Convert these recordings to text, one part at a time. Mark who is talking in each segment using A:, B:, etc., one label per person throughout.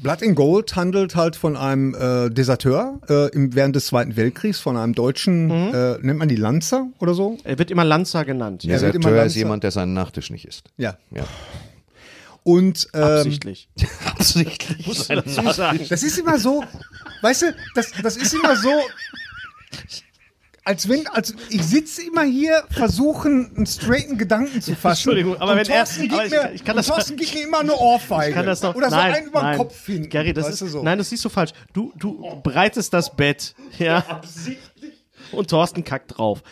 A: Blood in Gold handelt halt von einem äh, Deserteur äh, im, während des Zweiten Weltkriegs, von einem deutschen, äh, nennt man die Lanzer oder so?
B: Er wird immer Lanza genannt.
A: Ja.
B: Ja.
A: wird immer
C: Deserteur ist
A: langsamer.
C: jemand, der seinen Nachtisch nicht isst.
A: Ja.
C: Ja.
A: Und ähm,
B: Absichtlich.
C: Absichtlich.
B: Musst du dazu sagen.
A: das ist immer so, weißt du, das, das ist immer so, als wenn, als ich sitze immer hier, versuchen, einen straighten Gedanken zu fassen.
B: Entschuldigung, aber
A: und
B: wenn er-
A: Thorsten gibt
B: aber ich-
A: mir,
B: ich kann
A: und
B: das-
A: Thorsten gibt mir immer eine Ohrfeige.
B: Ich kann das noch,
A: oder so
B: nein,
A: einen über
B: nein.
A: den Kopf finden.
B: Gary, das
A: weißt du
B: ist,
A: so.
B: nein, das siehst du falsch. Du, du breitest das Bett, ja. Und Thorsten kackt drauf.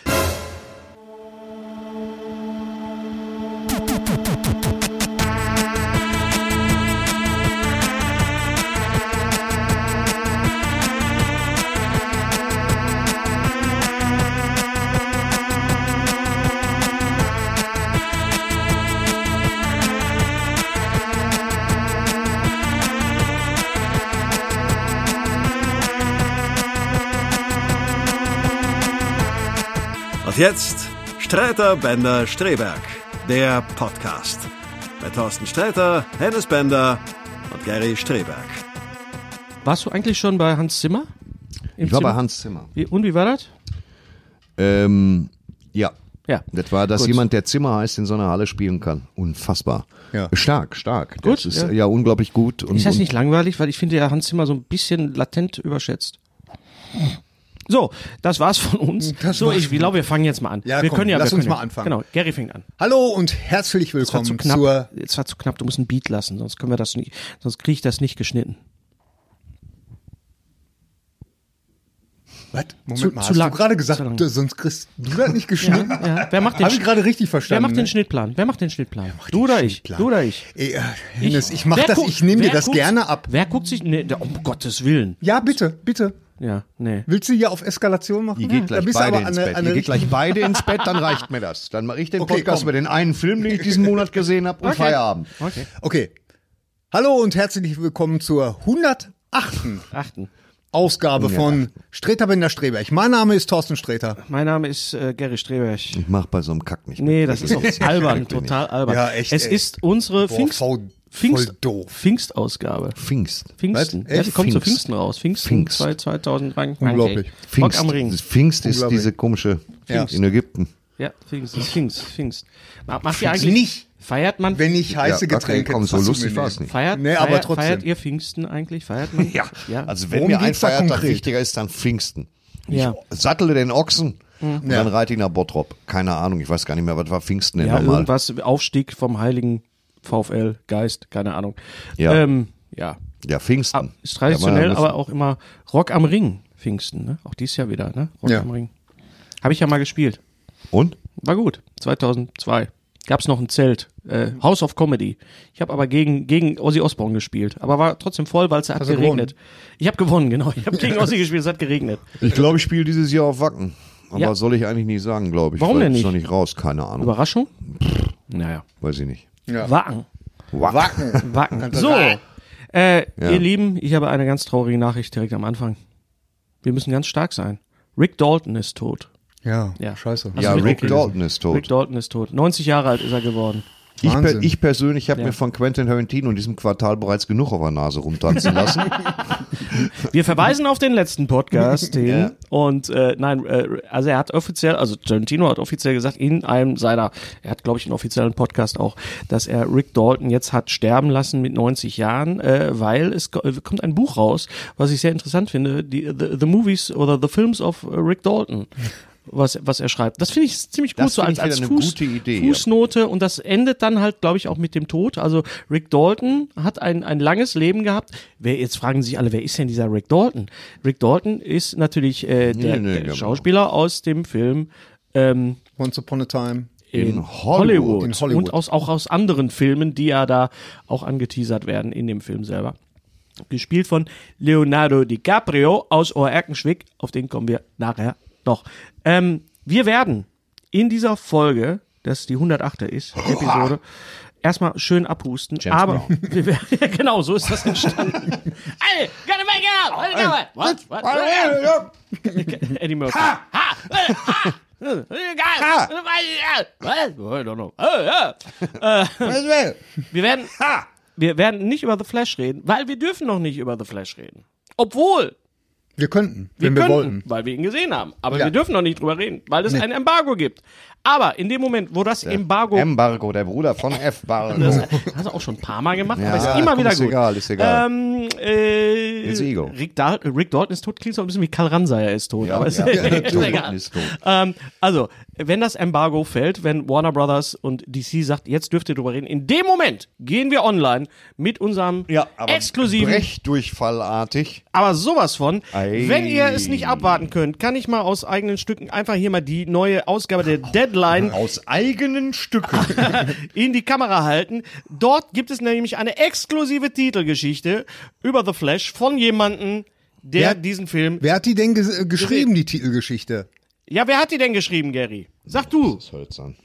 D: Und jetzt Streiter, Bender, Streberg, der Podcast. Bei Thorsten Streiter, Hennes Bender und Gary Streberg.
B: Warst du eigentlich schon bei Hans Zimmer? Im
C: Ich war bei
B: Zimmer?
C: Hans Zimmer.
B: Wie, und wie war das?
C: Ähm, ja.
B: Ja.
C: Das war, dass
B: Gut.
C: jemand, der Zimmer heißt, in so einer Halle spielen kann. Unfassbar.
A: Ja.
C: Stark, stark.
B: Gut,
C: Das ist
B: ja.
C: ja, unglaublich gut. Und,
B: Ist das
C: und
B: nicht langweilig? Weil ich finde ja Hans Zimmer so ein bisschen latent überschätzt. So, das war's von uns.
A: Das
B: so,
A: war's
B: ich
A: von
B: glaube, wir fangen jetzt mal an.
A: Ja,
B: wir
A: komm,
B: können ja,
A: lass
B: wir
A: uns
B: können ja.
A: mal anfangen.
B: Genau, Gary fängt an.
A: Hallo und herzlich
B: Es war
A: willkommen
B: zu knapp.
A: zur
B: Es war zu knapp. Du musst ein Beat lassen, sonst können wir das nicht, sonst kriege ich das nicht geschnitten.
A: Was? Moment
B: Zu-
A: mal,
B: zu
A: hast
B: lang.
A: du gerade gesagt,
B: Zu lang.
A: du- sonst kriegst du das nicht geschnitten?
B: Ja, wer macht den
A: Habe ich
B: Sch-
A: gerade richtig verstanden?
B: Wer macht den
A: ne?
B: Schnittplan? Wer macht den Schnittplan? du oder ich?
A: Plan.
B: Du oder ich?
A: Ey, äh, Hennes, ich, mach
B: Wer
A: das,
B: guckt-
A: ich nehme dir
B: wer
A: das
B: guckt-
A: gerne ab.
B: Wer guckt sich, nee, der- um Gottes Willen.
A: Ja, bitte, bitte.
B: Ja, nee.
A: Willst du hier auf Eskalation machen?
C: Ihr geht
A: da
C: gleich
A: bist du
C: beide
A: aber
C: ins
A: eine,
C: Bett.
A: Eine
C: Ihr geht
A: richtige-
C: gleich beide ins Bett, dann reicht mir das. Dann mache ich den
A: Okay,
C: Podcast
A: komm.
C: über den einen Film, den ich diesen Monat gesehen habe, und Feierabend.
B: Okay.
A: Okay. Hallo und herzlich willkommen zur 108.
B: Achten.
A: Ausgabe von Streter Bender Streber. Ich, mein Name ist Thorsten Streter.
B: Mein Name ist äh, Gary Streberg.
C: Ich mach bei so einem Kack nicht mit.
B: Nee, das ist
C: Wirklich
B: auch albern,
C: Wirklich nicht.
B: total albern.
A: Ja, echt,
B: es
A: ey.
B: ist unsere
A: Boah,
B: Pfingst,
A: voll-
B: Pfingst,
A: voll doof.
B: Pfingstausgabe.
C: Pfingst.
B: Pfingsten.
A: Was?
B: Ja,
A: Echt?
B: die kommt zu
C: Pfingst.
B: Pfingsten raus. Pfingsten
C: Pfingst.
B: 2023.
A: Unglaublich.
B: Rock am Ring.
C: Pfingst ist
A: Unglaublich.
C: diese komische
A: Ja.
C: in Ägypten.
B: Ja, Pfingst, Pfingst, Pfingst. Ma- Macht ihr
A: Pfingst
B: eigentlich
A: nicht.
B: Feiert man
A: Wenn ich heiße
C: Ja, okay,
A: Getränke
C: komm, so
A: Hast du
C: lustig
A: mir
C: war's nicht.
B: feiert,
A: Nee,
B: feiert,
A: aber trotzdem.
B: feiert ihr Pfingsten eigentlich? Feiert man?
C: Ja.
B: ja.
C: Also wenn
A: Worum
C: mir ein
A: geht's da
C: Feiertag
A: konkret?
C: wichtiger ist, dann Pfingsten.
B: ja.
C: Sattele den Ochsen und
A: Ja.
C: dann reite ich nach Bottrop. Keine Ahnung, ich weiß gar nicht mehr, was war Pfingsten denn
B: ja,
C: normal?
B: irgendwas, Aufstieg vom heiligen VfL, Geist, keine Ahnung.
C: Ja.
B: Ähm, ja.
C: Ja,
B: Ah,
A: Hm.
C: Pfingsten.
B: Ist traditionell,
C: Ja,
B: aber auch immer Rock am Ring, Pfingsten, ne? Auch dieses Jahr wieder, ne? Rock
A: Ja.
B: am Ring. Habe ich ja mal gespielt.
C: Und?
B: War gut. 2002. Gab's noch ein Zelt. Äh, House of Comedy. Ich habe aber gegen, gegen Ozzy Osbourne gespielt. Aber war trotzdem voll, weil es hat
A: Hast du
B: geregnet. Ich habe gewonnen, genau. Ich habe gegen Ozzy gespielt, es hat geregnet.
C: Ich glaube, ich spiele dieses Jahr auf Wacken. Aber
B: Ja.
C: soll ich eigentlich nicht sagen, glaube ich.
B: Warum
C: weil
B: denn
C: ist
B: nicht?
C: noch nicht raus, keine Ahnung.
B: Überraschung? Naja.
C: weiß ich nicht.
A: Ja.
B: Wacken.
C: Wacken.
B: Wacken. So. Äh,
C: Ja.
B: Ihr Lieben, ich habe eine ganz traurige Nachricht direkt am Anfang. Wir müssen ganz stark sein. Rick Dalton ist tot.
A: Ja,
B: Ja.
A: scheiße.
B: Hast
C: Ja,
B: du mich
C: Rick
B: gekriegt?
C: Dalton ist tot.
B: Rick Dalton Also ist tot. 90 Jahre alt ist er geworden.
C: Ich, per,
A: Wahnsinn.
C: ich persönlich habe
B: Ja.
C: mir von Quentin Tarantino in diesem Quartal bereits genug auf der Nase rumtanzen lassen.
B: Wir verweisen auf den letzten Podcast, den
C: Ja.
B: und äh, nein, äh, also er hat offiziell, also Tarantino hat offiziell gesagt in einem seiner, er hat glaube ich einen offiziellen Podcast auch, dass er Rick Dalton jetzt hat sterben lassen mit 90 Jahren, äh, weil es ko- äh, kommt ein Buch raus, was ich sehr interessant finde, die the, the Movies oder The Films of äh, Rick Dalton. Was, was er schreibt. Das finde ich ziemlich gut,
C: Das
B: so
C: finde
B: als, als
C: ich wieder eine
B: Fuß,
C: gute Idee, ja.
B: Fußnote. Und das endet dann halt, glaube ich, auch mit dem Tod. Also Rick Dalton hat ein, ein langes Leben gehabt. Wer, jetzt fragen sich alle, wer ist denn dieser Rick Dalton? Rick Dalton ist natürlich äh, der,
C: nee,
B: der
C: genau.
B: Schauspieler aus dem Film ähm,
A: Once upon a time.
B: in,
C: Hollywood.
B: Hollywood.
A: In Hollywood.
B: Und aus, auch aus anderen Filmen, die ja da auch angeteasert werden in dem Film selber. Gespielt von Leonardo DiCaprio aus Oerkenschwick, auf den kommen wir nachher noch. Ähm, wir werden in dieser Folge, das die 108. ist, Episode, erstmal schön abhusten. aber wir werden, ja, genau, so ist das entstanden. hey, gotta make it out! Let it go! What? What? What? Eddie Murphy. Ha! Ha! Äh, ha! Äh, Egal! Äh, weiß ich nicht. Was? I don't know. Äh, ja. Wir werden, wir werden nicht über The Flash reden, weil wir dürfen noch nicht über The Flash reden. Obwohl,
A: Wir könnten,
B: wir
A: wenn wir
B: könnten,
A: wollten.
B: weil wir ihn gesehen haben. Aber
A: Ja.
B: wir dürfen noch nicht drüber reden, weil es ein Embargo gibt. Aber in dem Moment, wo das Embargo...
C: Oh. Embargo, der Bruder von
B: das
C: F-Bargo.
B: hast du auch schon ein paar Mal gemacht, aber
C: Ja,
B: ist immer
C: komm,
B: wieder
C: ist
B: gut.
C: egal, ist egal.
B: Ähm, äh,
C: Ist egal.
B: Rick, Dal Rick Dalton ist tot, klingt so ein bisschen wie Karl Ranseier ist tot. aber ist ist egal.
C: ist tot.
B: Ähm, also, wenn das Embargo fällt, wenn Warner Brothers und DC sagt, jetzt dürft ihr drüber reden, in dem Moment gehen wir online mit unserem
C: aber
B: exklusiven,
C: Brechdurchfallartig.
B: aber sowas von.
C: Ei.
B: Wenn ihr es nicht abwarten könnt, kann ich mal aus eigenen Stücken einfach hier mal die neue Ausgabe der Deadline
C: Aus eigenen Stücken.
B: in die Kamera halten. Dort gibt es nämlich eine exklusive Titelgeschichte über The Flash von jemandem, der
A: Wer-
B: diesen Film.
A: Wer hat die denn ges äh, geschrieben, die Titelgeschichte?
B: Ja, wer hat die denn geschrieben, Gary? Sag du.
C: Hölzern.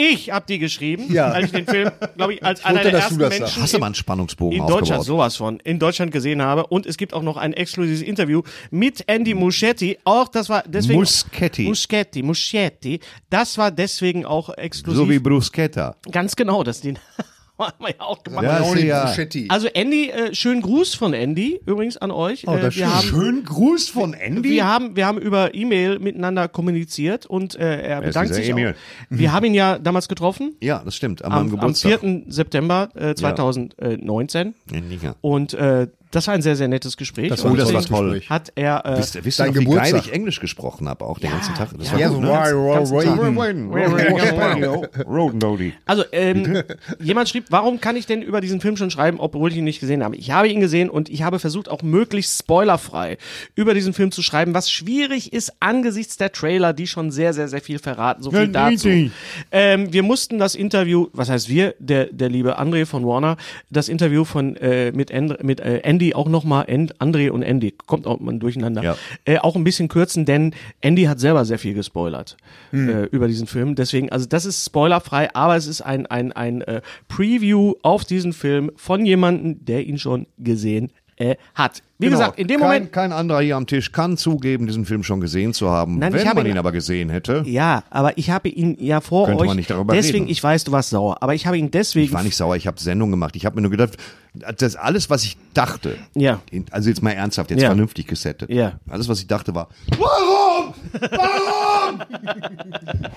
B: Ich habe die geschrieben,
A: Ja.
B: als ich den Film, glaube ich, als einer der
A: dass
B: ersten
A: du das
B: Menschen
C: Hast du mal einen Spannungsbogen
B: in Deutschland
C: aufgebaut?
B: sowas von in Deutschland gesehen habe. Und es gibt auch noch ein exklusives Interview mit Andy Muschietti. Auch das war deswegen
C: Muschetti.
B: Muschetti, Muschetti. Das war deswegen auch exklusiv.
C: So wie Bruschetta.
B: Ganz genau, das den haben wir ja auch gemacht.
C: Ja, ist ja.
A: Bruschetti.
B: Also Andy, äh, schönen Gruß von Andy übrigens an euch.
A: Oh,
B: äh, wir
A: das ist
B: haben
C: Schönen Gruß von Andy.
B: wir haben, wir haben über E-Mail miteinander kommuniziert und äh, er bedankt
C: dieser
B: sich. Auch.
C: Emil?
B: Wir haben ihn ja damals getroffen
C: ja, das stimmt. An meinem
B: am, am
C: Geburtstag.
B: 4. September äh, 2019.
C: Ja.
B: Und äh, das war ein sehr, sehr nettes Gespräch.
A: Das
C: Oh,
A: war
B: und
C: das war
A: Deswegen-
C: toll.
B: hat er. Äh,
C: Wisst, wisst ihr
A: Dein
C: noch, wie geil
A: Geburtstag.
C: ich Englisch gesprochen habe, auch den ganzen Tag? Das
A: ja, so
C: gut, ne?
A: Roy, Roy,
B: ganzen Tag.
A: Roy.
C: Rodenody.
B: also, ähm, jemand schrieb, warum kann ich denn über diesen Film schon schreiben, obwohl ich ihn nicht gesehen habe? Ich habe ihn gesehen und ich habe versucht, auch möglichst spoilerfrei über diesen Film zu schreiben, was schwierig ist angesichts der Trailer, die schon sehr, sehr, sehr viel verraten. So viel dazu. Ähm, wir mussten das Interview, was heißt wir, der, der liebe André von Warner, das Interview von äh, mit, And, mit äh, Andy auch nochmal, And, André und Andy, kommt auch mal durcheinander,
C: Ja.
B: äh, auch ein bisschen kürzen, denn Andy hat selber sehr viel gespoilert
C: Hm.
B: äh, über diesen Film. Deswegen, also das ist spoilerfrei, aber es ist ein, ein, ein äh, Preview auf diesen Film von jemandem, der ihn schon gesehen äh, hat. Wie gesagt, in dem
C: Genau. kein,
B: Moment.
C: Kein anderer hier am Tisch kann zugeben, diesen Film schon gesehen zu haben.
B: Nein,
C: Wenn
B: ich habe
C: man
B: ihn-
C: ihn aber gesehen hätte,
B: Ja, aber ich habe ihn ja vor
C: Könnte
B: euch.
C: man nicht darüber
B: deswegen,
C: reden.
B: ich weiß, du warst sauer, aber ich habe ihn deswegen
C: ich war nicht sauer, ich habe Sendung gemacht. Ich habe mir nur gedacht, das alles, was ich dachte,
B: Ja.
C: in- also jetzt mal ernsthaft, jetzt
B: Ja.
C: vernünftig gesettet.
B: Ja.
C: Alles, was ich dachte, war, warum? Warum?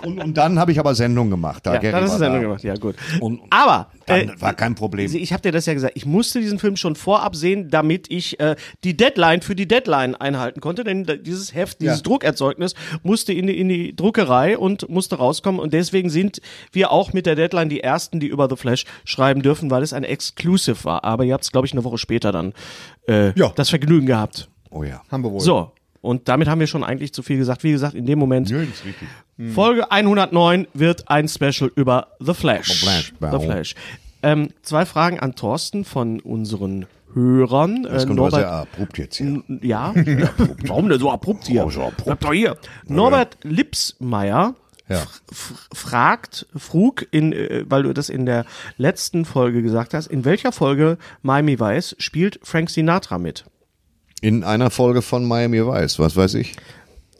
C: und, und dann habe ich aber Sendung gemacht. Da
B: Ja,
C: Gary
B: dann hast
C: war
B: du Sendung
C: da.
B: gemacht, ja gut.
C: Und-
B: Aber äh,
C: Dann war kein Problem.
B: ich habe dir das ja gesagt, ich musste diesen Film schon vorab sehen, damit ich äh, die Deadline für die Deadline einhalten konnte, denn da- dieses Heft, dieses
A: Ja.
B: Druckerzeugnis musste in die, in die Druckerei und musste rauskommen und deswegen sind wir auch mit der Deadline die ersten, die über The Flash schreiben dürfen, weil es ein Exclusive war. Aber ihr habt es, glaube ich, eine Woche später dann äh,
A: Ja.
B: das Vergnügen gehabt.
C: Oh ja.
A: Haben wir wohl.
B: So. Und damit haben wir schon eigentlich zu viel gesagt. Wie gesagt, in dem Moment
C: Nö, ist richtig.
B: Folge 109 wird ein Special über The Flash.
C: The Flash, wow.
B: The Flash. Ähm, zwei Fragen an Thorsten von unseren Hörern.
C: Das
B: Äh,
C: kommt aber sehr
B: Norbert,
C: abrupt jetzt hier.
B: ja. Warum denn so abrupt hier?
C: Oh, so abrupt. genau.
B: Bleibt doch hier. Norbert Lipsmeier
C: Ja.
B: f- f- fragt, frug, in, äh, weil du das in der letzten Folge gesagt hast, in welcher Folge Miami Vice spielt Frank Sinatra mit?
C: In einer Folge von Miami Vice, was weiß ich.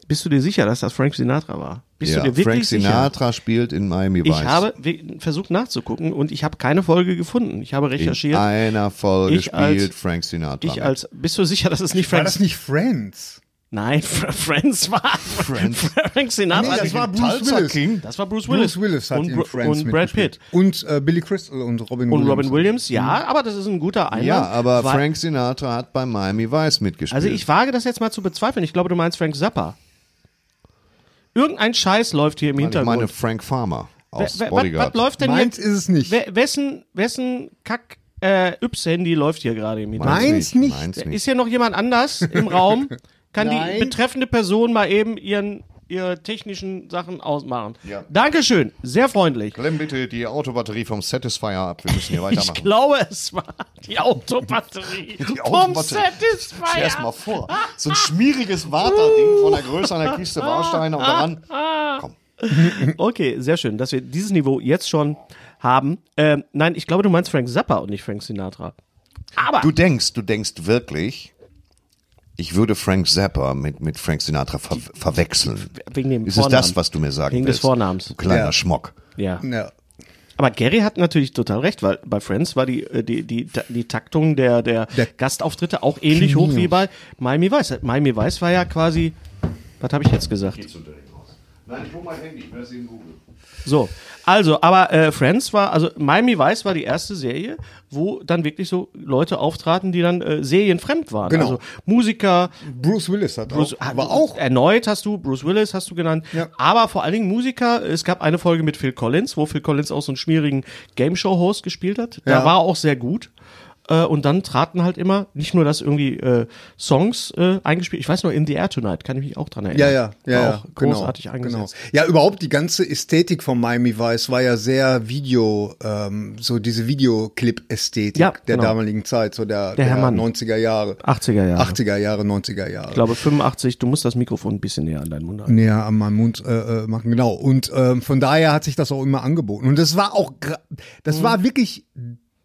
B: Bist du dir sicher, dass das Frank Sinatra war? Bist
C: Ja,
B: du dir wirklich
C: Frank
B: sicher?
C: Sinatra spielt in Miami Vice.
B: Ich habe we- versucht nachzugucken und ich habe keine Folge gefunden. Ich habe
C: in
B: recherchiert.
C: einer Folge
B: Ich als-
C: spielt Frank Sinatra.
B: ich
C: mit.
B: als bist du sicher, dass es nicht
A: War
B: Frank
A: das nicht Friends?
B: Nein, Fr Friends war
C: Friends.
B: Frank Sinatra.
A: Nee, das war Bruce Willis.
C: King.
B: Das war Bruce Willis.
A: Bruce Willis hat
B: und,
A: in
B: Br-
A: Friends
B: und Brad
A: mitgespielt. Mhm.
B: Pitt
A: Und äh, Billy Crystal und Robin
B: und
A: Williams.
B: Robin Williams. Ja, aber das ist ein guter Einwand.
C: Ja, aber
B: weil-
C: Frank Sinatra hat bei Miami Vice mitgespielt.
B: Also ich wage das jetzt mal zu bezweifeln. Ich glaube, du meinst Frank Zappa. Irgendein Scheiß läuft hier im
C: ich
B: Hintergrund.
C: meine Frank Farmer
B: Wer-
C: aus
B: wer- was, was
C: Bodyguard.
B: läuft denn
A: Meins
B: jetzt?
A: ist es nicht.
B: Wer, wessen wessen Kack äh, Yps-Handy läuft hier gerade im Hintergrund?
A: Meins nicht.
C: Meins nicht.
B: Ist hier noch jemand anders im Raum? Kann die
A: Nein.
B: betreffende Person mal eben ihren, ihre technischen Sachen ausmachen?
C: Ja.
B: Dankeschön, sehr freundlich.
C: Klemm bitte die Autobatterie vom Satisfier ab. Wir müssen hier
B: Ich
C: weitermachen.
B: glaube, es war die Autobatterie.
C: Die
B: vom
C: Autobatterie. Stell mal
B: Satisfier.
C: vor. So ein schmieriges Waterding von der Größe einer Kiste Bausteine und daran.
B: Okay, sehr schön, dass wir dieses Niveau jetzt schon haben. Ähm, nein, ich glaube, du meinst Frank Zappa und nicht Frank Sinatra. Aber
C: Du denkst, du denkst wirklich, ich würde Frank Zappa mit, mit Frank Sinatra ver verwechseln.
B: wegen dem
C: Ist es
B: Vornamen.
C: das, was du mir sagen
B: Wegen des
C: willst?
B: Vornamens.
C: Du kleiner
A: Ja.
C: Schmock.
B: ja.
A: Ja.
B: Aber Gary hat natürlich total recht, weil bei Friends war die, äh, die, die, die Taktung der, der,
A: Der-
B: Gastauftritte auch ähnlich hoch wie bei Miami Vice. Miami Vice war ja quasi, was habe ich jetzt gesagt?
C: Nein, ich hole mein Handy, ich werde es in Google.
B: So, also, aber äh, Friends war, also Miami Vice war die erste Serie, wo dann wirklich so Leute auftraten, die dann äh, serienfremd waren.
A: Genau.
B: Also Musiker,
A: Bruce Willis hat
B: Bruce,
A: auch. Aber auch.
B: Erneut hast du, Bruce Willis hast du genannt.
A: Ja.
B: Aber vor allen Dingen Musiker. Es gab eine Folge mit Phil Collins, wo Phil Collins auch so einen schmierigen Game-Show-Host gespielt hat. Da
A: Ja.
B: war er auch sehr gut. Äh, Und dann traten halt immer nicht nur, dass irgendwie äh, Songs äh, eingespielt. Ich weiß nur, In the Air Tonight kann ich mich auch dran erinnern.
A: Ja, ja, ja,
B: War
A: ja
B: auch großartig eingesetzt.
A: Genau. Ja, überhaupt die ganze Ästhetik von Miami Vice war ja sehr Video, ähm, so diese Videoclip-Ästhetik
B: Ja,
A: der
B: genau.
A: damaligen Zeit, so der,
B: Der
A: der,
B: Hermann.
A: 90er Jahre.
B: 80er Jahre.
A: 80er Jahre, 90er Jahre.
B: Ich glaube 85. Du musst das Mikrofon ein bisschen näher an deinen Mund halten.
A: näher an meinem Mund äh, äh, machen, genau. Und ähm, von daher hat sich das auch immer angeboten. Und das war auch, gra- das
B: Mhm.
A: war wirklich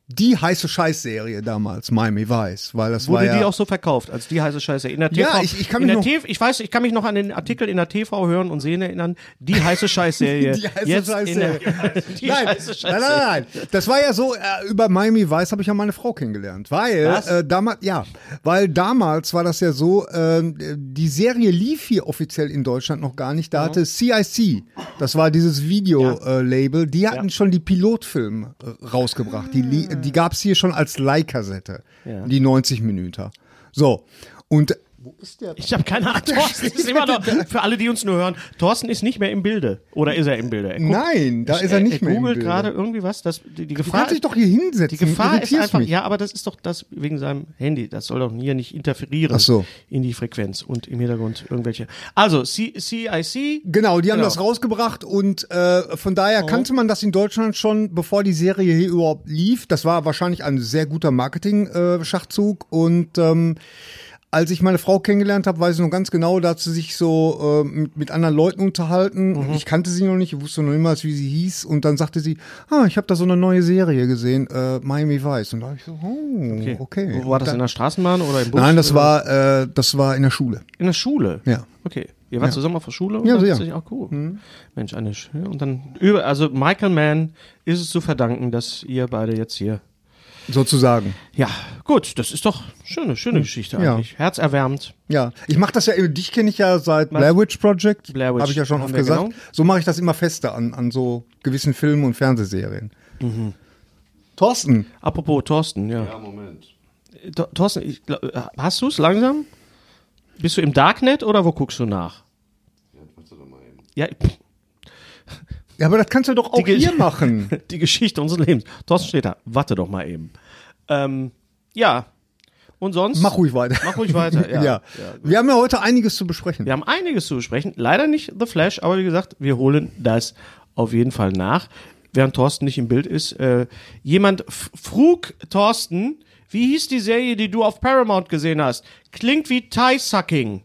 A: die heiße Scheißserie damals, Miami Vice, weil das war
B: Wurde
A: ja,
B: die auch so verkauft, als die heiße Scheiße. In der TV,
A: Ja, ich- ich kann
B: in
A: mich
B: der
A: noch-
B: TV, ich weiß, ich kann mich noch an den Artikel in der TV hören und sehen erinnern. Die heiße Scheißserie.
A: Die heiße
B: Jetzt in
A: Scheißserie.
B: der- Die
A: Nein,
B: heiße Scheißserie.
A: nein, nein, nein. Das war ja so, äh, über Miami Vice habe ich ja meine Frau kennengelernt. Weil
B: Was?
A: äh, damals, ja, weil damals war das ja so, äh, die Serie lief hier offiziell in Deutschland noch gar nicht. Da
B: Mhm.
A: hatte CIC, das war dieses Video-Label, die hatten schon die Pilotfilme äh, rausgebracht. Die, li-
B: Ah.
A: die gab es hier schon als Leihkassette. Die 90 Minuten. So. Und
B: Ich habe keine Ahnung. Thorsten ist immer noch, für alle, die uns nur hören, Thorsten ist nicht mehr im Bilde. Oder ist er im Bilde? Er guckt-
A: nein, da ist er
B: er-
A: nicht
B: er
A: mehr. im
B: googelt
A: Bild.
B: äh, gerade irgendwie was. Das, die, die
A: Du
B: Gefahr,
A: kannst dich doch hier hinsetzen.
B: die Gefahr ist
A: irritierst
B: einfach,
A: mich.
B: ja, aber das ist doch das wegen seinem Handy. Das soll doch hier nicht interferieren
A: Ach so.
B: in die Frequenz und im Hintergrund irgendwelche. Also, C CIC.
A: Genau, die haben
B: Genau. Mhm.
A: das rausgebracht und äh, von daher kannte man das in Deutschland schon, bevor die Serie hier überhaupt lief. Das war wahrscheinlich ein sehr guter Marketing-Schachzug und ähm, als ich meine Frau kennengelernt habe, weiß ich noch ganz genau, da hat sie sich so äh, mit, mit anderen Leuten unterhalten.
B: Mhm.
A: Und ich kannte sie noch nicht, ich wusste noch niemals, wie sie hieß. Und dann sagte sie, ah, ich habe da so eine neue Serie gesehen, äh, Miami Vice. Und da habe ich so, oh, okay.
B: Wo war das? In der Straßenbahn oder im Bus?
A: Nein, das
B: oder?
A: war, äh, das war in der Schule.
B: In der Schule?
A: Ja.
B: Okay. Ihr wart zusammen auf der Schule? Und
A: Ja, Mhm.
B: dann
A: sehr.
B: ist das Auch cool. Mensch, eine Sch Und dann über, also Michael Mann ist es zu verdanken, dass ihr beide jetzt hier.
A: Sozusagen.
B: Ja, gut, das ist doch schöne, schöne Geschichte
A: Mhm. Ja.
B: eigentlich. Herzerwärmend.
A: Ja, ich mache das ja, dich kenne ich ja seit Blair Witch Project,
B: Blair Witch,
A: habe ich ja schon
B: haben
A: oft
B: wir
A: gesagt.
B: genau.
A: So mache ich das immer fester an, an so gewissen Filmen und Fernsehserien.
B: Mhm.
A: Thorsten,
B: Apropos Thorsten, ja. Ja, Moment. Thorsten, ich glaub, äh, hast du es langsam? Bist du im Darknet oder wo guckst du nach? Ja, pff,
A: ja, aber das kannst du doch auch
B: Die Ge-
A: hier machen.
B: die Geschichte unseres Lebens. Thorsten steht da. Warte doch mal eben. Ähm, ja. Und sonst?
A: Mach ruhig weiter.
B: Mach ruhig weiter, ja.
A: ja. Wir haben ja heute einiges zu besprechen.
B: Wir haben einiges zu besprechen. Leider nicht The Flash, aber wie gesagt, wir holen das auf jeden Fall nach. Während Thorsten nicht im Bild ist, äh, jemand f- frug Thorsten, wie hieß die Serie, die du auf Paramount gesehen hast? Klingt wie Thai Sucking.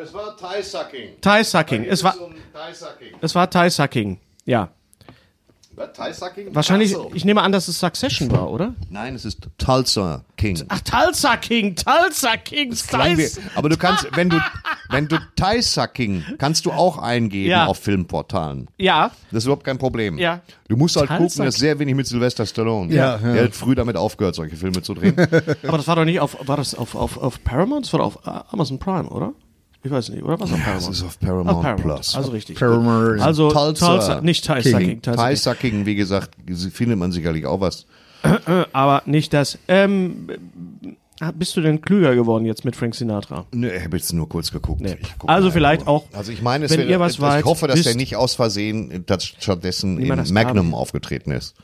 C: Es war Thai-Sucking.
B: Thai Sucking. Es war,
C: Thai-Sucking.
B: es war Thai Sucking. Ja.
C: Was? Thai-Sucking?
B: Wahrscheinlich,
C: Ach so.
B: ich nehme an, dass es Succession war, oder?
C: Nein, es ist Tulsa King.
B: Ach, Tulsa King, Tulsa King,
C: Klang wie-
B: Slice.
C: Aber du kannst, wenn du, wenn du Thai-Sucking, kannst du auch eingeben
B: Ja.
C: auf Filmportalen.
B: Ja,
C: Das ist überhaupt kein Problem.
B: Ja.
C: Du musst halt gucken,
B: Thai-Sucking.
C: dass sehr wenig mit Sylvester Stallone.
A: Ja, ja.
C: Der hat früh damit aufgehört, solche Filme zu drehen.
B: aber das war doch nicht auf, war das auf, auf, auf Paramount? Das war doch auf äh, Amazon Prime, oder? Ich weiß nicht, oder was auf Paramount?
C: das ist auf Paramount Plus.
B: Also richtig.
A: Paramount.
B: Also
C: Tulsa
B: Tulsa, nicht Tulsa King, Tulsa King.
C: Thai-Sucking, wie gesagt, findet man sicherlich auch was.
B: Aber nicht das. Ähm, äh, bist du denn klüger geworden jetzt mit Frank Sinatra?
C: Nö, ich habe jetzt nur kurz geguckt.
B: Nee.
C: Ich guck
B: Also
C: mal.
B: vielleicht auch,
C: Also ich meine, es
B: wenn
C: wäre,
B: ihr was
C: ich
B: weit
C: hoffe, dass der
B: wisst.
C: nicht aus Versehen dass stattdessen
B: Niemand das
C: in Magnum aufgetreten ist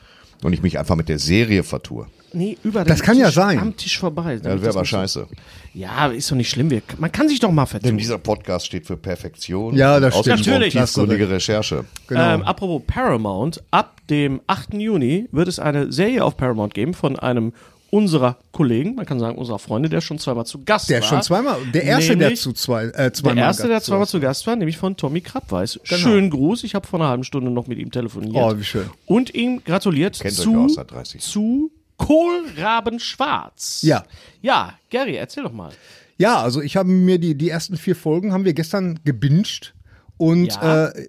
C: und ich mich einfach mit der Serie vertue.
B: Nee, über den
A: Das kann ja
B: Tisch,
A: sein.
B: Am Tisch vorbei.
C: Ja, das wäre aber scheiße.
B: Ja, ist doch nicht schlimm. Wir, man kann sich doch mal
C: Denn
B: vertun.
C: dieser Podcast steht für Perfektion.
A: Ja,
C: und
A: das stimmt.
C: ausgesprochen
B: Natürlich.
C: Tiefgründige Recherche.
A: Genau.
B: Ähm, apropos Paramount, ab dem 8. Juni wird es eine Serie auf Paramount geben von einem unserer Kollegen, man kann sagen unserer Freunde, der schon zweimal zu Gast
A: Der
B: war.
A: schon zweimal, der erste, der
B: Nämlich-
A: zu zwei, äh, zweimal.
B: der erste, der
A: gab-
B: zweimal zu Gast war, nämlich von Tommy Krappweis. Schönen Gruß, ich habe vor einer halben Stunde noch mit ihm telefoniert.
A: Oh, wie schön.
B: Und ihm gratuliert
C: Kennt euch ja
B: zu,
C: aus seit 30 Jahren.
B: zu Kohlrabenschwarz.
A: Ja.
B: Ja, Gary, erzähl doch mal.
A: Ja, also ich habe mir die, die ersten vier Folgen haben wir gestern gebinged. Und
B: Ja.
A: äh,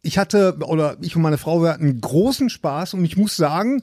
A: ich hatte, oder ich und meine Frau, wir hatten großen Spaß und ich muss sagen,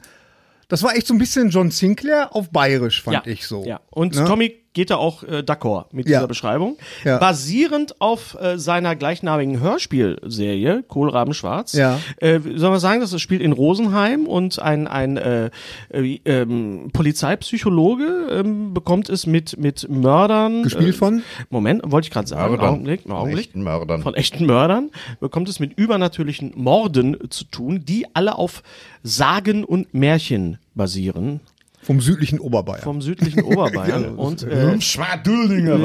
A: das war echt so ein bisschen John Sinclair auf bayerisch, fand
B: ja.
A: ich so.
B: Ja. Und
A: Ne?
B: Tommy geht da auch äh, d'accord mit
A: Ja.
B: dieser Beschreibung.
A: Ja.
B: Basierend auf äh, seiner gleichnamigen Hörspielserie Kohlraben Schwarz,
A: Ja.
B: äh, soll man sagen, dass es spielt in Rosenheim und ein, ein äh, äh, ähm, Polizeipsychologe ähm, bekommt es mit, mit Mördern.
A: Gespielt
B: äh,
A: von?
B: Moment, wollte ich gerade sagen.
C: Mördern.
B: Augenblick,
C: Von
B: Augenblick.
C: echten Mördern.
B: Von echten Mördern bekommt es mit übernatürlichen Morden zu tun, die alle auf Sagen und Märchen basieren
A: Vom südlichen Oberbayern.
B: vom südlichen Oberbayern und
C: Hm?
B: äh,
C: Schwadüldinger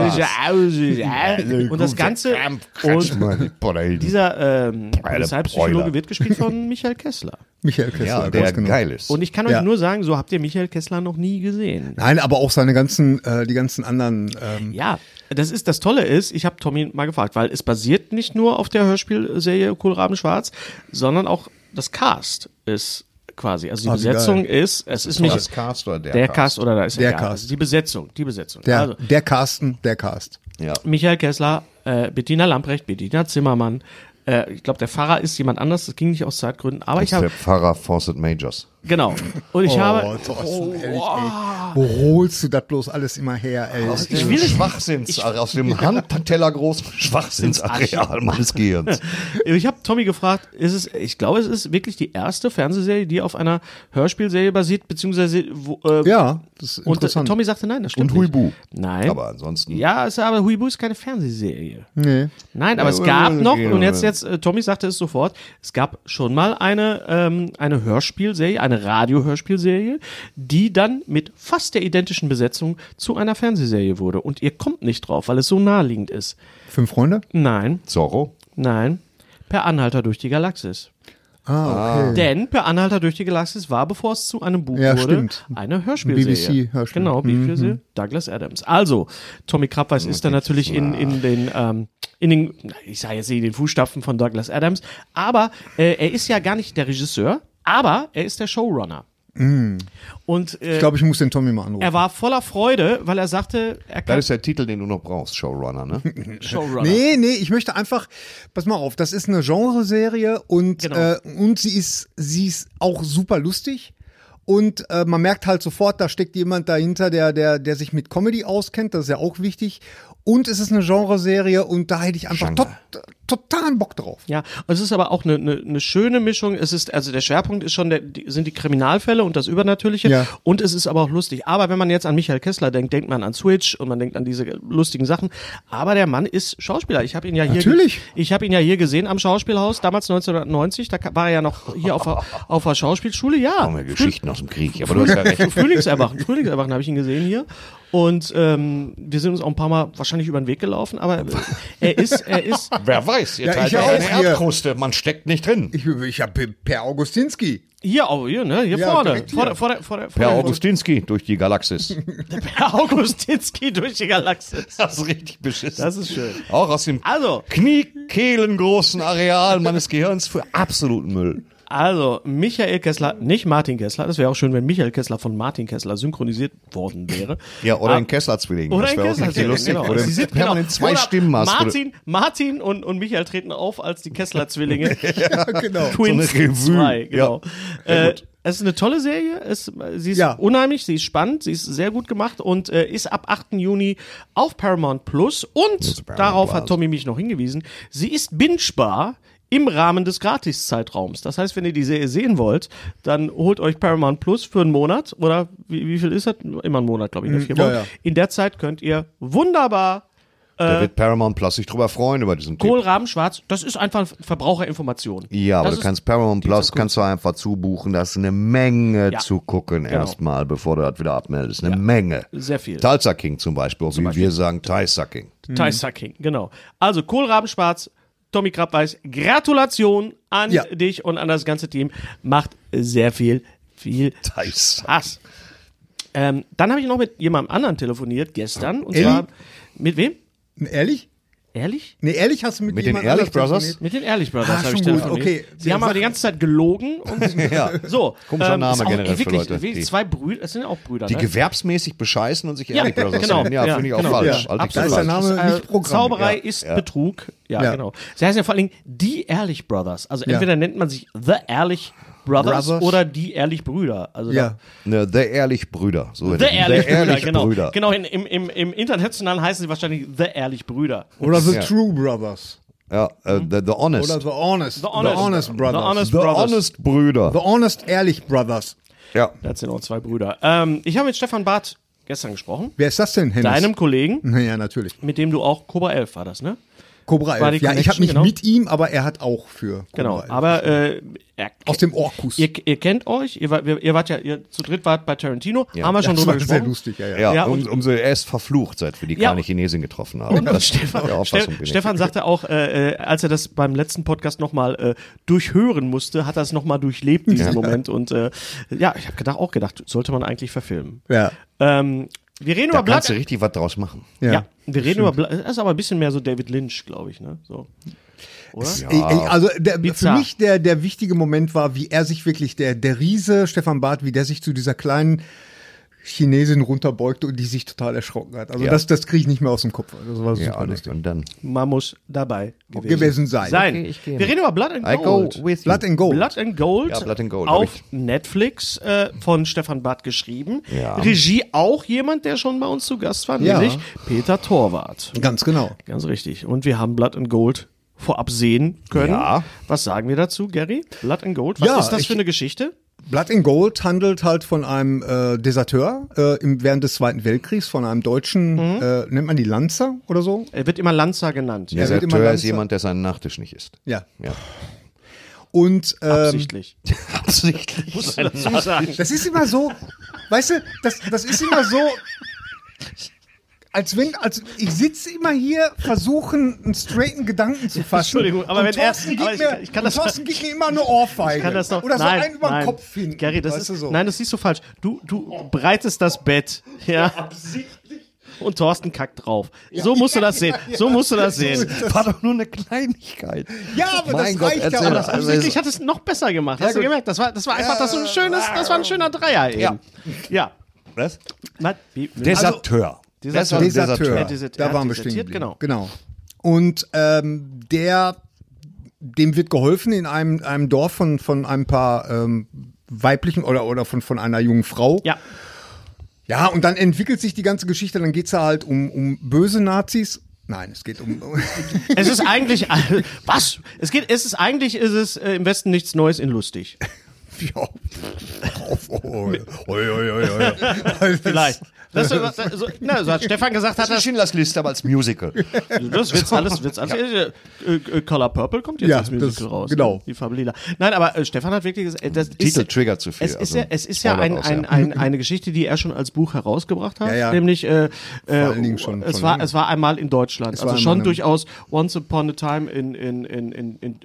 B: und das ganze und
C: und
B: dieser ähm,
C: Alter,
B: Polizeipsychologe
C: Bräuler.
B: wird gespielt von Michael Kessler.
A: Michael Kessler.
C: ja,
A: ganz
C: der
A: genau.
C: geil ist.
B: Und ich kann euch
A: Ja.
B: nur sagen, so habt ihr Michael Kessler noch nie gesehen.
A: Nein, aber auch seine ganzen, äh, die ganzen anderen. Ähm,
B: Ja, das ist das Tolle ist, ich habe Tommy mal gefragt, weil es basiert nicht nur auf der Hörspielserie Kohlraben Schwarz, sondern auch das Cast ist quasi, also die
A: Ah, wie
B: Besetzung ist, es ist,
C: War
B: nicht
C: das Cast oder der,
B: der Cast oder da ist
A: Der
B: egal.
A: Cast.
B: Die Besetzung, die Besetzung.
A: der,
B: also,
A: der Carsten, der Cast.
C: Ja.
B: Michael Kessler, äh, Bettina Lamprecht, Bettina Zimmermann. Äh, ich glaube, der Pfarrer ist jemand anders. Das ging nicht aus Zeitgründen. Aber
C: Das ist
B: ich habe
C: der Pfarrer Fawcett Majors.
B: genau. Und ich habe
A: Oh,
B: Oh.
A: Thorsten, ehrlich, ey. Wo holst du das bloß alles immer her, ey?
C: Ich will Schwachsinns, aus dem Handteller großen Schwachsinnsareal meines Gehirns.
B: ich habe Tommy gefragt. Ist es? Ich glaube, es ist wirklich die erste Fernsehserie, die auf einer Hörspielserie basiert, beziehungsweise wo, äh,
A: Ja, das ist
B: Und äh,
A: interessant.
B: Tommy sagte nein, das stimmt
C: Und Huibu.
B: nicht. Nein.
C: Aber ansonsten.
B: ja, es, aber Huibu ist keine Fernsehserie.
A: nee.
B: Nein, aber
C: Ja,
B: es gab
C: ja,
B: noch,
C: ja,
B: und jetzt,
C: ja.
B: jetzt, äh, Tommy sagte es sofort, es gab schon mal eine, ähm, eine Hörspielserie, eine Radio-Hörspielserie, die dann mit fast der identischen Besetzung zu einer Fernsehserie wurde. Und ihr kommt nicht drauf, weil es so naheliegend ist.
A: Fünf Freunde?
B: Nein,
C: Zorro?
B: nein. Per Anhalter durch die Galaxis.
A: Ah, okay.
B: Denn Per Anhalter durch die Galaxis war, bevor es zu einem Buch
A: Ja,
B: wurde,
A: stimmt.
B: eine Hörspielserie.
A: BBC-Hörspiel.
B: Genau, BBC, Douglas Adams. Also, Tommy Krabweis ist dann natürlich in, in den, ähm, in den, ich sage jetzt nicht in den Fußstapfen von Douglas Adams, aber äh, er ist ja gar nicht der Regisseur, aber er ist der Showrunner. Und äh,
A: Mhm. Ich glaube, ich muss den Tommy mal anrufen.
B: er war voller Freude, weil er sagte, er
C: Das
B: kann
C: ist der Titel, den du noch brauchst, Showrunner, ne?
B: Showrunner.
A: Nee, nee, ich möchte einfach, pass mal auf, das ist eine Genreserie und,
B: Genau.
A: äh, und sie ist, sie ist auch super lustig. Und äh, man merkt halt sofort, da steckt jemand dahinter, der, der, der sich mit Comedy auskennt, das ist ja auch wichtig. Und es ist eine Genreserie und da hätte ich einfach tot, totalen Bock drauf.
B: Ja, und es ist aber auch eine, eine, eine schöne Mischung. Es ist, also der Schwerpunkt ist schon, der, die, sind die Kriminalfälle und das Übernatürliche.
A: Ja.
B: Und es ist aber auch lustig. Aber wenn man jetzt an Michael Kessler denkt, denkt man an Switch und man denkt an diese lustigen Sachen. Aber der Mann ist Schauspieler. Ich habe ihn ja hier,
A: Natürlich.
B: ich habe ihn ja hier gesehen am Schauspielhaus, damals 1990. Da ka- war er ja noch hier auf, der- auf der Schauspielschule. Ja.
C: Haben wir Geschichten aus dem Krieg, aber du hast ja recht.
B: Frühlingserwachen. Frühlingserwachen habe ich ihn gesehen hier. Und ähm, wir sind uns auch ein paar Mal wahrscheinlich über den Weg gelaufen, aber äh, er ist, er ist,
C: Wer weiß, ihr
A: Ja,
C: teilt
A: ich auch
C: eine
A: hier.
C: Erdkruste, man steckt nicht drin.
A: Ich, ich habe Per Augustinski.
B: Hier, oh, hier, ne? Hier
A: Ja,
B: vorne.
A: direkt hier.
B: Vor, der- vor, der- vor, der- vor,
C: Per
B: der-
C: Augustinski durch die Galaxis.
B: Per Augustinski durch die Galaxis.
C: Das ist richtig beschissen.
B: Das ist schön.
C: Auch aus dem
B: Also.
C: kniekehlengroßen Areal meines Gehirns für absoluten Müll.
B: Also, Michael Kessler, nicht Martin Kessler. Das wäre auch schön, wenn Michael Kessler von Martin Kessler synchronisiert worden wäre.
C: Ja, oder
B: Ah,
C: ein Kessler-Zwilling.
B: Oder ein
C: wäre auch
B: Kessler.
C: richtig lustig.
B: Genau.
C: Oder
B: Sie sind genau.
C: permanent zwei
B: Oder
C: Stimmen hast. wo du-
B: Martin, Martin und, und Michael treten auf als die Kessler-Zwillinge.
A: genau.
B: Twins
C: So eine Revue.
B: 2, genau.
C: Sehr
B: äh,
C: gut.
B: es ist eine tolle Serie, es, sie ist
A: Ja.
B: unheimlich, sie ist spannend, sie ist sehr gut gemacht und äh, ist ab 8. Juni auf Paramount Plus und
C: Paramount
B: darauf
C: Plus.
B: hat Tommy mich noch hingewiesen, sie ist bingebar im Rahmen des Gratis-Zeitraums. Das heißt, wenn ihr die Serie sehen wollt, dann holt euch Paramount Plus für einen Monat oder wie, wie viel ist das? Immer einen Monat, glaube ich. ne?
A: Hm,
B: Vier
A: ja,
B: Wochen.
A: ja.
B: In der Zeit könnt ihr wunderbar
C: Da wird Paramount Plus sich drüber freuen über diesen Typ.
B: Kohlraben schwarz, das ist einfach Verbraucherinformation.
C: Ja, aber
B: das
C: du
B: ist-
C: kannst Paramount Plus kannst du einfach zubuchen. Da hast du eine Menge
B: Ja.
C: zu gucken erstmal, bevor du das wieder abmeldest. Eine Menge.
B: Sehr viel.
C: Tulsa King zum Beispiel, auch wie wir sagen, Tulsa King.
B: Thai Sucking, genau. Also Kohlrabenschwarz, Tommy Krappweiß, Gratulation an
A: Ja.
B: dich und an das ganze Team. Macht sehr viel, viel
C: Tulsa.
B: Spaß. Ähm, dann habe ich noch mit jemandem anderen telefoniert gestern. Und
A: Elli?
B: zwar mit wem?
A: Ehrlich?
B: Ehrlich?
A: Nee, ehrlich hast du mit,
C: Mit den
A: jemand
C: Ehrlich
A: anders
C: Brothers?
A: telefoniert?
B: Mit den Ehrlich Brothers
A: Ah,
B: habe ich
A: schon gut,
B: telefoniert.
A: okay.
B: Sie haben aber die ganze Zeit gelogen. Und
C: Ja.
B: so. Ähm,
C: Komischer Name
B: ist auch
C: generell für
B: wirklich,
C: Leute,
B: wirklich
C: die-
B: zwei Brüder, es sind ja auch Brüder.
C: Die
B: ne?
C: gewerbsmäßig bescheißen und sich ehrlich Brothers
B: genau,
C: nennen. Ja,
B: ja,
C: finde ich auch
B: genau.
C: falsch.
A: Ja,
C: Halte ich für
A: absolut. Da ist der
C: falsch.
A: Name-
B: äh,
A: nicht Programm.
B: Zauberei
C: Ja,
B: ist
C: ja.
B: Betrug. Ja,
A: Ja.
B: genau. Sie heißen ja vor allen Dingen die Ehrlich Brothers. Also
A: Ja.
B: entweder nennt man sich The Ehrlich Brothers,
A: Brothers.
B: oder die Ehrlich Brüder. Also
A: Ja.
C: Ne, The Ehrlich Brüder. So
B: da, The Ehrlich,
C: The Ehrlich
B: Brüder, genau.
C: Brüder.
B: Genau, in, im, im, im Internationalen heißen sie wahrscheinlich The Ehrlich Brüder.
A: Oder The
C: Ja.
A: True Brothers.
C: Ja, äh, the, the Honest.
A: Oder The Honest. The
B: Honest. The
A: Brothers.
B: Honest
C: the
B: Brothers.
C: Honest Brüder.
A: The Honest Ehrlich Brothers.
C: ja.
B: Das sind auch zwei Brüder. Ähm, ich habe mit Stefan Barth gestern gesprochen,
A: Wer ist das denn, Hennes?
B: deinem Kollegen,
A: Naja, natürlich.
B: mit dem du auch Cobra 11 war das, ne?
A: Cobra
B: War
A: 11.
B: die
A: Ja, ich habe
B: Connection,
A: mich
B: genau.
A: mit ihm, aber er hat auch für Cobra
B: Genau.
A: 11.
B: Aber äh, er,
A: Aus dem Orkus.
B: ihr, ihr kennt euch, ihr, wart- ihr wart ja, ihr zu dritt wart bei Tarantino, haben wir schon
A: das
B: drüber
A: war sehr
B: gesprochen.
A: lustig, ja, ja.
C: Ja,
B: Ja,
C: um,
B: und-
C: umso er ist verflucht, seit wir die
B: Ja,
C: kleine Chinesin getroffen haben. das Stefan, der
B: Ste
C: Auffassung bin ich.
B: Stefan sagte auch, äh, äh, als er das beim letzten Podcast nochmal äh, durchhören musste, hat er es nochmal durchlebt, diesen Moment. Und äh, ja, ich habe gedacht, auch gedacht, sollte man eigentlich verfilmen.
A: Ja.
B: Ähm, wir reden
C: da
B: über Blood.
C: kannst du richtig was draus machen.
B: ja. wir reden über Blood. Das ist aber ein bisschen mehr so David Lynch, glaube ich. Ne? So.
A: Ich- ich- Also der, für
B: Bizarr.
A: mich der, der wichtige Moment war, wie er sich wirklich, der, der Riese Stefan Barth, wie der sich zu dieser kleinen Chinesin runterbeugte und die sich total erschrocken hat. Also
C: Ja.
A: das, das kriege ich nicht mehr aus dem Kopf. Also Das war
C: Ja,
A: super
C: alles.
A: lustig.
C: Und dann.
B: Man muss dabei gewesen,
A: Gewesen sein.
B: sein.
C: Okay, ich gehe.
B: wir reden über Blood and
C: I go
B: Gold.
C: with you.
A: Blood and Gold.
B: Blood and Gold,
C: Ja, Blood and Gold, hab
B: auf
C: ich.
B: Netflix äh, von Stefan Barth geschrieben.
C: Ja.
B: Regie auch jemand, der schon bei uns zu Gast war,
A: Ja.
B: nämlich Peter Torwart.
A: Ganz genau.
B: Ganz richtig. Und wir haben Blood and Gold vorab sehen können.
C: Ja.
B: Was sagen wir dazu, Gary? Blood and Gold, was
A: Ja,
B: ist das
A: ich-
B: für eine Geschichte?
A: Blood and Gold handelt halt von einem äh, Deserteur äh, im, während des Zweiten Weltkriegs, von einem deutschen,
B: Mhm.
A: äh, nennt man die Lanzer oder so?
B: Er wird immer Lanza genannt.
A: Ja.
C: Der
A: wird immer
C: Serteur ist
A: leiser.
C: jemand, der seinen Nachtisch nicht isst.
A: Ja.
C: Ja.
A: Und ähm,
B: Absichtlich.
C: Absichtlich.
B: Muss man dazu sagen.
A: das ist immer so, weißt du, das, das ist immer so, als wenn, als ich sitze immer hier, versuchen, einen straighten Gedanken zu fassen.
B: Entschuldigung, aber
A: und
B: wenn er-
A: Thorsten gibt
B: aber ich-
A: mir,
B: ich kann
A: und
B: das-
A: Thorsten gibt mir immer eine Ohrfeige.
B: kann das doch,
A: oder so
B: nein,
A: einen über
B: nein.
A: den Kopf hin.
B: Gary, das
A: weißt
B: ist,
A: du so.
B: nein, das siehst du falsch. Du, du breitest das Bett, ja. Und Thorsten kackt drauf. So musst du das sehen. So musst du das sehen.
C: War doch nur eine Kleinigkeit.
A: Ja, aber
C: mein
A: das
C: Gott,
A: reicht ja,
C: erzähl
A: aber
C: das.
A: das-
C: Also,
B: Absichtlich hat es noch besser gemacht. Hast du
A: gut.
B: gemerkt? Das war, das war einfach das so ein schönes, das war ein schöner Dreier eben. Ja. ja.
C: was?
B: Na, wie, also,
C: Deserteur. Das war ein
A: Deserteur. Äh,
B: Deserteur.
A: Da waren wir
B: Desertiert,
A: stehen. geblieben.
B: genau.
A: genau. Und ähm, der, dem wird geholfen in einem, einem Dorf von, von ein paar ähm, weiblichen oder, oder von, von einer jungen Frau.
B: ja.
A: Ja, und dann entwickelt sich die ganze Geschichte, dann geht's ja halt um, um böse Nazis. Nein, es geht um.
B: Es ist eigentlich was? Es geht es ist eigentlich ist es äh, im Westen nichts Neues in lustig.
A: ja. Auf, oh, oh, oh, oh, oh.
B: Vielleicht. Das, so- das, so, na, so hat Stefan gesagt, hat
C: Das ist
B: das,
C: Schindlers Liste, aber als Musical.
B: das wird's alles, wird's alles. Äh, äh, Color Purple kommt jetzt
A: Ja,
B: als Musical
A: das-
B: raus.
A: genau.
B: Die Farbe lila. Nein, aber äh, Stefan hat wirklich gesagt, äh, das
C: Titel
B: ist,
C: triggert zu viel.
B: Es ist
C: also
B: ja, es ist ja,
C: fordert
B: ein,
C: aus,
B: ein,
C: ja.
B: ein, eine Geschichte, die er schon als Buch herausgebracht hat.
A: Ja, ja.
B: Nämlich, äh, Vor
A: allen Dingen schon-
B: es,
A: schon
B: war,
A: lange.
B: es war einmal in Deutschland. also
A: war
B: schon
A: einmal in-
B: durchaus Once Upon a Time in, in, in, in, in,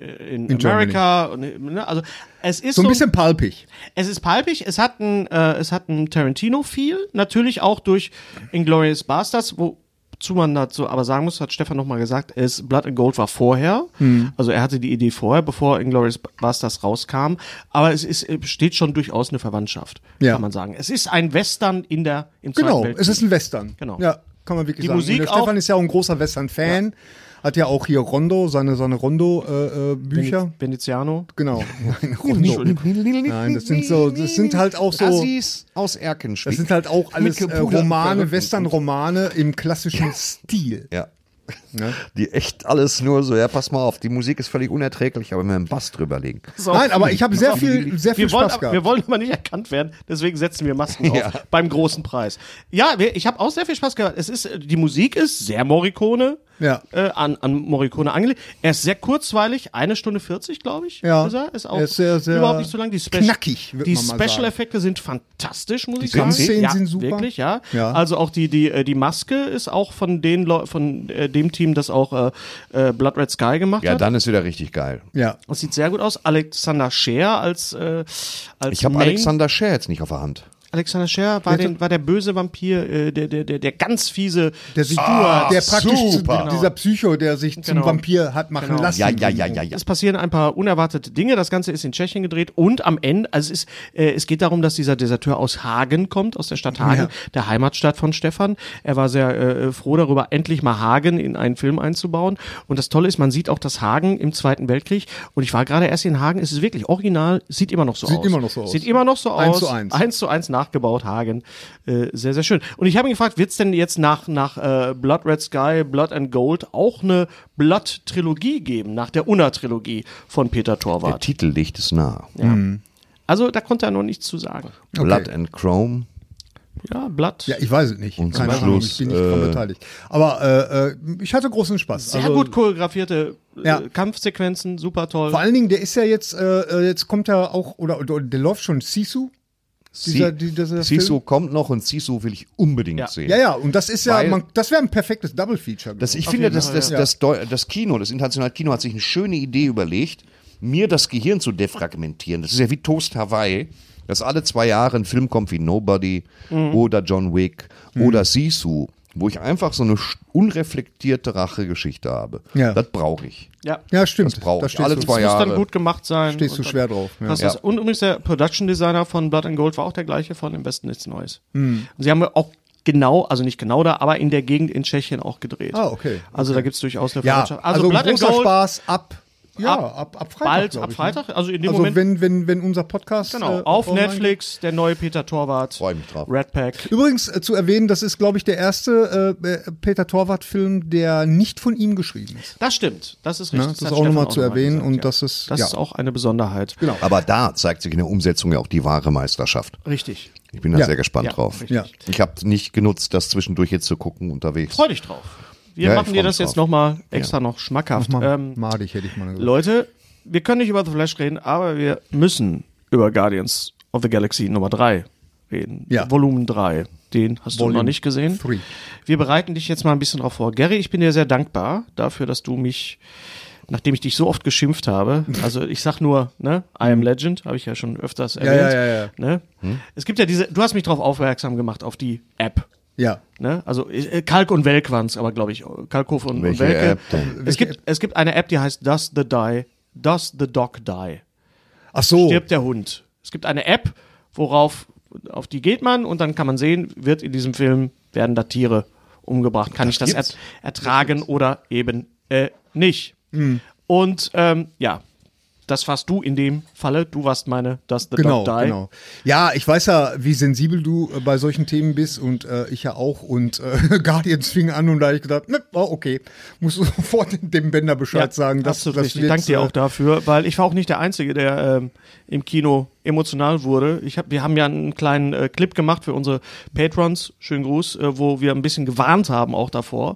B: in, America. Und, ne, also es ist
A: So
B: so,
A: ein bisschen palpig.
B: es ist palpig, es hat ein, äh, es hat ein Tarantino-Feel, natürlich auch durch Inglourious Basterds, wo Wozu man dazu aber sagen muss, hat Stefan nochmal gesagt, ist Blood and Gold war vorher.
A: Hm.
B: Also er hatte die Idee vorher, bevor Inglourious Basterds rauskam. Aber es ist, äh, besteht schon durchaus eine Verwandtschaft,
A: Ja.
B: kann man sagen. Es ist ein Western in der, im Zweiten
A: Genau,
B: Weltkrieg.
A: es ist ein Western.
B: Genau.
A: Ja, kann man wirklich
B: Die
A: sagen.
B: Musik
A: Und der Stefan
B: auch.
A: ist ja auch ein großer Western-Fan. Hat ja auch hier Rondo, seine, seine Rondo-Bücher.
B: Vene- Veneziano.
A: genau. Nein, Rondo. Nein, das sind so, das sind halt auch so.
C: Assis aus Erkenschwick.
A: Das sind halt auch alles
C: Mit
A: äh,
C: gepuderten
A: Romane,
C: Perücken.
A: Western-Romane im klassischen Stil.
C: Ja. Die echt alles nur so, ja, pass mal auf, die Musik ist völlig unerträglich, aber mit einem Bass drüberlegen.
A: Nein, aber ich habe sehr viel, sehr viel
B: wir wollen,
A: Spaß
B: aber, wir
A: gehabt.
B: wollen aber nicht erkannt werden, deswegen setzen wir Masken auf
C: Ja.
B: beim großen Preis. Ja, wir, ich habe auch sehr viel Spaß gehabt. Es ist, äh, die Musik ist sehr Morricone,
A: Ja.
B: äh, an, an Morricone angelegt. Er ist sehr kurzweilig, eine Stunde 40, glaube ich.
A: Ja.
B: ist er. Ist auch
A: Er ist sehr, sehr
B: überhaupt nicht so lang. Die Spe-
A: knackig, würd
B: die
A: man mal
B: Special
A: sagen.
B: Effekte sind fantastisch, muss ich
A: Die
B: sagen.
A: Kampfszenen
B: ja,
A: sind super.
B: Wirklich, ja.
A: Ja.
B: Also auch die die äh, die Maske ist auch von den Leu von äh, dem Team, das auch äh, äh, Blood Red Sky gemacht
C: Ja,
B: hat.
C: dann ist wieder richtig geil.
A: Ja.
B: Das sieht sehr gut aus. Alexander Scheer als, äh, als
C: Ich habe
B: Main-
C: Alexander Scher jetzt nicht auf der Hand.
B: Alexander Scheer war, den, war der böse Vampir, äh, der, der, der, der ganz fiese
A: Der sich, der praktisch zu,
C: super.
A: der- dieser Psycho, der sich zum
B: Ah, Genau.
A: Vampir hat machen
B: Genau.
A: lassen.
C: Ja, ja, ja, ja, ja.
B: Es passieren ein paar unerwartete Dinge. Das Ganze ist in Tschechien gedreht und am Ende, also es ist, äh, es geht darum, dass dieser Deserteur aus Hagen kommt, aus der Stadt Hagen, der Heimatstadt von Stefan. Er war sehr äh, froh darüber, endlich mal Hagen in einen Film einzubauen. Und das Tolle ist, man sieht auch das Hagen im Zweiten Weltkrieg. Und ich war gerade erst in Hagen. Es ist wirklich original. Sieht immer noch so
A: Sieht
B: aus.
A: immer noch so aus.
B: Sieht immer noch so
A: Eins
B: aus.
A: zu eins.
B: Eins zu eins nachgebaut, Hagen. Äh, sehr, sehr schön. Und ich habe ihn gefragt, wird es denn jetzt nach, nach äh, Blood Red Sky, Blood and Gold auch eine Blood-Trilogie geben, nach der Unna-Trilogie von Peter
C: Der
B: Torwart?
C: Titel liegt es nah.
B: Also da konnte er noch nichts zu sagen.
C: Blood and Chrome.
B: Ja, Blood.
A: Ja, ich weiß es nicht.
C: Und zum
A: Keine Ahnung, ich
C: Schluss,
A: bin nicht daran
C: äh,
A: beteiligt. Aber äh, äh, ich hatte großen Spaß.
B: sehr
A: also,
B: gut choreografierte äh,
A: Ja.
B: Kampfsequenzen, super toll.
A: Vor allen Dingen, der ist ja jetzt, äh, äh, jetzt kommt er auch, oder, oder der läuft schon Sisu. Dieser- die- dieser
C: Sisu
A: Film?
C: kommt noch und Sisu will ich unbedingt
B: Ja.
C: sehen.
A: Ja, ja, und das ist ja,
C: Weil-
A: man, das wäre ein perfektes Double-Feature.
C: Das, ich
B: Auf
C: finde,
B: jeden
C: das,
B: Fall,
C: das,
A: ja.
C: das, Deu- das Kino, das internationale Kino hat sich eine schöne Idee überlegt, mir das Gehirn zu defragmentieren. Das ist ja wie Toast Hawaii, dass alle zwei Jahre ein Film kommt wie Nobody
B: Mhm.
C: oder John Wick oder Sisu, wo ich einfach so eine sch- unreflektierte Rachegeschichte habe.
A: Ja.
C: Das brauche ich.
B: ja.
A: ja, stimmt.
C: das braucht
A: Da
C: ich.
A: stehst
C: Alle
A: du-
C: zwei
B: Das muss
C: Jahre.
B: dann gut gemacht sein.
A: Stehst du
B: Und dann
A: schwer drauf, ja.
B: passt das.
C: Ja.
B: Und übrigens der Production Designer von Blood and Gold war auch der gleiche von Im Westen nichts Neues.
A: Hm.
B: Und sie haben auch genau, also nicht genau da, aber in der Gegend in Tschechien auch gedreht.
A: Ah, okay.
B: Also da gibt es durchaus eine
A: Ja,
B: Verwandtschaft.
A: also, großer Spaß ab, ja,
B: ab-
A: ab, ab Freitag.
B: bald,
A: glaub
B: ab
A: ich,
B: Freitag, also in dem
A: also
B: Moment-
A: Wenn, wenn, wenn unser Podcast.
B: Genau,
A: äh,
B: auf
A: online geht.
B: Netflix, der neue Peter Torwart.
C: Freu mich drauf.
B: Red Pack.
A: Übrigens äh, zu erwähnen, das ist, glaube ich, der erste äh, äh, Peter Torwart-Film, der nicht von ihm geschrieben ist.
B: Das stimmt, das ist
A: Ne,
B: richtig.
A: das
B: hat
A: ist auch nochmal
B: Stefan
A: zu erwähnen und
B: ja.
A: das ist-
B: Das
A: ja.
B: ist auch eine Besonderheit. Genau.
C: Aber da zeigt sich in der Umsetzung ja auch die wahre Meisterschaft.
B: Richtig.
C: Ich bin da
A: Ja.
C: sehr gespannt
B: Ja,
C: drauf.
B: richtig.
A: Ja.
C: Ich habe nicht genutzt, das zwischendurch jetzt zu gucken unterwegs.
B: Freu dich drauf. Wir
C: Ja, ich
B: machen dir
C: freu
B: das
C: mich
B: jetzt
C: drauf.
B: nochmal extra noch schmackhaft.
A: Mal,
B: Ähm,
A: madig, hätte ich mal gesagt.
B: Leute, wir können nicht über The Flash reden, aber wir müssen über Guardians of the Galaxy Nummer 3 reden.
A: Ja.
B: Volumen 3. Den hast du
A: Volume
B: noch nicht gesehen.
A: three.
B: Wir bereiten dich jetzt mal ein bisschen drauf vor. Gary, ich bin dir sehr dankbar dafür, dass du mich, nachdem ich dich so oft geschimpft habe, also ich sag nur, ne, I am Legend, habe ich ja schon öfters erwähnt.
A: Mhm. ja, ja, ja. Mhm.
B: Ne? Es gibt ja diese, du hast mich darauf aufmerksam gemacht, auf die App.
A: Ja.
B: Ne? Also äh, Kalk und Welk waren's, aber glaube ich, Kalkhof und, und
C: Welche
B: Welke.
C: App denn?
B: Es, gibt, es gibt eine App, die heißt Does the Die, Does the Dog Die?
A: Ach so.
B: Stirbt der Hund. Es gibt eine App, worauf auf die geht man und dann kann man sehen, wird in diesem Film werden da Tiere umgebracht. Kann ich das er, ertragen oder eben äh, nicht?
A: Hm.
B: Und ähm, ja, das warst du in dem Falle. Du warst meine Does the
A: Genau,
B: Dog Die.
A: genau. Ja, ich weiß ja, wie sensibel du äh, bei solchen Themen bist und äh, ich ja auch. Und äh, Guardians fing an und da habe ich gedacht, ne, war okay, musst du sofort dem Bender Bescheid sagen. Dass,
B: absolut
A: dass
B: richtig.
A: wir
B: Danke dir
A: jetzt, äh,
B: auch dafür, weil ich war auch nicht der Einzige, der ähm, im Kino emotional wurde. Ich hab, wir haben ja einen kleinen äh, Clip gemacht für unsere Patrons, schönen Gruß, äh, wo wir ein bisschen gewarnt haben auch davor.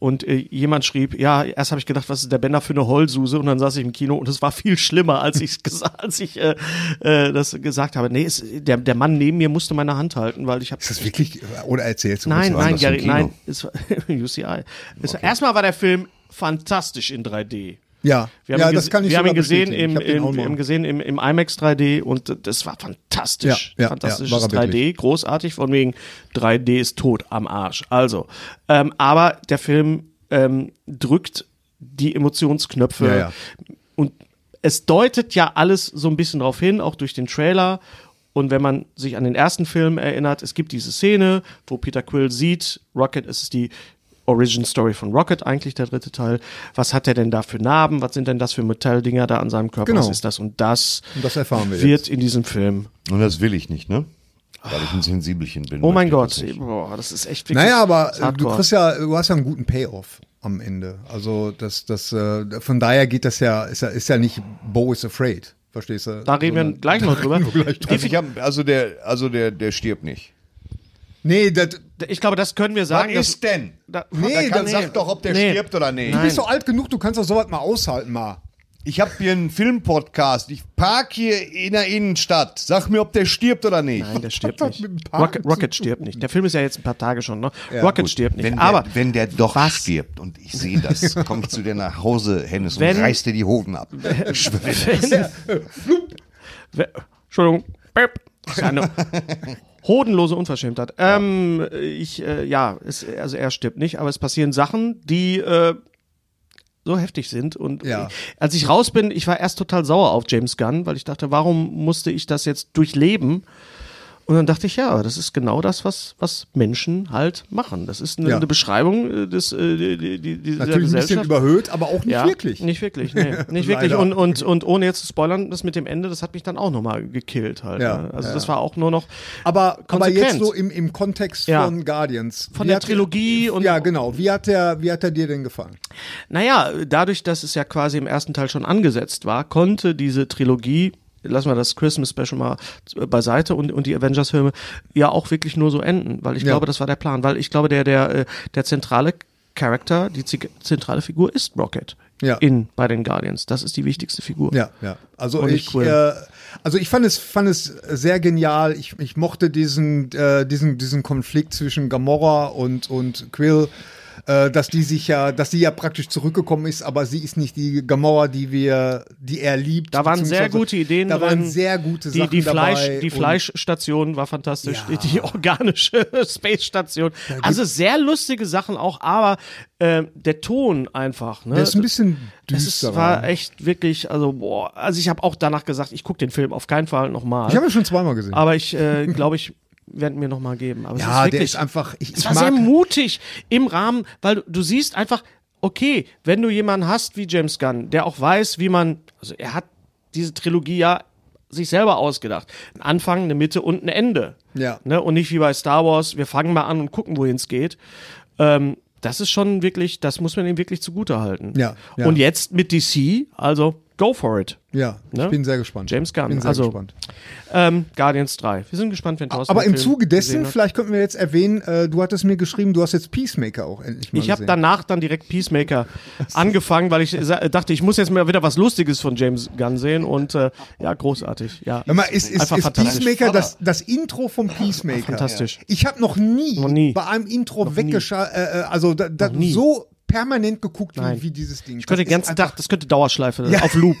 B: Und äh, jemand schrieb, ja, erst habe ich gedacht, was ist der Bender für eine Heulsuse? Und dann saß ich im Kino und es war viel schlimmer, als ich als ich äh, äh, das gesagt habe. Nee, es, der, der Mann neben mir musste meine Hand halten, weil ich habe
A: Ist das wirklich, äh, oder erzählst du
B: Nein,
A: was?
B: nein,
C: das im
B: Gary,
C: Kino?
B: nein. Es war, UCI. Es war, erstmal war der Film fantastisch in 3D.
A: Ja,
B: Wir haben
A: ja
B: ihn,
A: das
B: gese-
A: kann ich
B: wir haben ihn
A: sogar
B: gesehen
A: bestätigen.
B: im,
A: Ich hab den
B: im,
A: auch mal.
B: im, gesehen im, im IMAX 3D und das war fantastisch.
A: Ja, ja,
B: Fantastisches
A: ja, war er
B: 3D, großartig, von wegen 3D ist tot am Arsch. Also, ähm, aber der Film ähm, drückt die Emotionsknöpfe
A: Ja, ja.
B: und es deutet ja alles so ein bisschen darauf hin, auch durch den Trailer. Und wenn man sich an den ersten Film erinnert, es gibt diese Szene, wo Peter Quill sieht, Rocket es ist die Origin Story von Rocket, eigentlich der dritte Teil. Was hat er denn da für Narben? Was sind denn das für Metalldinger da an seinem Körper?
A: Genau.
B: Was ist das? Und das,
A: Und das erfahren wir
B: wird in diesem Film.
C: Und das will ich nicht, ne? Weil ich ein Sensibelchen bin.
B: Oh mein
C: möchte
B: Gott,
C: ich das nicht.
B: boah, das ist echt
A: Naja, aber
B: das ist
A: äh, du
B: hardcore.
A: kriegst ja, du hast ja einen guten Payoff am Ende. Also das, das, äh, von daher geht das ja, ist ja, ist ja nicht Bo is afraid, verstehst du?
B: Da reden wir
A: Sondern-
B: gleich noch drüber.
C: Also, ich hab, also, der, also der, der stirbt nicht.
A: Nee, das,
B: Ich glaube, das können wir sagen. dass-
C: denn?
B: da-
A: Nee,
C: da kann,
A: das-
C: sag doch, ob der
B: nee.
C: stirbt oder nicht.
A: du bist doch alt genug, du kannst doch sowas mal aushalten mal.
C: Ich habe hier einen Filmpodcast. Ich park hier in der Innenstadt. Sag mir, ob der stirbt oder nicht.
B: Nein, der stirbt
A: hat das
B: nicht.
A: mit dem Parken
B: Rocket,
A: zu
B: Rocket stirbt nicht. Der Film ist ja jetzt ein paar Tage schon, ne?
C: Gut,
B: Rocket stirbt nicht.
C: Wenn der,
B: aber
C: wenn der doch stirbt und ich sehe das, komme ich zu dir nach Hause, Hennes,
B: Wenn-
C: und reiß dir die Hoden ab. Ich schwöre.
B: We- Entschuldigung. Bäp. Das ist eine hodenlose Unverschämtheit. Ähm, ich, äh, ja, es, also er stirbt nicht, aber es passieren Sachen, die äh, so heftig sind. Und
A: Ja.
B: ich, als ich raus bin, ich war erst total sauer auf James Gunn, weil ich dachte, warum musste ich das jetzt durchleben? Und dann dachte ich, ja, das ist genau das, was, was Menschen halt machen. Das ist eine,
A: Ja.
B: eine Beschreibung äh, des, äh, die, die, die,
A: Natürlich
B: dieser
A: ein bisschen
B: Gesellschaft.
A: überhöht, aber auch nicht
B: Ja,
A: wirklich.
B: Nicht wirklich, nee. Nicht wirklich.
A: Leider.
B: Und, und, und ohne jetzt zu spoilern, das mit dem Ende, das hat mich dann auch nochmal gekillt halt.
A: Ja,
B: ne? Also
A: ja.
B: das war auch nur noch
A: Aber, aber
B: konsequent.
A: jetzt so im, im Kontext
B: Ja.
A: von Guardians.
B: Von
A: Wie
B: der
A: hat-
B: Trilogie und-
A: Ja, genau. Wie hat der, wie hat er dir denn gefallen?
B: Naja, dadurch, dass es ja quasi im ersten Teil schon angesetzt war, konnte diese Trilogie, lassen wir das Christmas Special mal äh, beiseite und, und die Avengers-Filme, ja auch wirklich nur so enden, weil ich
A: Ja.
B: glaube, das war der Plan, weil ich glaube, der, der, äh, der zentrale Charakter, die zi- zentrale Figur ist Rocket.
A: Ja.
B: In, bei den Guardians. Das ist die wichtigste Figur.
A: Ja, ja. Also
B: Und
A: ich,
B: Quill.
A: äh, also ich fand es, fand es sehr genial. Ich, ich mochte diesen, äh, diesen, diesen Konflikt zwischen Gamora und, und Quill. äh, Dass die sich ja, dass sie ja praktisch zurückgekommen ist, aber sie ist nicht die Gamora, die wir, die er liebt.
B: Da waren sehr
A: beziehungsweise
B: gute Ideen
A: Da waren
B: drin.
A: sehr gute
B: Die,
A: Sachen
B: die, Fleisch,
A: dabei.
B: die
A: und-
B: Fleischstation war fantastisch,
A: Ja.
B: die, die organische Space Station. Also sehr lustige Sachen auch, aber ähm, der Ton einfach. Ne?
A: Der ist ein bisschen
B: es
A: düster.
B: ist, war echt wirklich, also boah, also ich habe auch danach gesagt, ich gucke den Film auf keinen Fall nochmal.
A: ich habe ihn schon zweimal gesehen.
B: aber ich äh, glaube, ich werde mir nochmal geben. Aber
A: ja,
B: es ist
A: der
B: wirklich,
A: ist einfach. Ich,
B: es
A: ich
B: war sehr
A: mag
B: mutig im Rahmen, weil du, du siehst einfach, okay, wenn du jemanden hast wie James Gunn, der auch weiß, wie man, also er hat diese Trilogie ja sich selber ausgedacht. Ein Anfang, eine Mitte und ein Ende.
A: Ja.
B: Ne? Und nicht wie bei Star Wars, wir fangen mal an und gucken, wohin es geht. Ähm, das ist schon wirklich, das muss man ihm wirklich zugute halten.
A: Ja, ja.
B: Und jetzt mit DC, also go for it.
A: Ja,
B: Ne?
A: ich bin sehr gespannt.
B: James Gunn,
A: Bin sehr
B: also-
A: gespannt.
B: Ähm, Guardians 3. Wir sind gespannt, wenn Thorsten
A: Aber im
B: den Film
A: Zuge dessen,
B: gesehen hat.
A: vielleicht könnten wir jetzt erwähnen, äh, du hattest mir geschrieben, du hast jetzt Peacemaker auch endlich mal
B: Ich habe
A: gesehen.
B: danach dann direkt Peacemaker angefangen, weil ich sa- dachte, ich muss jetzt mal wieder was Lustiges von James Gunn sehen und äh, ja, großartig. Ja,
A: Hör mal, ist, ist,
B: Einfach
A: ist
B: fantastisch.
A: Peacemaker das, das Intro vom Peacemaker?
B: Fantastisch.
A: Ich habe noch, nie
B: Noch nie.
A: bei einem Intro weggeschaut, äh, äh, also da, da
B: nie.
A: so permanent geguckt,
B: Nein.
A: wie, wie dieses Ding.
B: Ich könnte den ganzen Tag, das könnte Dauerschleife
A: Ja.
B: auf Loop.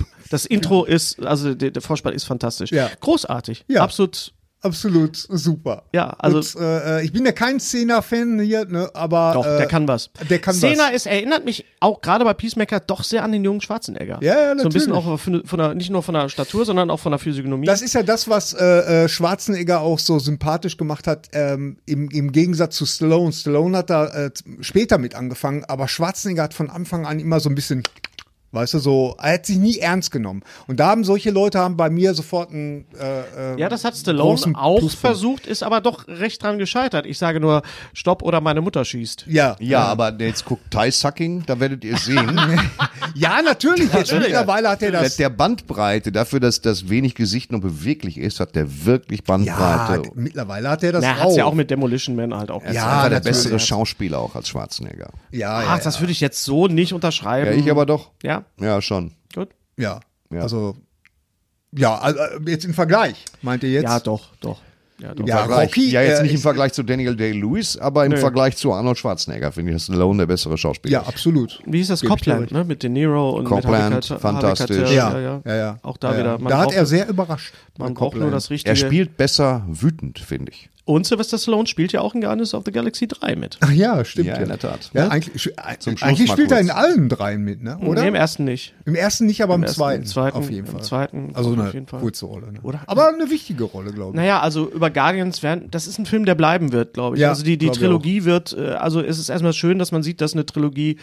B: Das Intro ist, also der, der Vorspann ist fantastisch.
A: Ja.
B: Großartig.
A: Ja.
B: Absolut.
A: Absolut super.
B: Ja, also-
A: Und, äh, äh, ich bin ja kein Szena-Fan hier, ne, aber.
B: Doch,
A: äh,
B: der kann was.
A: Der kann
B: Szena
A: was.
B: ist, erinnert mich auch gerade bei Peacemaker doch sehr an den jungen Schwarzenegger.
A: Ja, ja,
B: So ein bisschen
A: natürlich.
B: auch von, von der, nicht nur von der Statur, sondern auch von der Physiognomie.
A: Das ist ja das, was äh, äh, Schwarzenegger auch so sympathisch gemacht hat, ähm, im, im Gegensatz zu Stallone. Stallone hat da äh, später mit angefangen, aber Schwarzenegger hat von Anfang an immer so ein bisschen, weißt du, so, er hat sich nie ernst genommen. Und da haben solche Leute haben bei mir sofort einen äh, äh,
B: Ja, das hat Stallone
A: großen
B: auch
A: Pluspunkt.
B: versucht, ist aber doch recht dran gescheitert. Ich sage nur, stopp oder meine Mutter schießt.
A: Ja,
C: Ja, aber jetzt guckt Thai Sucking, da werdet ihr sehen.
A: ja, natürlich. Jetzt mittlerweile hat er
C: Mit
A: das.
C: der Bandbreite, dafür, dass das wenig Gesicht noch beweglich ist, hat der wirklich
A: Ja,
C: Bandbreite.
A: d- mittlerweile hat er das
B: Na, er
A: drauf.
B: hat es ja auch mit Demolition Man halt auch.
C: Er ist
A: Ja,
C: einfach der
A: natürlich.
C: bessere Schauspieler auch als Schwarzenegger.
A: ja, ja,
B: Ach, Ah, das würde ich jetzt so nicht unterschreiben.
C: Ja, ich aber doch.
B: Ja,
C: Ja, schon.
B: gut.
A: ja.
C: Ja.
A: Also ja, also äh, jetzt im Vergleich meint ihr jetzt?
B: Ja, doch, doch. Ja, doch.
A: Ja,
C: Vergleich.
A: Rocky,
C: ja, jetzt
A: äh,
C: nicht im
A: ich-
C: Vergleich zu Daniel Day-Lewis, aber im Vergleich zu Arnold Schwarzenegger finde ich, dass Stallone der bessere Schauspieler
A: Ja,
C: ist.
A: absolut.
B: Wie hieß das?
A: Gebe ich dir
B: Copland,
A: recht.
B: ne? Mit De Niro und
C: Copland,
B: mit Harvey Keitel-
C: fantastisch.
B: Harvey Keitel,
A: Ja,
B: ja, ja,
A: ja, ja.
B: Auch da
A: ja, ja.
B: wieder. Man
A: Da hat
B: braucht-
A: er sehr überrascht.
B: Man
A: Mein
B: braucht nur
A: Copland.
B: das Richtige.
C: Er spielt besser wütend, finde ich.
B: Und Sylvester Stallone spielt ja auch in Guardians of the Galaxy 3 mit.
A: Ach ja, stimmt.
C: Ja, in der Tat.
A: Ja,
C: Ne?
A: eigentlich
C: Zum Schluss
A: eigentlich
C: mal
A: spielt er
C: kurz.
A: in allen dreien mit, ne? oder?
B: Nee, im ersten nicht.
A: Im ersten nicht, aber im,
B: Im ersten,
A: zweiten,
B: im zweiten,
A: Auf jeden
B: im
A: Fall.
B: zweiten,
A: also
B: auf
A: eine
B: jeden Fall.
A: kurze Rolle. Ne?
B: Oder-
A: Aber eine wichtige Rolle, glaube ich.
B: Naja, also über Guardians werden, das ist ein Film, der bleiben wird, glaube ich.
A: Ja,
B: also die, die
A: glaub ich
B: Trilogie wird, äh, also es ist erstmal schön, dass man sieht, dass eine Trilogie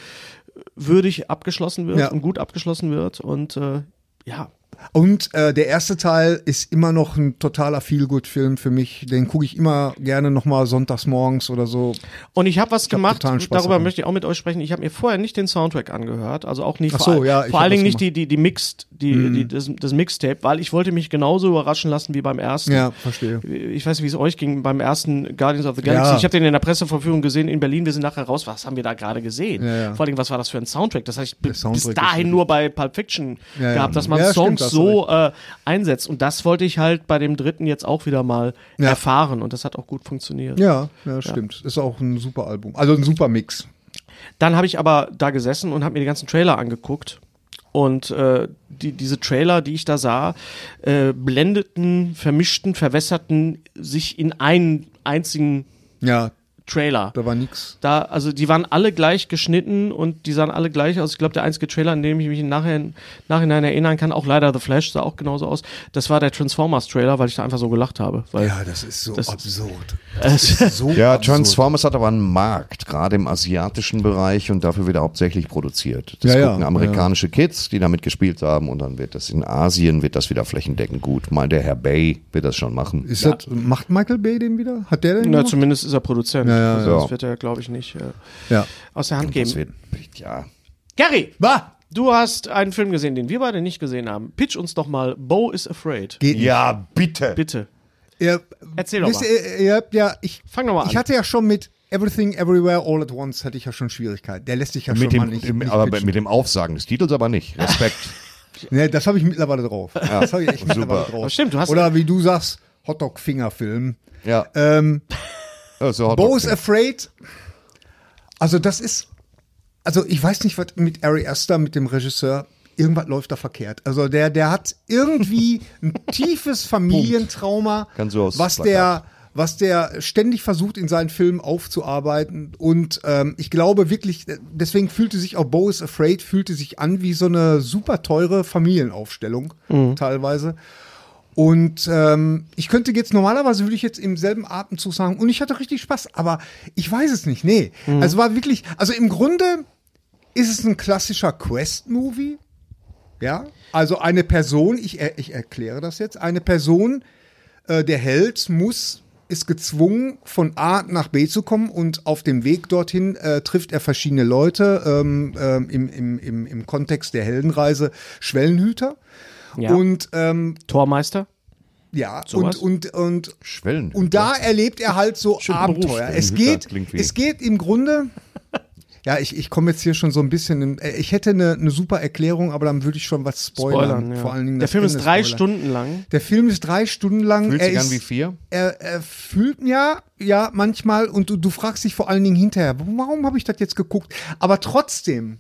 B: äh, würdig abgeschlossen wird
A: Ja.
B: und gut abgeschlossen wird und äh, ja.
A: Und äh, der erste Teil ist immer noch ein totaler Feelgood-Film für mich. Den gucke ich immer gerne nochmal sonntags morgens oder so.
B: Und ich habe was gemacht,
A: totalen Spaß
B: darüber
A: daran.
B: möchte ich auch mit euch sprechen. Ich habe mir vorher nicht den Soundtrack angehört, also auch nicht
A: Ach
B: vor,
A: so,
B: all-
A: ja, ich
B: vor
A: hab
B: allen
A: das
B: Dingen nicht
A: gemacht. Mhm.
B: die, die, die Mixed, die, die, das, das Mixtape, weil ich wollte mich genauso überraschen lassen wie beim ersten.
A: Ja, verstehe.
B: ich weiß nicht, wie es euch ging beim ersten Guardians of the Galaxy.
A: Ja.
B: Ich habe den in der Presseverführung gesehen in Berlin. Wir sind nachher raus. Was haben wir da gerade gesehen?
A: Ja, ja.
B: Vor allem, was war das für ein Soundtrack? Das habe ich b-
A: Soundtrack
B: bis
A: ist
B: dahin
A: wirklich-
B: nur bei Pulp Fiction
A: Ja, ja.
B: gehabt, dass man
A: Ja, stimmt,
B: Songs
A: hast du
B: so äh, einsetzt. Und das wollte ich halt bei dem dritten jetzt auch wieder mal
A: Ja.
B: erfahren. Und das hat auch gut funktioniert.
A: Ja, ja, stimmt. Ist auch ein super Album. Also ein super Mix.
B: Dann habe ich aber da gesessen und habe mir die ganzen Trailer angeguckt. Und äh, die, diese Trailer, die ich da sah, äh, blendeten, vermischten, verwässerten sich in einen einzigen
A: Ja,
B: Trailer.
A: da war nix.
B: Da, also die waren alle gleich geschnitten und die sahen alle gleich aus. Ich glaube, der einzige Trailer, an dem ich mich im Nachhinein, Nachhinein erinnern kann, auch leider The Flash sah auch genauso aus, das war der Transformers-Trailer, weil ich da einfach so gelacht habe. Weil
A: Ja, das ist so
B: Das-
A: absurd.
B: es,
A: So
C: Ja,
A: absurd.
C: Transformers hat aber einen Markt, gerade im asiatischen Bereich und dafür wird er hauptsächlich produziert. Das
A: Ja, ja,
C: gucken amerikanische Kids, die damit gespielt haben und dann wird das in Asien, wird das wieder flächendeckend gut. Mal der Herr Bay wird das schon machen.
A: Ist das, macht Michael Bay den wieder? Hat der den?
B: na,
A: gemacht?
B: zumindest ist er Produzent.
A: ja,
B: also,
C: ja.
B: Das wird er, glaube ich, nicht äh,
A: Ja.
B: aus der Hand
C: das
B: geben.
C: wird, ja,
B: Gary,
A: Bah!
B: du hast einen Film gesehen, den wir beide nicht gesehen haben. Pitch uns doch mal Bo is Afraid.
A: Geht nicht.
C: ja, bitte.
B: Bitte.
A: Ihr,
B: Erzähl doch
A: wisst
B: mal.
A: Ihr, ihr habt ja, ich,
B: Fang doch mal
A: ich
B: an.
A: hatte ja schon mit Everything Everywhere All at Once hatte ich ja schon Schwierigkeiten. Der lässt sich ja
C: Mit
A: schon mal
C: dem,
A: nicht.
C: im,
A: nicht
C: aber
A: pitchen.
C: mit dem Aufsagen des Titels aber nicht. Respekt.
A: Nee, das habe ich mittlerweile drauf. Das habe ich echt mittlerweile
C: super.
A: drauf.
B: Aber stimmt, du hast-
A: Oder wie du sagst, Hotdog-Finger-Film.
C: ja.
A: Ähm,
C: Also Hot
A: Bo
C: Dog
A: is
C: Film.
A: Afraid. Also, das ist. Also, ich weiß nicht, was mit Ari Aster, mit dem Regisseur, irgendwas läuft da verkehrt. Also, der, der hat irgendwie ein tiefes Familientrauma,
C: Kann so aus
A: was
C: Plakat.
A: der, was der ständig versucht, in seinen Filmen aufzuarbeiten. Und ähm, ich glaube wirklich, deswegen fühlte sich auch Bo is Afraid, fühlte sich an wie so eine super teure Familienaufstellung,
C: Mhm.
A: teilweise. Und ähm, ich könnte jetzt, normalerweise würde ich jetzt im selben Atemzug sagen, und ich hatte richtig Spaß, aber ich weiß es nicht, nee.
C: Mhm.
A: Also war wirklich, also im Grunde ist es ein klassischer Quest-Movie, ja. Also eine Person, ich, er- ich erkläre das jetzt, eine Person, äh, der Held muss, ist gezwungen, von A nach B zu kommen und auf dem Weg dorthin äh, trifft er verschiedene Leute ähm, ähm, im, im, im, im Kontext der Heldenreise, Schwellenhüter.
B: Ja.
A: Und ähm,
B: Tormeister?
A: ja,
B: Sowas?
A: und, und, und,
C: Schwellen.
A: und da erlebt er halt so
C: Schönen
A: Abenteuer.
C: Beruf,
A: es
C: Hüter,
A: geht,
C: klingt wie-
A: es geht im Grunde. Ja, ich, ich komme jetzt hier schon so ein bisschen. In, äh, ich hätte eine, eine super Erklärung, aber dann würde ich schon was spoilern.
B: Spoilern, ja.
A: Vor allen Dingen
B: Der
A: das
B: Film ist
A: Ende
B: drei
A: spoilern.
B: Stunden lang.
A: Der Film ist drei Stunden lang.
C: Fühlt
A: er
C: sich
A: ist,
C: an wie vier?
A: Er, er fühlt ja, ja, manchmal. Und du, du fragst dich vor allen Dingen hinterher, warum habe ich das jetzt geguckt? Aber trotzdem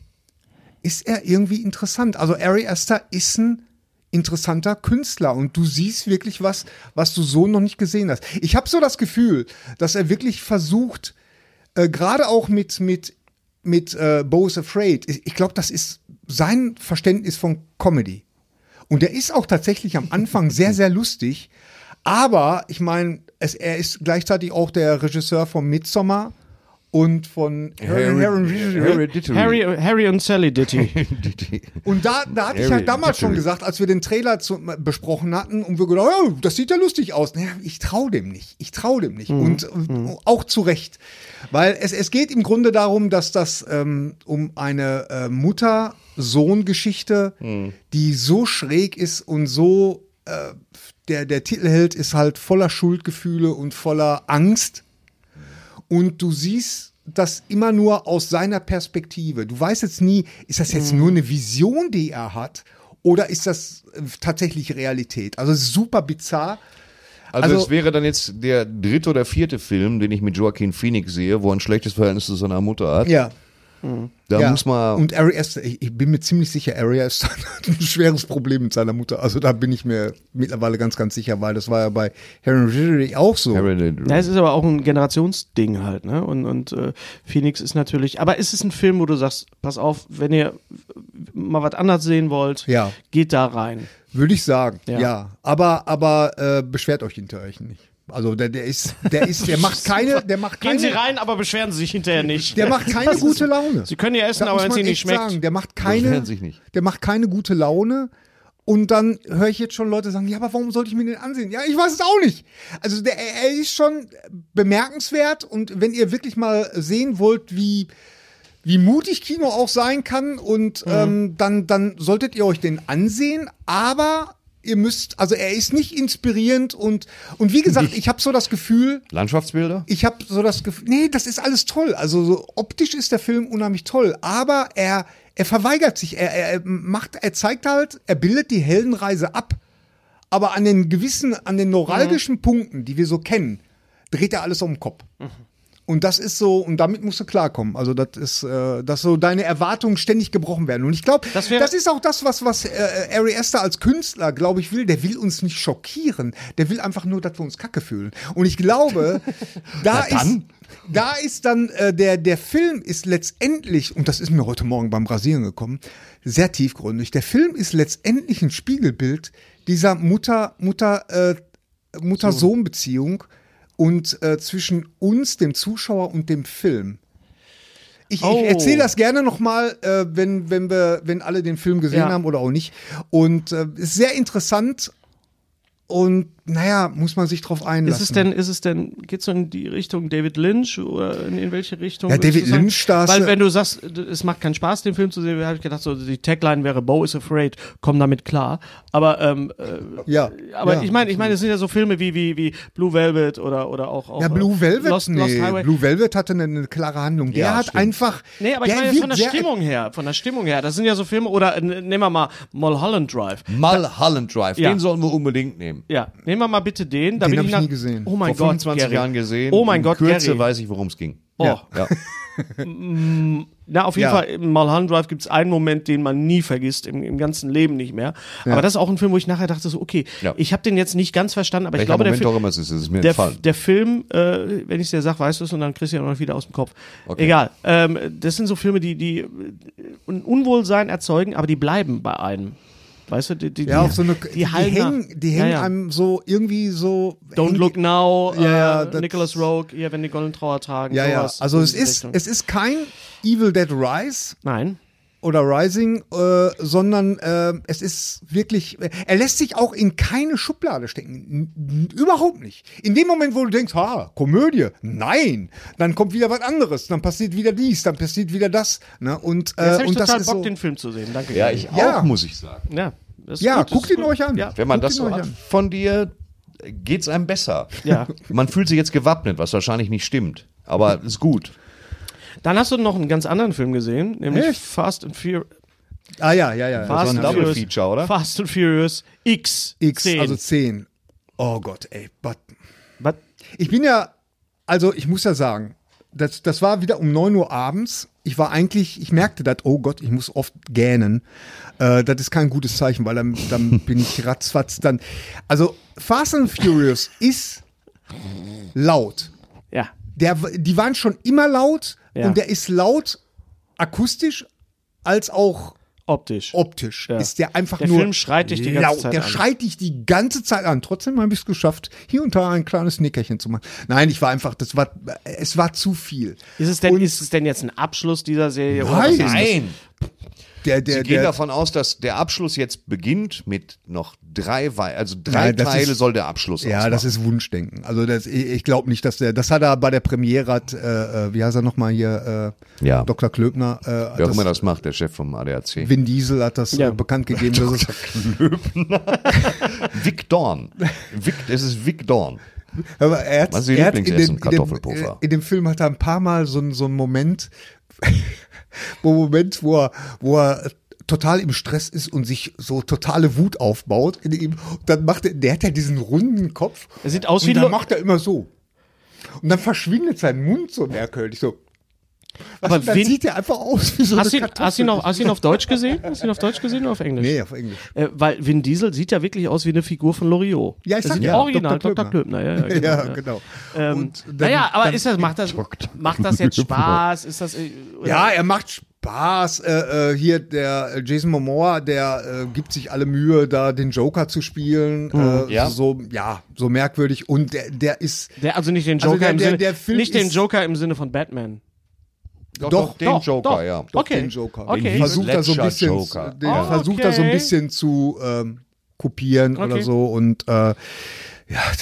A: ist er irgendwie interessant. Also Ari Aster ist ein interessanter Künstler und du siehst wirklich was, was du so noch nicht gesehen hast. Ich habe so das Gefühl, dass er wirklich versucht, äh, gerade auch mit, mit, mit äh, Bo is Afraid, ich, ich glaube, das ist sein Verständnis von Comedy. Und er ist auch tatsächlich am Anfang sehr, sehr lustig. Aber ich meine, es- er ist gleichzeitig auch der Regisseur von Midsommar und von Heron, Heron,
B: Harry, Harry und Sally Ditty.
A: und da, da hatte ich ja
C: Harry,
A: damals schon
C: natürlich.
A: gesagt, als wir den Trailer zu, besprochen hatten und wir gedacht, oh, das sieht ja lustig aus. Naja, ich traue dem nicht. Ich traue dem nicht. Und äh, auch zu Recht. Weil es, es geht im Grunde darum, dass das ähm, um eine äh, Mutter-Sohn-Geschichte, die so schräg ist und so äh, der, der Titelheld ist halt voller Schuldgefühle und voller Angst und du siehst das immer nur aus seiner Perspektive. Du weißt jetzt nie, ist das jetzt nur eine Vision, die er hat, oder ist das äh, tatsächlich Realität? Also es ist super bizarr.
C: Also,
A: Also-
C: es wäre dann jetzt der dritte oder vierte Film, den ich mit Joaquin Phoenix sehe, wo er ein schlechtes Verhältnis zu seiner Mutter hat.
A: Ja.
C: da
A: ja.
C: muss man.
A: Und Ari Aster, ich ich bin mir ziemlich sicher, Ari Aster hat ein schweres Problem mit seiner Mutter. Also da bin ich mir mittlerweile ganz, ganz sicher, weil das war ja bei Harry auch so.
B: Ja, es ist aber auch ein Generationsding halt, ne? Und, und äh, Phoenix ist natürlich, aber ist es ist ein Film, wo du sagst, pass auf, wenn ihr mal was anderes sehen wollt,
A: Ja.
B: geht da rein.
A: Würde ich sagen,
B: Ja.
A: ja. Aber, aber äh, beschwert euch hinter euch nicht. Also der, der ist, der ist, der macht keine, der macht
B: Gehen Sie
A: keine,
B: rein, aber beschweren Sie sich hinterher nicht.
A: der macht keine gute Laune.
B: Sie können ja essen,
A: Das
B: aber
A: muss
B: wenn es
A: man
B: Ihnen nicht
A: echt
B: schmeckt.
A: Sagen. Der macht
C: Beschweren
A: keine,
C: sich nicht.
A: der macht keine gute Laune. Und dann höre ich jetzt schon Leute sagen, ja, aber warum sollte ich mir den ansehen? Ja, ich weiß es auch nicht. Also der, er ist schon bemerkenswert und wenn ihr wirklich mal sehen wollt, wie wie mutig Kino auch sein kann und
B: Mhm.
A: ähm, dann, dann solltet ihr euch den ansehen, aber ihr müsst, also er ist nicht inspirierend und, und wie gesagt, ich habe so das Gefühl,
C: Landschaftsbilder?
A: ich habe so das Gefühl, nee, das ist alles toll. Also so optisch ist der Film unheimlich toll, aber er, er verweigert sich, er, er er macht, er zeigt halt, er bildet die Heldenreise ab. Aber an den gewissen, an den neuralgischen Punkten, die wir so kennen, dreht er alles um den Kopf. Und das ist so, und damit musst du klarkommen. Also, das ist, äh, dass so deine Erwartungen ständig gebrochen werden. Und ich glaube, das,
B: Das wäre-
A: ist auch das, was, was äh, Ari Aster als Künstler, glaube ich, will. Der will uns nicht schockieren. Der will einfach nur, dass wir uns kacke fühlen. Und ich glaube, da
C: Na
A: ist.
C: dann.
A: Da ist dann äh, der, der Film ist letztendlich, und das ist mir heute Morgen beim Rasieren gekommen, sehr tiefgründig, der Film ist letztendlich ein Spiegelbild dieser Mutter, Mutter, äh, Mutter-Sohn-Beziehung und äh, zwischen uns, dem Zuschauer und dem Film. Ich,
B: Oh.
A: ich erzähle das gerne nochmal, äh, wenn, wenn, wir, wenn alle den Film gesehen
B: Ja.
A: haben oder auch nicht. Und äh, ist sehr interessant und naja, muss man sich drauf einlassen.
B: Ist es denn, ist es denn, geht's so in die Richtung David Lynch oder in, in welche Richtung?
A: Ja,
B: würdest du
A: David
B: sagen?
A: Lynch, da ist-
B: Weil wenn du sagst, es macht keinen Spaß, den Film zu sehen, habe ich gedacht, so die Tagline wäre Bo is afraid, komm damit klar. Aber ähm, äh,
A: Ja,
B: aber
A: ja.
B: ich meine, ich meine, es sind ja so Filme wie, wie, wie Blue Velvet oder, oder auch, auch
A: Ja,
B: äh,
A: Blue Velvet,
B: Lost,
A: nee.
B: Lost Highway.
A: Blue Velvet hatte eine, eine klare Handlung. Der
C: Ja,
A: hat
C: stimmt.
A: einfach.
B: Nee, aber ich meine
A: wird
B: von der
A: sehr-
B: Stimmung her, von der Stimmung her, das sind ja so Filme, oder äh, nehmen wir mal Mulholland Drive.
C: Mulholland Drive,
B: Ja. Oh,
C: den sollen wir unbedingt nehmen.
B: Ja, nehmen wir mal bitte den. Da
A: Den
B: bin
A: hab
B: ich
A: ich
B: nach,
A: nie gesehen.
B: Oh mein
C: Vor
B: Gott,
C: 25
B: Gary.
C: Jahren gesehen.
B: Oh mein
C: in
B: Gott,
C: Kürze
B: Gary.
C: weiß ich, worum es ging.
B: Oh.
C: Ja.
B: Na, auf jeden
A: Ja.
B: Fall, im Mulholland Drive gibt es einen Moment, den man nie vergisst, im, im ganzen Leben nicht mehr. Aber das ist auch ein Film, wo ich nachher dachte, so, okay,
C: Ja.
B: ich habe den jetzt nicht ganz verstanden, aber ich
C: Welcher
B: glaube, der
C: Moment auch
B: Film,
C: immer es ist, es ist mir
B: der,
C: entfallen.
B: der Film, äh, wenn ich dir sage, weißt du es, und dann kriegst du ja noch wieder aus dem Kopf. Egal. Ähm, das sind so Filme, die, die äh, ein Unwohlsein erzeugen, aber die bleiben bei einem. Weißt du, die, die,
A: Ja, auf so eine,
B: die,
A: die,
B: halten
A: hängen,
B: nach.
A: die hängen
B: ja, ja.
A: einem so irgendwie so.
B: Don't
A: hängen-
B: Look Now,
A: Ja,
B: äh,
A: das-
B: Nicholas Rogue, hier, wenn die goldenen Trauer tragen.
A: Ja, ja.
B: sowas
A: Also
B: in
A: es
B: diese
A: ist,
B: Richtung.
A: es Äh, ist kein Evil Dead Rise
B: Nein.
A: oder Rising, äh, sondern äh, es ist wirklich. Er lässt sich auch in keine Schublade stecken. N- n- Überhaupt nicht. In dem Moment, wo du denkst, ha, Komödie, nein, dann kommt wieder was anderes, dann passiert wieder dies, dann passiert wieder das. Ne? Und, äh,
B: Jetzt habe ich
A: und
B: total
A: das
B: Bock,
A: ist so,
B: den Film zu sehen. Danke.
C: ja, ich auch,
A: Ja.
C: muss ich sagen.
B: Ja, das ist
A: Ja,
B: gut, das
A: guckt
B: ist
A: ihn
B: gut.
A: euch an.
B: Ja.
C: Wenn man
A: Guckt
C: das
A: ihn
C: so
A: euch
C: hat
A: an.
C: von dir, geht's einem besser.
B: Ja.
C: Man fühlt sich jetzt gewappnet, was wahrscheinlich nicht stimmt. Aber ist gut.
B: Dann hast du noch einen ganz anderen Film gesehen, nämlich
A: Echt?
B: Fast and Furious.
A: Ah ja, ja, ja.
B: Fast
C: ein
B: and
C: Double
B: Furious,
C: Feature, oder?
B: Fast and Furious X.
A: X,
B: 10.
A: also 10. Oh Gott, ey. but-
B: Was?
A: Ich bin ja, also ich muss ja sagen, das, das war wieder um 9 Uhr abends. Ich war eigentlich, ich merkte das, oh Gott, ich muss oft gähnen. Äh, das ist kein gutes Zeichen, weil dann, dann bin ich ratzfatz dann. Also Fast and Furious ist laut.
B: Ja.
A: der, die waren schon immer laut
B: Ja.
A: und der ist laut akustisch als auch
B: Optisch.
A: optisch.
B: Ja.
A: Ist der einfach
B: Der
A: nur
B: Film schreit dich die ganze
A: laut.
B: Zeit
A: der
B: an.
A: schreit dich die ganze Zeit an. Trotzdem habe ich es geschafft, hier und da ein kleines Nickerchen zu machen. Nein, ich war einfach, das war, es war zu viel.
B: Ist es, denn,
A: Und-
B: ist es denn jetzt ein Abschluss dieser Serie? oder
A: Nein.
B: was ist das?
C: Nein!
A: Der, der,
C: Sie gehen
A: der,
C: davon aus, dass der Abschluss jetzt beginnt mit noch drei, Wei- also drei
A: Nein, das
C: Teile
A: ist-
C: soll der Abschluss
A: ja, das ist Wunschdenken. Also das, ich, ich glaube nicht, dass der, das hat er bei der Premiere, hat, äh, äh, wie heißt er nochmal hier, äh,
C: Ja.
A: Dr. Klöbner, äh, hat
C: Wer auch
A: das-
C: immer das macht, der Chef vom ADAC.
A: Vin Diesel hat das
B: Ja.
A: äh, bekannt gegeben, dass es
C: Vic Dorn. Vic, es ist Vic Dorn.
A: Aber er hat,
C: Was ist Ihr
A: er hat in, den,
C: Lieblingsessen?
A: in, dem,
C: Kartoffelpuffer.
A: in dem Film hat er ein paar Mal so, einen- so einen Moment, wo Moment, wo er, wo er total im Stress ist und sich so totale Wut aufbaut in ihm. Und dann macht er, der hat ja diesen runden Kopf.
B: Er sieht aus
A: und
B: wie
A: dann
B: Lo-
A: macht er immer so. Und dann verschwindet sein Mund so merkwürdig so.
B: Aber
A: dann
B: wen-
A: sieht er einfach aus wie so
B: Hast du
A: eine
B: ihn, hast, du ihn auf, hast du ihn auf Deutsch gesehen? Hast du ihn auf Deutsch gesehen oder auf Englisch?
A: Nee, auf Englisch.
B: Äh, weil Vin Diesel sieht ja wirklich aus wie eine Figur von Loriot.
A: Ja, ich
B: Das
A: sag
B: ist
A: ja,
B: Original, Dr.
A: Dr.
B: Klöbner. Ja, ja,
A: Ja,
B: genau, ja.
A: genau.
B: Ähm,
A: Und dann-
B: naja, aber
A: dann-
B: ist das, macht, das, macht das jetzt Spaß? Ist das, äh, oder-
A: Ja, er macht Spaß. Äh, äh, hier der äh, Jason Momoa, der äh, gibt sich alle Mühe, da den Joker zu spielen.
B: Mhm.
A: Äh,
C: Ja.
A: So, ja, so merkwürdig. Und der, der ist
B: Der, also nicht den Joker
A: Also der-
B: im
A: der-
B: Sinne,
A: der Film
B: nicht den
A: ist-
B: Joker im Sinne von Batman.
C: Doch,
A: Doch,
C: den
B: doch,
C: Joker,
B: doch.
C: ja.
B: Okay.
A: den Joker.
B: Okay.
A: Den versucht er so ein
C: Ledger
A: bisschen,
C: Joker.
A: den
B: Ah,
A: versucht er so ein
B: okay.
A: bisschen zu ähm, kopieren
B: Okay.
A: oder so. Und äh, ja,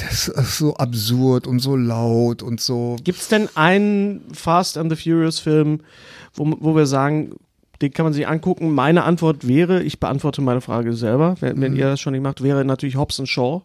A: das ist so absurd und so laut und so.
B: Gibt es denn einen Fast and the Furious Film, wo, wo wir sagen, den kann man sich angucken? Meine Antwort wäre, ich beantworte meine Frage selber, wenn, wenn ihr das schon nicht macht, wäre natürlich Hobbs and Shaw.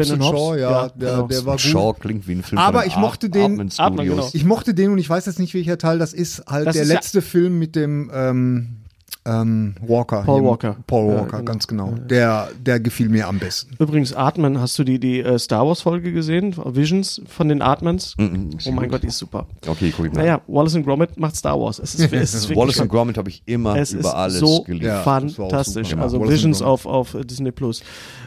A: Mhm. Hobbs and
B: and Hobbs.
A: Shaw, ja, der-
B: genau.
A: der war-
C: Shaw klingt wie ein Film.
A: Aber
C: von den
A: ich mochte
C: Ar-
A: den-
C: Artman
B: Artman,
C: Studios.
B: genau.
A: Ich mochte den und ich weiß jetzt nicht, welcher Teil das ist. Halt
B: Das
A: der
B: ist ja-
A: letzte Film mit dem ähm, ähm, Walker.
B: Paul
A: Hier,
B: Walker.
A: Paul
B: Ja,
A: Walker,
B: genau.
A: ganz genau. Der, der gefiel mir am besten.
B: Übrigens, Atman, hast du die, die äh, Star Wars Folge gesehen? Visions von den Atmans? oh mein Gott, die ist super.
C: Mhm, Okay, guck ich mal.
B: Naja, Wallace and Gromit macht Star Wars. Es ist, es ist wirklich
C: Wallace und Gromit habe ich immer
B: es
C: über
B: ist
C: alles
B: so
C: geliebt.
A: Ja, das war auch
B: fantastisch.
A: super.
B: Also
A: Wallace and
B: Visions
A: Gromit.
B: auf, auf äh, Disney Plus.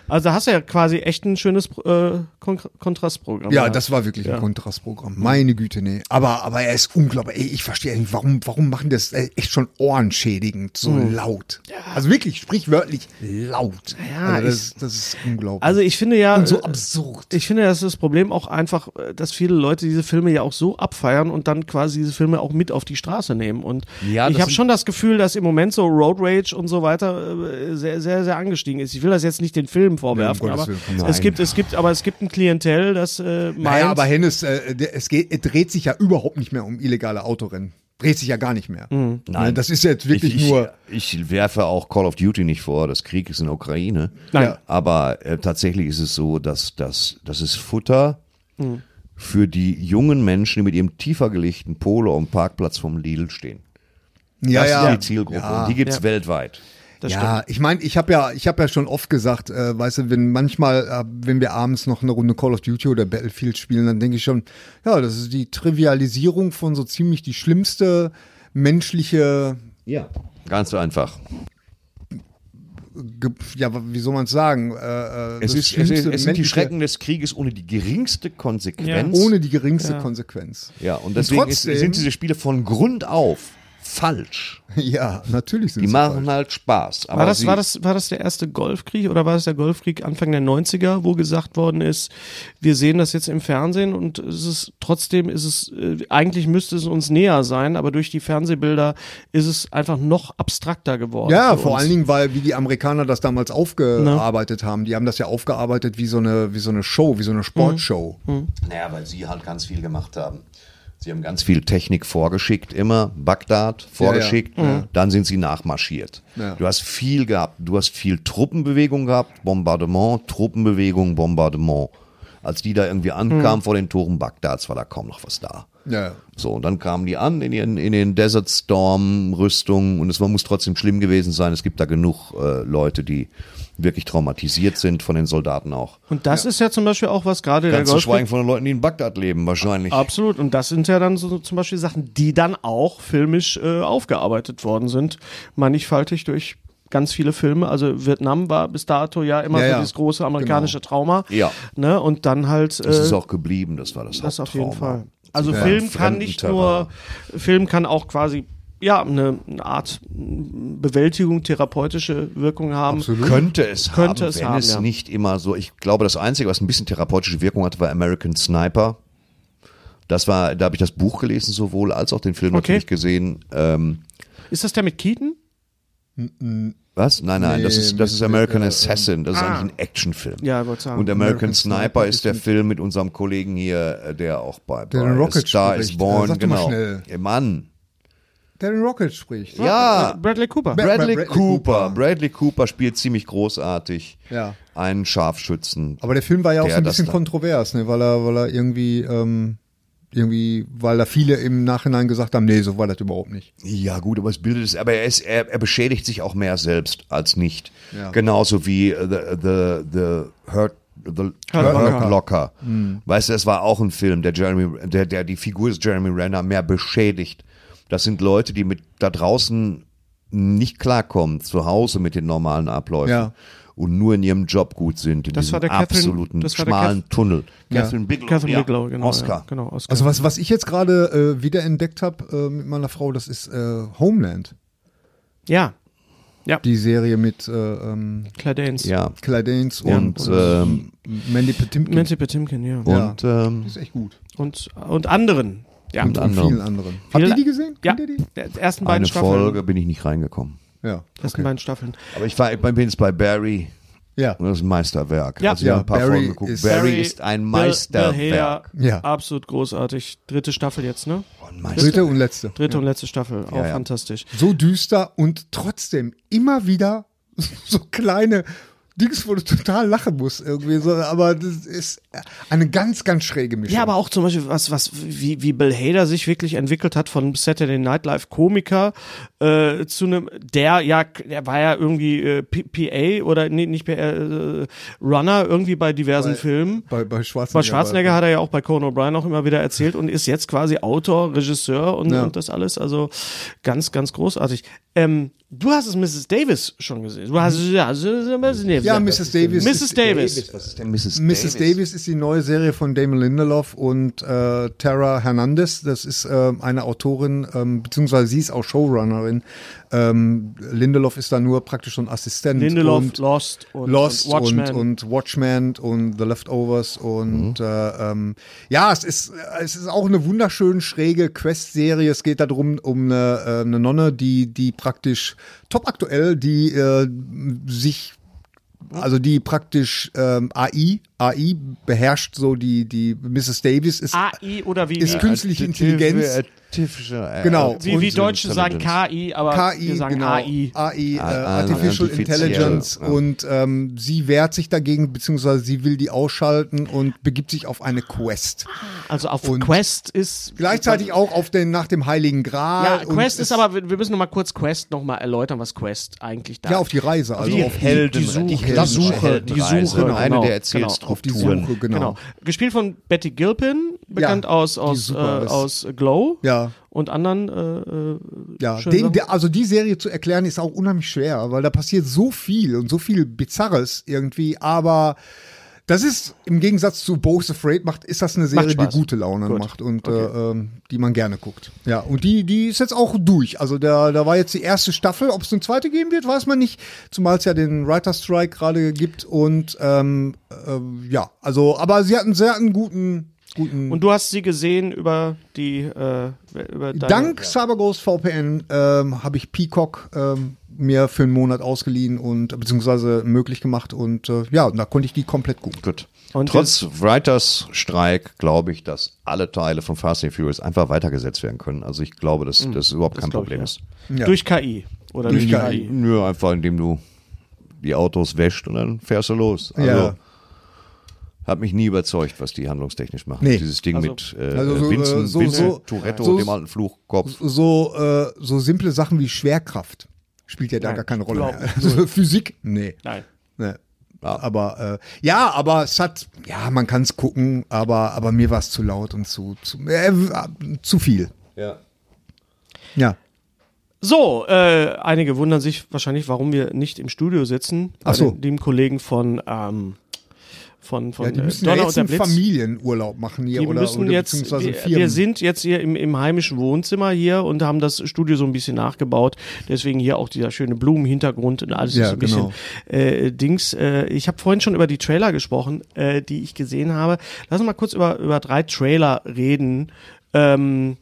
B: Also da hast du ja quasi echt ein schönes äh, Kon Kontrastprogramm.
A: Ja,
B: gehabt.
A: das war wirklich ein Kontrastprogramm. Meine Güte, nee. Aber, aber er ist unglaublich. Ey, ich verstehe nicht, warum, warum machen das ey, echt schon ohrenschädigend, so
B: Mhm.
A: laut. Also wirklich, sprichwörtlich laut.
B: Ja,
A: also das,
B: ich-
A: ist- das ist unglaublich.
B: Also ich finde ja,
A: und so
B: äh,
A: absurd.
B: ich finde, das ist das Problem auch einfach, äh, dass viele Leute diese Filme ja auch so abfeiern und dann quasi diese Filme auch mit auf die Straße nehmen. Und
C: Ja,
B: ich
C: das
B: habe
C: sind-
B: schon das Gefühl, dass im Moment so Road Rage und so weiter äh, sehr, sehr, sehr angestiegen ist. Ich will das jetzt nicht den Filmen vorwerfen,
A: Nee, um
B: aber
A: Gottes Willen.
B: es
A: Nein.
B: gibt, es gibt, aber es gibt ein Klientel, das äh, meint.
A: Naja, aber Hennes, äh, der- es, geht, es dreht sich ja überhaupt nicht mehr um illegale Autorennen. Dreht sich ja gar nicht mehr.
C: Mhm.
A: Ne,
C: Nein.
A: Das ist jetzt wirklich
C: ich, ich,
A: nur.
C: Ich werfe auch Call of Duty nicht vor, das Krieg ist in der Ukraine.
B: Nein.
C: Aber äh, tatsächlich ist es so, dass, dass das ist Futter für die jungen Menschen, die mit ihrem tiefer gelegten Polo am Parkplatz vom Lidl stehen.
A: Ja,
C: das
A: ja.
C: ist die Zielgruppe. Und die gibt es
B: Ja.
C: weltweit.
B: das
A: Ja, ich meine, ich habe ja, ich habe ja schon oft gesagt, äh, weißt du, wenn manchmal, äh, wenn wir abends noch eine Runde Call of Duty oder Battlefield spielen, dann denke ich schon, ja, das ist die Trivialisierung von so ziemlich die schlimmste menschliche,
C: Ja. Ganz einfach.
A: Ge ja, wie soll man es sagen? Äh, äh,
C: Es,
A: das
C: ist, es, ist,
A: schlimmste
C: es sind die
A: menschliche-
C: Schrecken des Krieges ohne die geringste Konsequenz.
A: ohne die geringste Konsequenz.
C: Ja, und deswegen ist,
A: trotzdem-
C: sind diese Spiele von Grund auf falsch.
A: Ja, natürlich sind
C: Die
A: sie
C: machen
A: falsch.
C: halt Spaß. Aber
B: War das,
C: sie,
B: war, das, war das der erste Golfkrieg oder war das der Golfkrieg Anfang der 90er, wo gesagt worden ist, wir sehen das jetzt im Fernsehen und es ist trotzdem ist es, äh, eigentlich müsste es uns näher sein, aber durch die Fernsehbilder ist es einfach noch abstrakter geworden.
A: Ja,
B: für
A: vor
B: uns.
A: allen Dingen, weil wie die Amerikaner das damals aufgearbeitet haben. Die haben das ja aufgearbeitet wie so eine, wie so eine Show, wie so eine Sportshow.
C: Naja, weil sie halt ganz viel gemacht haben. Sie haben ganz viel Technik vorgeschickt, immer Bagdad vorgeschickt, dann sind sie nachmarschiert.
A: Ja.
C: Du hast viel gehabt, du hast viel Truppenbewegung gehabt, Bombardement, Truppenbewegung, Bombardement. Als die da irgendwie
B: Hm.
C: ankamen vor den Toren Bagdads, war da kaum noch was da.
A: Ja.
C: So, und dann kamen die an in ihren, in den Desert Storm Rüstungen und es war, muss trotzdem schlimm gewesen sein. Es gibt da genug äh, Leute, die wirklich traumatisiert sind von den Soldaten auch.
B: Und das ist ja zum Beispiel auch was gerade der
C: Ganz zu schweigen
B: Golfkrieg.
C: von den Leuten, die in Bagdad leben, wahrscheinlich.
B: Absolut. Und das sind ja dann so zum Beispiel Sachen, die dann auch filmisch äh, aufgearbeitet worden sind, mannigfaltig durch ganz viele Filme. Also Vietnam war bis dato ja immer
A: Ja,
B: so
A: ja.
B: dieses große amerikanische Trauma.
C: Genau. Ja.
B: Ne? Und dann halt.
C: Das
B: äh,
C: ist auch geblieben, das war das
B: Das auf jeden
C: Haupttrauma.
B: Fall. Also Film kann
C: fremden
B: nicht
C: Terrain.
B: nur, Film kann auch quasi ja eine, eine Art Bewältigung, therapeutische Wirkung haben.
C: Könnte es
B: Könnte
C: haben,
B: es
C: wenn
B: haben,
C: es
B: ja.
C: nicht immer so. Ich glaube, das Einzige, was ein bisschen therapeutische Wirkung hatte, war American Sniper. Das war, da habe ich das Buch gelesen sowohl als auch den Film
B: Okay.
C: natürlich gesehen. Ähm,
B: Ist das der mit Keaton?
C: was? Nein, nein, das
A: Nee,
C: ist das
A: mit-
C: ist American
A: mit, äh,
C: Assassin. Das ist eigentlich ein Actionfilm.
B: ah. Ja, ich wollte sagen.
C: Und American,
A: American
C: Sniper,
A: Sniper
C: ist der
A: ist
C: Film mit unserem Kollegen hier, äh, der auch bei,
A: Der
C: bei
A: den Rocket
C: Star
A: spricht.
C: is Born,
A: Äh, sag doch mal
C: genau.
A: schnell.
C: Ey, Mann.
A: Darren Rocket spricht.
C: Ja.
B: Äh, Bradley Cooper.
A: Bra-
C: Bradley,
A: Bradley
C: Cooper.
A: Cooper.
C: Bradley Cooper spielt ziemlich großartig.
A: Ja.
C: Einen Scharfschützen.
A: Aber der Film war ja auch
C: Der
A: so ein
C: das
A: bisschen
C: dann-
A: kontrovers, ne? weil, er, weil er irgendwie ähm, Irgendwie, weil da viele im Nachhinein gesagt haben, nee, so war das überhaupt nicht.
C: Ja, gut, aber es bildet es, aber er, ist, er, er beschädigt sich auch mehr selbst als nicht. Genauso wie äh, The, the, the Hurt. The
B: Locker.
C: Hurt
B: Hm.
C: Locker. Weißt du, es war auch ein Film, der Jeremy, der, der die Figur des Jeremy Renner mehr beschädigt. Das sind Leute, die mit da draußen nicht klarkommen, zu Hause mit den normalen Abläufen
A: Ja.
C: und nur in ihrem Job gut sind, in
B: Das
C: diesem
B: war der Catherine-
C: absoluten
B: das war der
C: schmalen
B: Cath-
C: Tunnel. Catherine Bigelow,
B: Catherine
C: ja.
B: Bigelow, genau.
C: Oscar.
B: Ja, genau, Oscar.
A: Also was, was ich jetzt gerade äh, wiederentdeckt habe äh, mit meiner Frau, das ist äh, Homeland.
B: ja,
A: Die Serie mit äh, ähm,
B: Claudence.
C: Ja.
A: Claire Danes und, äh,
C: Und, ähm,
A: Mandy Patinkin.
B: Nancy Potemkin, ja.
A: Ja.
C: und ähm,
A: ist echt gut.
B: Und, und anderen. Ja.
A: Und, und
C: anderen.
A: vielen anderen. Habt ihr die gesehen?
B: Ja,
A: Kennt ihr die?
B: der ersten beiden
C: eine
B: Staffeln.
C: Folge bin ich nicht reingekommen.
A: Ja.
B: Ersten beiden Staffeln.
C: Aber ich, war, ich bin jetzt bei Barry.
A: Ja.
C: Das ist ein Meisterwerk.
B: Ja.
C: also ich
A: Ja,
C: habe ein paar
A: Barry
C: Folgen geguckt.
A: ist-
C: Barry ist ein
B: Bill- Bill Hader,
C: Meisterwerk.
A: Ja.
B: Absolut großartig. Dritte Staffel jetzt, ne?
C: Oh, ein Meister-
A: Dritte und letzte.
B: Dritte und letzte Staffel. Auch
C: ja.
B: fantastisch.
A: So düster und trotzdem immer wieder so kleine Dings, wo du total lachen musst irgendwie. So, aber das ist eine ganz, ganz schräge Mischung.
B: Ja, aber auch zum Beispiel, was, was, wie, wie Bill Hader sich wirklich entwickelt hat von Saturday Night Live Komiker äh, zu einem, der ja, der war ja irgendwie äh, P- PA oder nee, nicht PA, äh, Runner irgendwie bei diversen Filmen.
A: bei, bei Schwarzenegger.
B: Bei Schwarzenegger hat er ja auch bei Conan O'Brien auch immer wieder erzählt und ist jetzt quasi Autor, Regisseur und,
A: Ja.
B: und das alles. Also ganz, ganz großartig. Ähm, du hast es Mrs. Davis schon gesehen. Du hast, ja, Mrs. Davis.
A: Ja, Mrs. Davis.
B: Mrs.
A: ist-
B: Davis.
C: Was ist denn Mrs.
A: Mrs. Davis ist die neue Serie von Damon Lindelof und äh, Tara Hernandez. Das ist ähm, eine Autorin, ähm, beziehungsweise sie ist auch Showrunnerin. Ähm, Lindelof ist da nur praktisch so ein Assistent.
B: Lindelof,
A: und
B: Lost und,
A: Lost
B: und Watchmen.
A: und, und Watchmen und The Leftovers und äh, ähm, ja, es ist, äh, es ist auch eine wunderschön schräge Quest-Serie. Es geht darum, um eine, äh, eine Nonne, die, die praktisch top aktuell, die äh, sich also die praktisch ähm, AI, AI beherrscht so die, die Mrs. Davis ist,
B: AI oder wie,
A: ist
B: wie,
A: künstliche
B: äh,
A: Intelligenz. Genau.
B: wie, wie Deutsche sagen KI, aber wir
A: KI,
B: sagen
A: genau,
B: AI.
A: AI, äh,
C: Ah,
A: Artificial
C: artifiziell,
A: Intelligence.
C: ja.
A: Und ähm, sie wehrt sich dagegen, beziehungsweise sie will die ausschalten und begibt sich auf eine Quest.
B: Also auf
A: Und
B: Quest ist.
A: Gleichzeitig auch auf den, nach dem Heiligen
B: Ja,
A: Gral. und
B: Quest
A: es-
B: ist aber, wir wir müssen nochmal kurz Quest nochmal erläutern, was Quest eigentlich da
A: Ja, auf die Reise, also
C: Die
A: auf die,
C: Helden,
A: die Suche.
C: die
A: klassische
C: Suche, die Suche,
B: Genau,
C: eine
B: genau,
C: der
A: auf die
C: Erzählstrukturen.
A: Suche, genau.
B: Genau. Gespielt von Betty Gilpin, bekannt aus,
A: die
B: aus, äh,
A: super ist.
B: aus Glow
A: Ja.
B: und anderen. Äh, äh,
A: Ja,
B: schönen
A: den,
B: Sachen.
A: der, also die Serie zu erklären ist auch unheimlich schwer, weil da passiert so viel und so viel Bizarres irgendwie, aber das ist im Gegensatz zu Bo's Afraid macht, ist das eine Serie, die
B: Spaß.
A: gute Laune
B: Gut.
A: macht und äh, ähm, die man gerne guckt. Ja, und die, die ist jetzt auch durch. Also da, da war jetzt die erste Staffel. Ob es eine zweite geben wird, weiß man nicht. Zumal es ja den Writer Strike gerade gibt und ähm, ähm, ja, also, aber sie hatten sehr einen guten, guten
B: und du hast sie gesehen über die. Äh, über deine,
A: Dank CyberGhost VPN ähm, habe ich Peacock ähm, mir für einen Monat ausgeliehen und beziehungsweise möglich gemacht und äh, ja, da konnte ich die komplett gucken.
C: Gut.
B: Und
C: Trotz Writers Streik glaube ich, dass alle Teile von Fast and Furious einfach weitergesetzt werden können. Also ich glaube, dass das überhaupt kein
B: Mhm. glaub ich,
C: Problem
B: ja.
C: ist.
A: Ja.
B: Durch KI. Oder
A: Durch
B: durch KI.
A: KI.
C: Nö, einfach indem du die Autos wäscht und dann fährst du los. Also
A: Ja.
C: hat mich nie überzeugt, was die handlungstechnisch machen.
A: Nee.
C: Dieses Ding
B: Also-
C: mit äh,
A: Also so, äh,
C: Vincent,
A: so-
C: Vincent
A: so-
C: Tourette
A: so-
C: und dem alten Fluchkopf.
A: So, äh, so simple Sachen wie Schwerkraft spielt ja da
B: Nein,
A: gar keine Rolle
B: überhaupt
A: mehr. Also, Physik? Nee.
B: Nein.
A: nee. Aber äh, ja, aber es hat, ja, man kann es gucken, aber, aber mir war es zu laut und zu, zu, äh, zu viel.
C: Ja.
A: Ja.
B: So, äh, einige wundern sich wahrscheinlich, warum wir nicht im Studio sitzen. Bei
A: Ach so.
B: den lieben Kollegen von. Ähm, von, von
A: ja, die
B: äh,
A: müssen ja
B: Donner
A: jetzt
B: und der
A: einen
B: Blitz.
A: Familienurlaub machen hier
B: Die
A: oder,
B: müssen
A: oder
B: jetzt,
A: beziehungsweise
B: wir,
A: Firmen.
B: wir sind jetzt hier im, im heimischen Wohnzimmer hier und haben das Studio so ein bisschen nachgebaut. Deswegen hier auch dieser schöne Blumenhintergrund und alles
A: Ja,
B: ist so ein bisschen äh, Dings. Äh, ich habe vorhin schon über die Trailer gesprochen, äh, die ich gesehen habe. Lass uns mal kurz über, über drei Trailer reden. Ähm,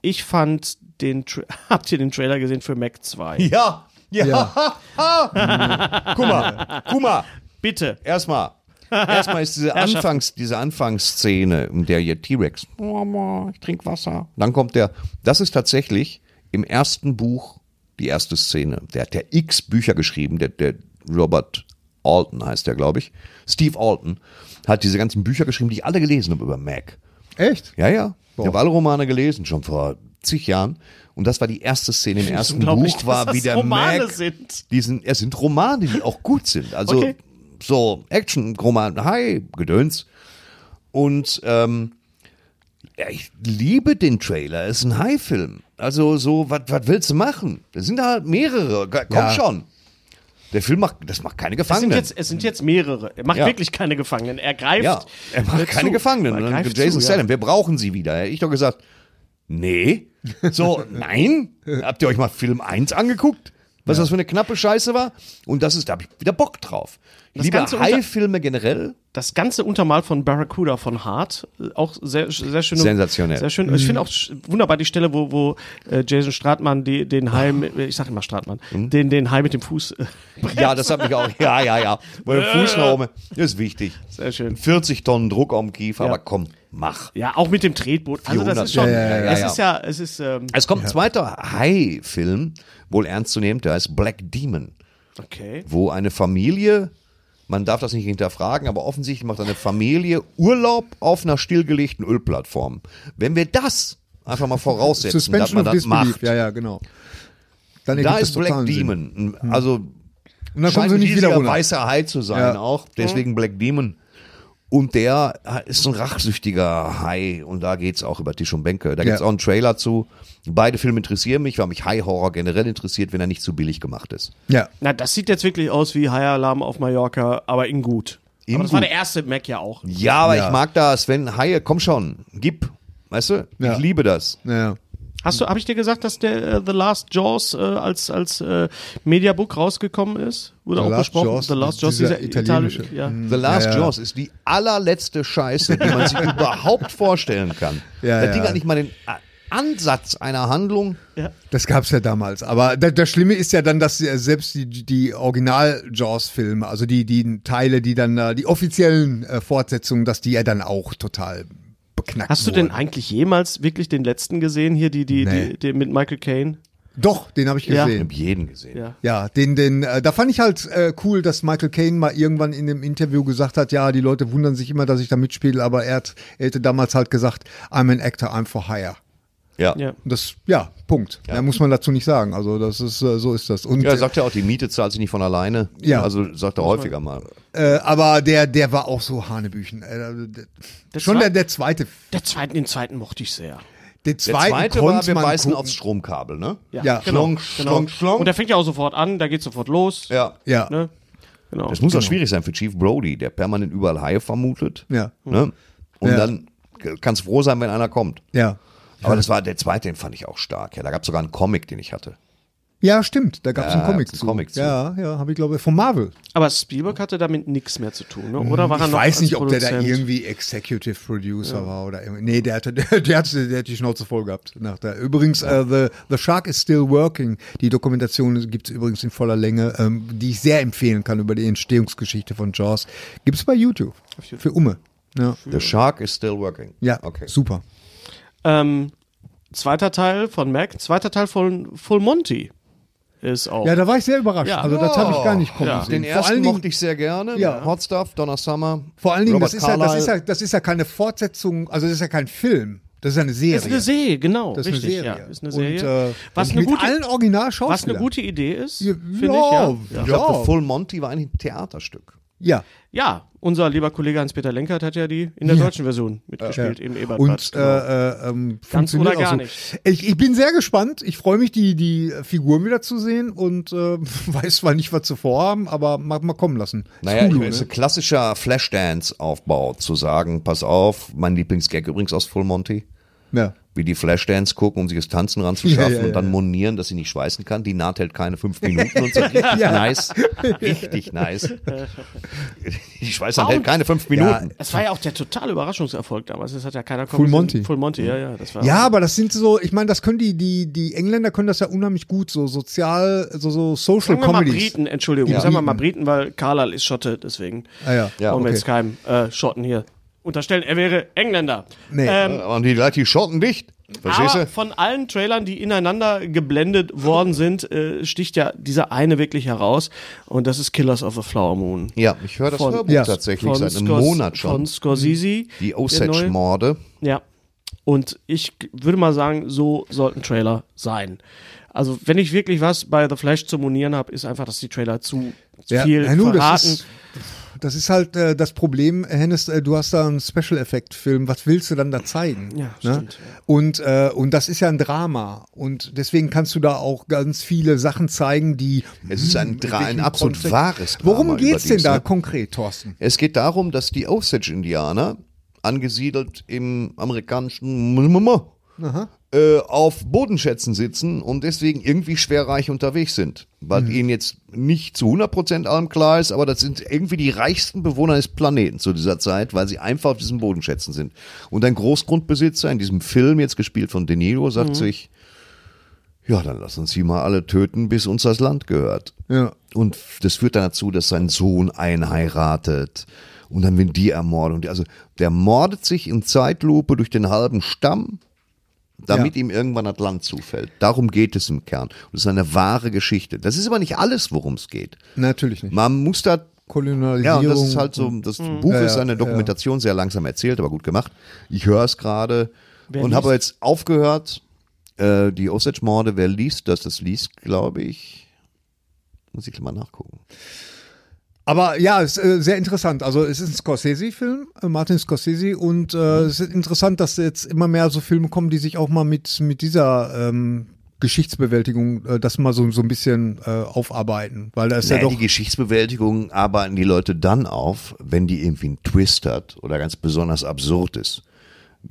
B: ich fand den, Tra habt ihr den Trailer gesehen für Mac 2?
C: Ja, ja.
A: Ja.
C: Guck mal, guck mal.
B: Bitte.
C: Erstmal. Erstmal ist diese, Anfangs, diese Anfangsszene, in der ihr T-Rex, Mama, ich trinke Wasser. Dann kommt der, das ist tatsächlich im ersten Buch die erste Szene. Der hat ja x Bücher geschrieben, der, der Robert Alton heißt der, glaube ich. Steve Alton hat diese ganzen Bücher geschrieben, die ich alle gelesen habe über Mac.
A: Echt?
C: Ja, ja. Ich habe alle Romane gelesen, schon vor zig Jahren. Und das war die erste Szene im ersten Buch,
B: unglaublich, dass
C: war
B: das
C: wie der
B: Romane
C: Mac.
B: sind.
C: Die sind. Es sind Romane, die auch gut sind. Also
B: Okay.
C: so Action-Roman, hi, Gedöns. Und ähm, ja, ich liebe den Trailer. Es ist ein High-Film. Also so, was willst du machen? Da sind halt mehrere. Komm
A: Ja.
C: schon. Der Film macht, das macht keine
B: Es sind,
C: Gefangenen.
B: jetzt, es sind jetzt mehrere. Er macht
C: Ja.
B: wirklich keine Gefangenen. Er greift.
C: Ja, er macht
B: äh,
C: keine
B: zu.
C: Gefangenen.
B: Er
C: Und dann
B: greift
C: Jason
B: zu, ja.
C: Statham, wir brauchen sie wieder. Hätte Ich doch gesagt, nee. So, nein? Habt ihr euch mal Film 1 angeguckt? Was das für eine knappe Scheiße war? Und das ist, da habe ich wieder Bock drauf. Ich
B: Das
C: liebe
B: Ganze unter-
C: High-Filme generell.
B: Das ganze Untermal von Barracuda von Hart, äh, auch sehr, sehr schön.
C: Sensationell. Mhm.
B: Sehr schön. Also Ich finde auch sch- wunderbar die Stelle, wo, wo äh, Jason Stratmann die, den
C: Ah.
B: Hai, mit- äh, ich sag immer Stratmann,
C: Mhm.
B: den, den Hai mit dem Fuß. äh,
C: Ja, das hat mich auch, ja, ja, ja. Bei dem Fuß nach oben, das ist wichtig.
B: Sehr schön.
C: 40 Tonnen Druck am Kiefer,
B: Ja.
C: aber komm, mach.
B: Ja, auch mit dem Tretboot. Also das
C: 400.
B: ist schon,
C: Ja, ja, ja,
B: es
C: ja.
B: ist ja, es ist, ähm,
C: Es kommt ein zweiter High-Film, wohl ernst zu nehmen, der heißt Black Demon.
B: okay.
C: wo eine Familie, man darf das nicht hinterfragen, aber offensichtlich macht eine Familie Urlaub auf einer stillgelegten Ölplattform. Wenn wir das einfach mal voraussetzen, dass
A: Suspension
C: man
A: of
C: das
A: Disbelief,
C: macht,
A: ja, ja, genau. Dann
C: da
A: ergibt das
C: ist Black
A: totalen Sinn.
C: Demon. Also
A: Und dann kommen
C: scheint
A: sie
C: ein
A: nicht wieder
C: riesiger
A: runter.
C: weißer Hai zu sein
A: Ja. Hm.
C: auch, deswegen Black Demon. Und der ist ein rachsüchtiger Hai und da geht's auch über Tisch und Bänke. Da gibt's
A: Ja.
C: auch einen Trailer zu. Beide Filme interessieren mich, weil mich Hai-Horror generell interessiert, wenn er nicht zu billig gemacht ist.
A: Ja.
B: Na, das sieht jetzt wirklich aus wie High Alarm auf Mallorca, aber in gut.
C: In
B: aber das war
C: gut.
B: der erste Mac ja auch. ne?
C: Ja, aber
A: Ja.
C: ich mag das, wenn Haie, komm schon, gib. Weißt du?
A: Ja.
C: Ich liebe das.
A: Ja.
B: Hast du, habe ich dir gesagt, dass der äh, The Last Jaws äh, als als äh, Mediabook rausgekommen ist? Wurde
A: The
B: auch
A: Last
B: besprochen.
A: Jaws,
B: The Last Jaws,
A: dieser
B: dieser,
A: italienische. Mhm.
B: Itali- ja.
C: The Last
A: Hm. Ja, ja.
C: Jaws ist die allerletzte Scheiße, die man sich überhaupt vorstellen kann.
A: Ja,
C: das
A: ja.
C: Ding hat nicht mal den A- Ansatz einer Handlung.
A: Das gab's ja damals. Aber da, das Schlimme ist ja dann, dass äh, selbst die, die Original-Jaws-Filme, also die, die Teile, die dann, äh, die offiziellen äh, Fortsetzungen, dass die ja dann auch total beknackt
B: Hast du
A: wurden.
B: denn eigentlich jemals wirklich den letzten gesehen hier, die die,
A: Nee.
B: die, die mit Michael Caine?
A: Doch, den habe ich
B: Ja.
C: Ich
A: gesehen.
C: habe jeden gesehen.
B: Ja.
A: Ja, den, den, äh, da fand ich halt äh, cool, dass Michael Caine mal irgendwann in dem Interview gesagt hat, ja, die Leute wundern sich immer, dass ich da mitspiele, aber er, hat, er hätte damals halt gesagt, I'm an actor, I'm for hire.
B: Ja.
C: Ja. ja.
A: Und das, ja, Punkt. Mehr muss man dazu nicht sagen. Also das ist, äh, so ist das. Und,
C: er sagt ja auch, die Miete zahlt sich nicht von alleine.
A: Ja.
C: Also sagt er häufiger mal.
A: äh, aber der, der war auch so Hanebüchen. Äh, der, schon
B: war-
A: der, der zweite.
B: Der zweiten, den zweiten mochte ich sehr.
A: Den
C: Der
A: zweiten
C: zweite war,
A: konnte
C: wir
A: man
C: beißen
A: gucken.
C: aufs Stromkabel, ne?
A: Ja.
C: Schlong, schlong, schlong.
B: genau. Und der fängt ja auch sofort an, da geht sofort los.
C: ja.
A: Ja.
B: Ne? Genau.
C: Das muss auch schwierig sein für Chief Brody, der permanent überall Haie vermutet.
A: Ja.
C: Ne? Und
A: Ja.
C: dann kannst froh sein, wenn einer kommt.
A: ja.
C: Aber das war der zweite, den fand ich auch stark. Ja, da gab es sogar einen Comic, den ich hatte.
A: Ja, stimmt. Da gab es
C: Ja,
A: einen Comic
C: gab's einen
A: zu.
C: Comic zu.
A: Ja, ja, habe ich glaube von Marvel.
B: Aber Spielberg hatte damit nichts mehr zu tun, ne? oder war
A: Mhm.
B: er
A: Ich
B: noch
A: weiß
B: als
A: nicht, ob der da
B: Produzent?
A: irgendwie Executive Producer war oder irgendwie. Nee, der hatte, der, der, hatte, der hat die Schnauze voll gehabt. Nach der. Übrigens, äh, the, the Shark is Still Working. Die Dokumentation gibt's übrigens in voller Länge, ähm, die ich sehr empfehlen kann über die Entstehungsgeschichte von Jaws. Gibt's bei YouTube. Für Umme. Ja,
C: The Shark is still working.
A: Mhm. ja
C: okay.
A: super.
B: Ähm, zweiter Teil von Mac, zweiter Teil von Full Monty ist auch.
A: Ja, da war ich sehr überrascht.
B: Ja.
A: Also, das habe ich gar nicht kommen
B: Ja.
A: sehen.
C: Den
A: vor allen
C: ersten
A: Dingen,
C: mochte ich sehr gerne. ne?
A: Ja.
C: Hot Stuff, Donna Summer.
A: vor allen Dingen
C: Robert
A: das, ist ja, das,
C: Carlyle.
A: ist halt- ja, das ist ja keine Fortsetzung, also das ist ja kein Film. Das ist ja eine Serie.
B: ist eine Serie, genau.
A: Das ist
B: richtig,
A: eine Serie.
B: Ja, ist eine Serie.
A: Und, äh,
B: was,
A: und
B: eine
A: mit
B: gute,
A: allen Originalschauspielern.
B: was eine gute Idee ist,
A: Ja,
B: finde ich. Ja.
A: ja.
C: Ich glaube, The Full Monty war ein Theaterstück.
A: Ja.
B: ja, unser lieber Kollege Hans-Peter Lenkert hat ja die in der deutschen Version mitgespielt im Ebert. genau.
A: Und äh, äh, ähm, funktioniert
B: oder gar
A: auch so.
B: nicht.
A: Ich, ich bin sehr gespannt. Ich freue mich, die, die Figuren wieder zu sehen und äh, weiß zwar nicht, was sie vorhaben, aber mal, mal kommen lassen. Ist
C: Naja,
A: Hulu,
C: ich- ist
A: ne?
C: ein klassischer Flashdance-Aufbau, zu sagen, pass auf, mein Lieblingsgag übrigens aus Full Monty.
A: ja.
C: wie die Flashdance gucken, um sich das Tanzen ranzuschaffen
A: Ja, ja,
C: und dann
A: ja.
C: monieren, dass sie nicht schweißen kann. Die Naht hält keine fünf Minuten und so richtig nice. Richtig nice. Die Schweißer hält keine fünf Minuten.
B: das war ja auch der totale Überraschungserfolg damals. Das hat ja keiner
A: Full Monty.
B: Full Monty, ja, ja. Das war
A: ja, aber das sind so, ich meine, das können die, die, die Engländer können das ja unheimlich gut, so sozial, so, so Social
B: Sagen wir mal
A: Comedies.
B: Briten, Entschuldigung,
A: Die
B: sagen wir
A: Briten.
B: mal Briten, weil Carlyle ist Schotte, deswegen.
A: Ah, ja.
C: Ja,
B: Wollen wir
C: okay.
B: jetzt keinem äh, Schotten hier unterstellen, er wäre Engländer. Äh,
A: Nee.
C: Und die Leute, die schotten dicht. Verstehst
B: Aber
C: du?
B: von allen Trailern, die ineinander geblendet worden sind, äh, sticht ja dieser eine wirklich heraus. Und das ist Killers of the Flower Moon.
C: Ja, ich höre das
B: Von-
C: Hörbuch
A: Ja.
C: tatsächlich seit einem
B: Scors- Von
C: Monat schon. Mhm.
B: Scorsese.
C: Die
B: der neue.
C: Osage-Morde.
B: Ja. Und ich g- würde mal sagen, so sollten Trailer sein. Also, wenn ich wirklich was bei The Flash zu monieren habe, ist einfach, dass die Trailer zu viel
A: ja, nun, das,
B: verraten.
A: ist, das ist halt äh, das Problem, Hennes, äh, du hast da einen Special-Effekt-Film, was willst du dann da zeigen? ne?
B: Ja, stimmt.
A: Und, äh, und das ist ja ein Drama und deswegen kannst du da auch ganz viele Sachen zeigen, die...
C: Es ist ein,
A: Hm,
C: Dra- ein
A: welchen
C: absolut
A: Kontext-
C: wahres Drama.
A: Worum geht's denn
C: überdies,
A: da
C: ne?
A: konkret, Thorsten?
C: Es geht darum, dass die Osage-Indianer, angesiedelt im amerikanischen Mmmmmma, äh, auf Bodenschätzen sitzen und deswegen irgendwie schwerreich unterwegs sind. Weil ihnen jetzt nicht zu 100% allem klar ist, aber das sind irgendwie die reichsten Bewohner des Planeten zu dieser Zeit, weil sie einfach auf diesen Bodenschätzen sind. Und ein Großgrundbesitzer in diesem Film, jetzt gespielt von De Niro, sagt sich, ja, dann lass uns sie mal alle töten, bis uns das Land gehört.
A: Ja.
C: Und das führt dann dazu, dass sein Sohn einheiratet. Und dann werden die ermordet. Und die- Also der mordet sich in Zeitlupe durch den halben Stamm, damit
A: Ja.
C: ihm irgendwann das Land zufällt. Darum geht es im Kern. Und das ist eine wahre Geschichte. Das ist aber nicht alles, worum es geht.
A: Natürlich nicht.
C: Man muss da ja,
A: Kolonialisierung.
C: und das ist halt so, das
B: Mhm.
C: Buch
A: Ja,
C: ist
A: ja,
C: eine Dokumentation, sehr langsam erzählt, aber gut gemacht. Ich höre es gerade
B: Wer
C: und
B: liest?
C: habe jetzt aufgehört, äh, die Osage-Morde, wer liest das? Das liest, glaube ich, muss ich mal nachgucken.
A: Aber ja, ist äh, sehr interessant. Also es ist ein Scorsese-Film, äh, Martin Scorsese, und äh,
B: Mhm.
A: es ist interessant, dass jetzt immer mehr so Filme kommen, die sich auch mal mit, mit dieser ähm, Geschichtsbewältigung äh, das mal so, so ein bisschen äh, aufarbeiten. Weil da ist
C: Naja,
A: ja
C: die
A: doch.
C: Geschichtsbewältigung arbeiten die Leute dann auf, wenn die irgendwie einen Twist hat oder ganz besonders absurd ist.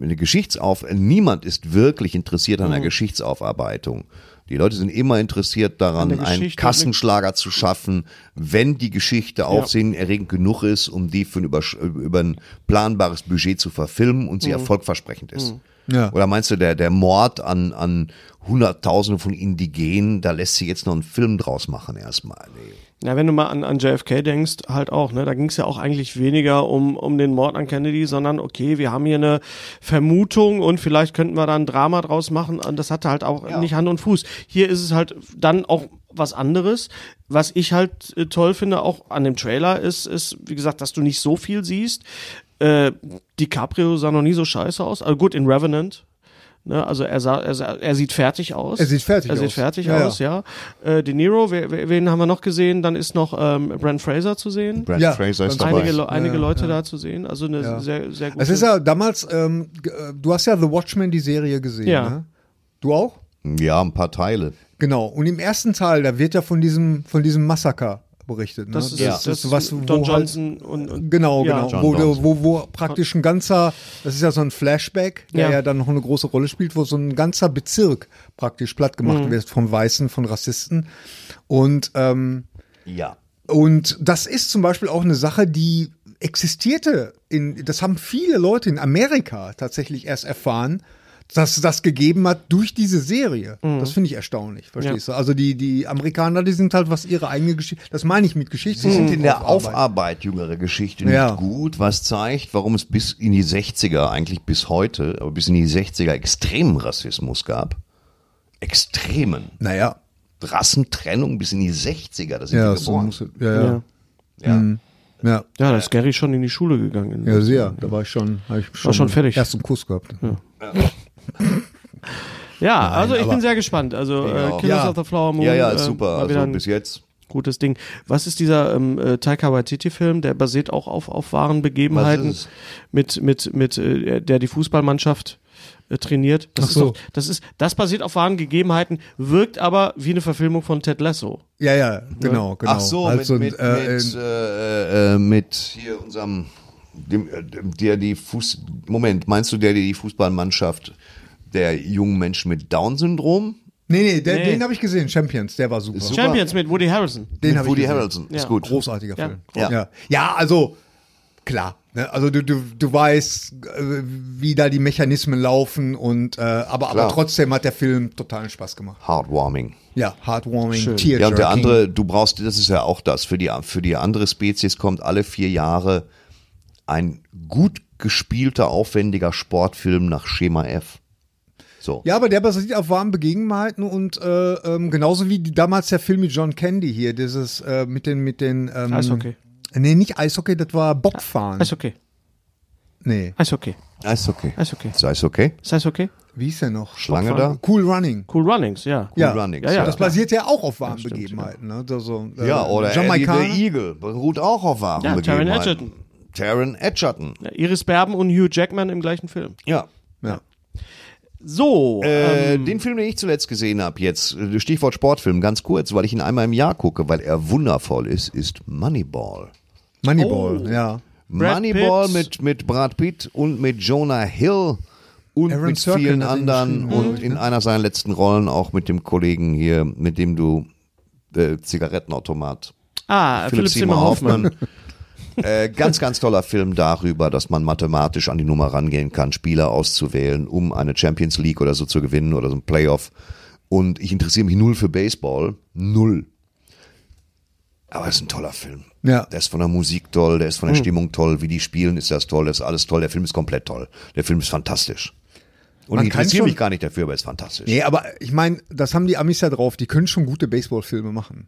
C: Eine Geschichtsauf niemand ist wirklich interessiert an einer Geschichtsaufarbeitung. Die Leute sind immer interessiert daran,
B: An der
C: einen
B: Geschichte-
C: Kassenschlager zu schaffen, wenn die Geschichte aufsehenerregend genug ist, um die für ein, über, über ein planbares Budget zu verfilmen und sie erfolgversprechend ist.
A: Ja.
C: Oder meinst du, der, der Mord an, an Hunderttausende von Indigenen, da lässt sich jetzt noch einen Film draus machen erstmal. Nee.
B: Na, wenn du mal an, an JFK denkst, halt auch, ne? Da ging es ja auch eigentlich weniger um, um den Mord an Kennedy, sondern okay, wir haben hier eine Vermutung und vielleicht könnten wir da ein Drama draus machen. Und das hatte halt auch nicht Hand und Fuß. Hier ist es halt dann auch was anderes. Was ich halt äh, toll finde, auch an dem Trailer, ist, ist, wie gesagt, dass du nicht so viel siehst. Äh, DiCaprio sah noch nie so scheiße aus. Also gut, in Revenant. Ne, also er, sah, er, sah, er sieht fertig aus.
A: Er sieht fertig
B: Er sieht
A: aus.
B: fertig
A: Ja, ja.
B: aus, ja. Äh, De Niro, wer, wer- wen haben wir noch gesehen? Dann ist noch ähm, Brent Fraser zu sehen.
C: Brad
A: Ja,
C: Fraser
A: ganz
C: ist dabei.
B: Einige, Le einige
A: Ja,
B: Leute da zu sehen. Also eine sehr, sehr gute.
A: Es ist ja damals, ähm, g- äh, du hast ja The Watchmen, die Serie gesehen,
B: Ja.
A: ne? Du auch?
C: ja, ein paar Teile.
A: Genau. Und im ersten Teil, da wird ja von diesem, von diesem Massaker berichtet. Ne?
B: das ist, das ist
A: was,
B: Don
A: wo halt-
B: Johnson und, und
A: Genau,
B: ja.
A: genau.
C: John
A: Wo, du-
C: Dawson.
A: wo, wo praktisch ein ganzer, das ist ja so ein Flashback, der
B: Ja.
A: ja, dann noch eine große Rolle spielt, wo so ein ganzer Bezirk praktisch platt gemacht wird von Weißen, von Rassisten. Und, ähm,
C: Ja.
A: und das ist zum Beispiel auch eine Sache, die existierte. In, das haben viele Leute in Amerika tatsächlich erst erfahren, dass es das gegeben hat durch diese Serie. Das finde ich erstaunlich, verstehst du? Also die, die Amerikaner, die sind halt was ihre eigene Geschichte, das meine ich mit Geschichte.
C: Sie sind in der Aufarbeit jüngerer Geschichte nicht
A: Ja.
C: gut, was zeigt, warum es bis in die 60er, eigentlich bis heute, aber bis in die 60er extremen Rassismus gab. Extremen.
A: Naja.
C: Rassentrennung bis in die 60er, das sind
A: Ja,
C: wir
A: so
C: geboren.
A: muss, es- ja, ja.
B: Ja.
C: ja.
A: Ja,
B: ja, da ist Gary schon in die Schule gegangen.
A: ja, sehr. Da war ich schon, hab ich schon,
B: schon fertig.
A: Erst einen Kuss gehabt. Ja.
B: Ja, also ich
A: aber-
B: bin sehr gespannt. Also äh,
C: auch.
B: Killers
A: Ja.
B: of the Flower Moon.
C: ja, ja,
B: äh,
C: ist super.
B: war wieder
C: Also
B: ein
C: bis jetzt.
B: gutes Ding. Was ist dieser ähm, äh, Taika Waititi-Film? Der basiert auch auf, auf wahren Begebenheiten
C: Was ist es?
B: mit mit mit äh, der die Fußballmannschaft äh, trainiert. Das
A: Ach so.
B: ist doch, das ist das basiert auf wahren Gegebenheiten, wirkt aber wie eine Verfilmung von Ted Lasso.
A: ja, ja, genau, genau.
C: Ach so,
A: Halt
C: mit,
A: ein,
C: mit,
A: äh,
C: mit,
A: ein-
C: äh, äh, mit hier unserem, dem, äh, dem- der die Fuß, Moment, meinst du der, die die Fußballmannschaft der jungen Menschen mit Down-Syndrom?
A: nee, nee, der,
B: Nee.
A: den habe ich gesehen, Champions, der war super.
C: Super.
B: Champions mit Woody Harrison.
A: Den
C: mit
A: habe ich
C: Woody
A: gesehen.
C: Harrelson,
B: Ja.
C: ist gut.
A: Großartiger
B: Ja.
A: Film.
C: Ja.
A: ja. Ja, also, klar. Ne? Also du, du, du weißt, äh, wie da die Mechanismen laufen und äh, aber, aber
C: Klar.
A: trotzdem hat der Film totalen Spaß gemacht.
C: Heartwarming.
A: Ja, heartwarming,
C: Ja,
A: tear
C: und der andere, du brauchst, das ist ja auch das, für die, für die andere Spezies kommt alle vier Jahre ein gut gespielter, aufwendiger Sportfilm nach Schema F. So.
A: Ja, aber der basiert auf warmen Begebenheiten und äh, ähm, genauso wie die, damals der Film mit John Candy hier, dieses äh, mit den mit den ähm,
B: Eishockey.
A: Nee, nicht Eishockey, das war Bockfahren.
B: Ist okay.
A: nee,
B: Ist okay.
C: Ist okay.
B: Ist okay.
C: Ist alles okay?
B: Ist alles okay?
A: wie ist der noch?
C: Schlange da?
A: Cool Running.
B: Cool Runnings, ja.
C: Cool
A: ja.
C: Runnings.
B: Ja, ja.
A: Das basiert ja auch auf warmen Begebenheiten, ne? Da So, äh,
C: Ja, oder Eddie
A: Jamaikaner.
C: the Eagle beruht auch auf wahren
B: Ja, Taron
C: Begebenheiten.
B: Edgerton.
C: Taron Edgerton.
B: Ja, Iris Berben und Hugh Jackman im gleichen Film.
C: Ja.
A: Ja.
B: So,
C: Äh,
B: Ähm.
C: den Film, den ich zuletzt gesehen habe, jetzt, äh, Stichwort Sportfilm, ganz kurz, weil ich ihn einmal im Jahr gucke, weil er wundervoll ist, ist Moneyball.
A: Moneyball,
C: Oh.
A: ja.
B: Brad
C: Moneyball
B: Pitt.
C: mit, mit Brad Pitt und mit Jonah Hill und
A: Aaron
C: mit
A: Sorkin
C: vielen
A: hat ihn
C: anderen
A: geschrieben,
C: und in einer seiner letzten Rollen auch mit dem Kollegen hier, mit dem du äh, Zigarettenautomat
B: ah, Philipp, Zimmer Hoffmann.
C: äh, ganz, ganz toller Film darüber, dass man mathematisch an die Nummer rangehen kann, Spieler auszuwählen, um eine Champions League oder so zu gewinnen oder so ein Playoff. Und ich interessiere mich null für Baseball. Null. Aber es ist ein toller Film.
A: Ja.
C: Der ist von der Musik toll, der ist von der
B: Mhm.
C: Stimmung toll, wie die spielen, ist das toll, das ist alles toll. Der Film ist komplett toll. Der Film ist fantastisch. Und
A: Man
C: ich
A: kann
C: interessiere
A: schon-
C: mich gar nicht dafür, aber er ist fantastisch.
A: Nee, aber ich meine, das haben die Amis ja drauf. Die können schon gute Baseballfilme machen.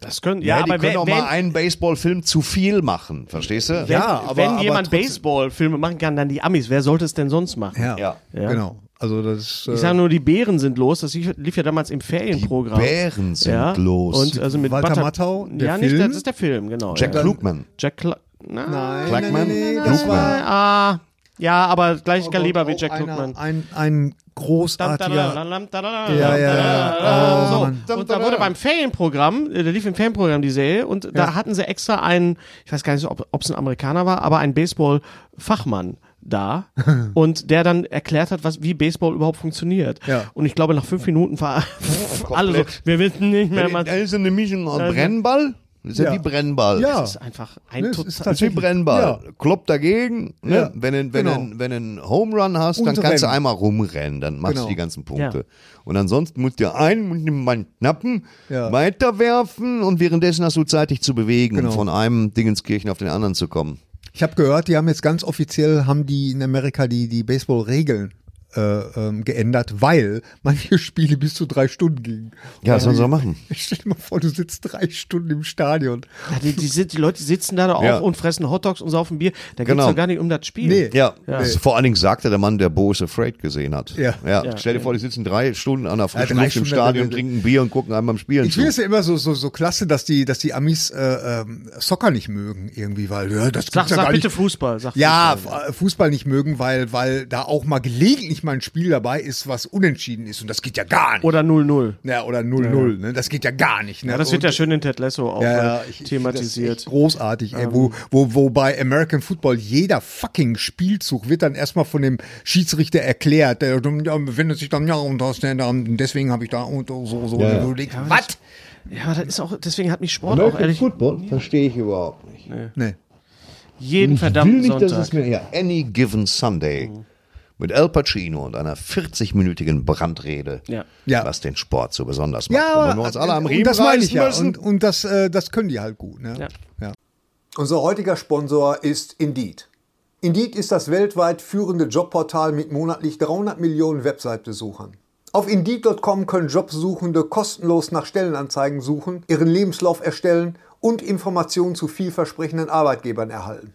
B: Das können,
C: Ja,
B: ja,
C: die
B: aber
C: können
B: wenn,
C: auch
B: wenn,
C: mal einen Baseballfilm zu viel machen, verstehst du?
B: wenn,
A: Ja, aber-
B: wenn
A: aber
B: jemand
A: trotzdem.
B: Baseballfilme machen kann, dann die Amis. Wer sollte es denn sonst machen?
A: Ja.
C: Ja.
A: Genau. Also das ist,
B: Ich
A: äh,
B: sage nur, die Bären sind los. Das lief lief ja damals im Ferienprogramm.
C: Bären sind
B: ja.
C: los.
B: Und also mit
A: Walter
B: Butter-
A: Matthau, der
B: ja, nicht,
A: Film?
B: das ist der Film, genau.
C: Jack
B: ja.
C: Klugman.
B: Jack Cl Nein.
C: Klugman? Klugman.
B: Ah, ja, aber gleich Kaliber wie
A: Auch
B: Jack
A: Oh einer-
B: Klugman.
A: Ein, ein großartiger.
B: Ja,
A: Ah, ja, ja. Oh, Mann.
B: So, und da wurde beim Ferienprogramm, äh, da lief im Ferienprogramm die Serie und da hatten sie extra einen, ich weiß gar nicht, ob es ein Amerikaner war, aber einen Baseball-Fachmann da und der dann erklärt hat, was, wie Baseball überhaupt funktioniert.
A: Ja.
B: Und ich glaube, nach fünf Minuten war alle so, wir wissen nicht mehr,
C: Wenn,
B: was.
A: äh,
C: da ist eine Mischung aus Brennball. Das ist ja,
A: Also, Ja.
C: wie Brennball.
A: Ja.
C: Das
B: Das ist einfach ein
A: Ne, es ist
B: total.
C: ist wie
A: tatsächlich-
C: Brennball.
A: Ja.
C: Klopp dagegen. Ne?
A: Ja,
C: Wenn du wenn
A: genau.
C: einen wenn einen Home Run hast, dann
A: Und
C: kannst du
A: rennen.
C: einmal rumrennen. Dann machst
A: Genau.
C: du die ganzen Punkte. Und ansonsten musst du einen mit dem Mann knappen,
A: Ja.
C: weiterwerfen und währenddessen hast du Zeit, dich zu bewegen, um
A: Genau.
C: von einem Dingenskirchen auf den anderen zu kommen.
A: Ich habe gehört, die haben jetzt ganz offiziell haben die in Amerika die die Baseballregeln äh, ähm, geändert, weil manche Spiele bis zu drei Stunden gingen.
C: Ja, was
A: Weil-
C: sollen sie auch machen?
A: Stell dir mal vor, du sitzt drei Stunden im Stadion.
B: Ja, die, die, sind- die Leute sitzen da doch
C: Ja.
B: auf und fressen Hotdogs und saufen Bier. Da geht's
C: Genau.
B: doch gar nicht um das Spiel.
A: Nee.
C: Ja, Das- vor allen Dingen sagte der Mann, der Bo is Afraid gesehen hat.
A: Ja.
B: Ja.
C: Stell dir vor, die sitzen drei Stunden an der frischen
A: drei
C: Luft im
A: Stunden-
C: Stadion, trinken Bier und gucken einmal am Spielen
A: Ich
C: zu.
A: finde es ja immer so, so, so klasse, dass die, dass die Amis äh, ähm, Soccer nicht mögen irgendwie, weil ja, das gibt's
B: Sag,
A: ja
B: sag
A: gar
B: bitte
A: nicht.
B: Fußball. Sag
A: Ja,
B: Fußball.
A: F- Fußball nicht mögen, weil, weil da auch mal gelegentlich mal ein Spiel dabei ist, was unentschieden ist und das geht ja gar nicht.
B: Oder 0-0.
A: ja, oder 0-0, ne? das geht ja gar nicht. Ne?
B: Ja, das wird
A: Und-
B: ja schön in Ted Lasso auch
A: ja,
B: äh,
A: ja, ich- ich- das
B: thematisiert. Ähm.
A: ist echt großartig, ey, wo, wo, wo bei American Football jeder fucking Spielzug wird dann erstmal von dem Schiedsrichter erklärt. Der wendet sich dann, ja, und das, ne, dann- deswegen habe ich da und so, so.
C: Ja, ja.
A: Und du denkst, was?
B: ja, aber das ist auch, deswegen hat mich Sport auch ehrlich
C: Football verstehe ich überhaupt nicht.
A: Nee.
B: jeden verdammten Sonntag. Mhm.
C: mir ja Any Given Sunday mit Al Pacino und einer 40-minütigen Brandrede,
B: Ja.
A: Ja.
C: was den Sport so besonders macht.
A: Ja, äh,
C: Wenn wir uns alle am
A: und
C: Riemen
A: das meine ich
C: reißen
A: ja.
C: müssen.
A: Und, und das, äh, das können die halt gut. Ne?
B: Ja.
A: Ja.
E: Unser heutiger Sponsor ist Indeed. Indeed ist das weltweit führende Jobportal mit monatlich 300 Millionen Website-Besuchern. Auf Indeed.com können Jobsuchende kostenlos nach Stellenanzeigen suchen, ihren Lebenslauf erstellen und Informationen zu vielversprechenden Arbeitgebern erhalten.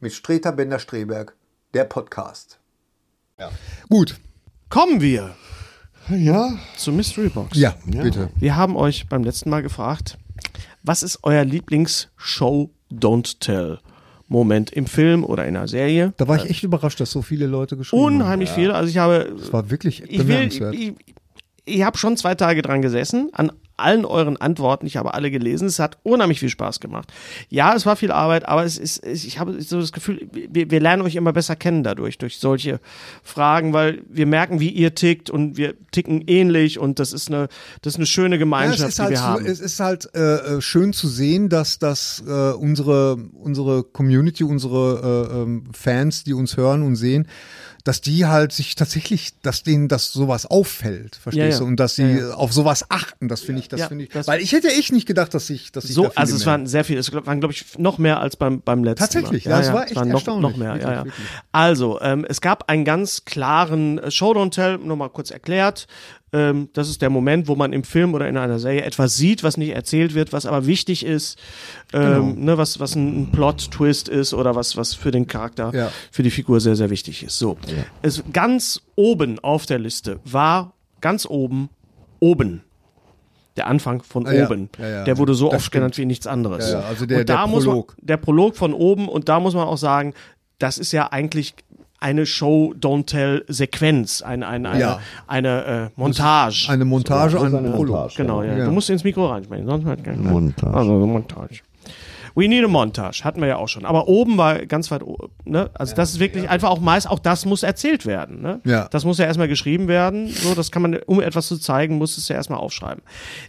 E: mit Streter Bender-Streberg, der Podcast.
A: Gut.
B: Kommen wir
C: Ja.
B: zur Mystery Box.
A: Ja, bitte.
B: Wir haben euch beim letzten Mal gefragt, was ist euer Lieblings-Show Don't Tell? Moment im Film oder in einer Serie.
A: Da war ich echt überrascht, dass so viele Leute geschrieben haben.
B: Unheimlich viel. Also ich habe
A: Das war wirklich
B: ich will,
A: bemerkenswert.
B: ich, ich habe schon zwei Tage dran gesessen, an allen euren Antworten. Ich habe alle gelesen. Es hat unheimlich viel Spaß gemacht. Ja, es war viel Arbeit, aber es ist, es- ich habe so das Gefühl, wir, wir lernen euch immer besser kennen dadurch, durch solche Fragen, weil wir merken, wie ihr tickt und wir ticken ähnlich und das ist eine, das ist eine schöne
A: Ja,
B: Gemeinschaft,
A: es ist
B: die
A: halt,
B: wir
A: so-
B: haben.
A: es ist halt äh, äh, schön zu sehen, dass, dass äh, unsere, unsere Community, unsere äh, ähm, Fans, die uns hören und sehen, dass die halt sich tatsächlich, dass denen das sowas auffällt, verstehst
B: Ja, ja.
A: du? Und dass sie
B: Ja,
A: auf sowas achten, das finde ich, das
B: Ja,
A: finde ich.
B: das-
A: weil ich hätte echt nicht gedacht, dass ich, dass ich da
B: so,
A: viele
B: also es
A: mehr-
B: waren sehr viele, es waren glaube ich noch mehr als beim, beim letzten
A: Tatsächlich,
B: Mal.
A: ja, es war echt
B: waren noch,
A: erstaunlich,
B: noch mehr, ja,
A: wirklich,
B: ja.
A: wirklich.
B: Also, ähm, es gab einen ganz klaren äh, Showdown Tell, nochmal kurz erklärt. Ähm, das ist der Moment, wo man im Film oder in einer Serie etwas sieht, was nicht erzählt wird, was aber wichtig ist,
A: Genau.
B: ähm, ne, was, was ein ein Plot-Twist ist oder was, was für den Charakter,
A: Ja.
B: für die Figur sehr, sehr wichtig ist. So. Es, ganz oben auf der Liste war ganz oben, oben. Der Anfang von
A: Ah, ja.
B: oben.
A: Ja, ja.
B: Der wurde so
A: Das
B: oft genannt wie nichts anderes.
A: Ja, ja, also der-
B: und da
A: der
B: muss
A: Prolog.
B: Man, der Prolog von oben und da muss man auch sagen, das ist ja eigentlich eine Show Don't Tell Sequenz, eine eine eine,
A: Ja.
B: eine äh, Montage.
A: eine Montage an Prolog.
B: genau, ja.
A: Ja.
B: Du musst ins Mikro reinsprechen, sonst hört keiner.
C: Montage.
B: Also eine Montage. We need a Montage, hatten wir ja auch schon. Aber oben war ganz weit oben. Ne? Also das ist wirklich einfach auch meist, auch das muss erzählt werden. Ne?
A: Ja.
B: Das muss ja erstmal geschrieben werden. So, das kann man, um etwas zu zeigen, muss es ja erstmal aufschreiben.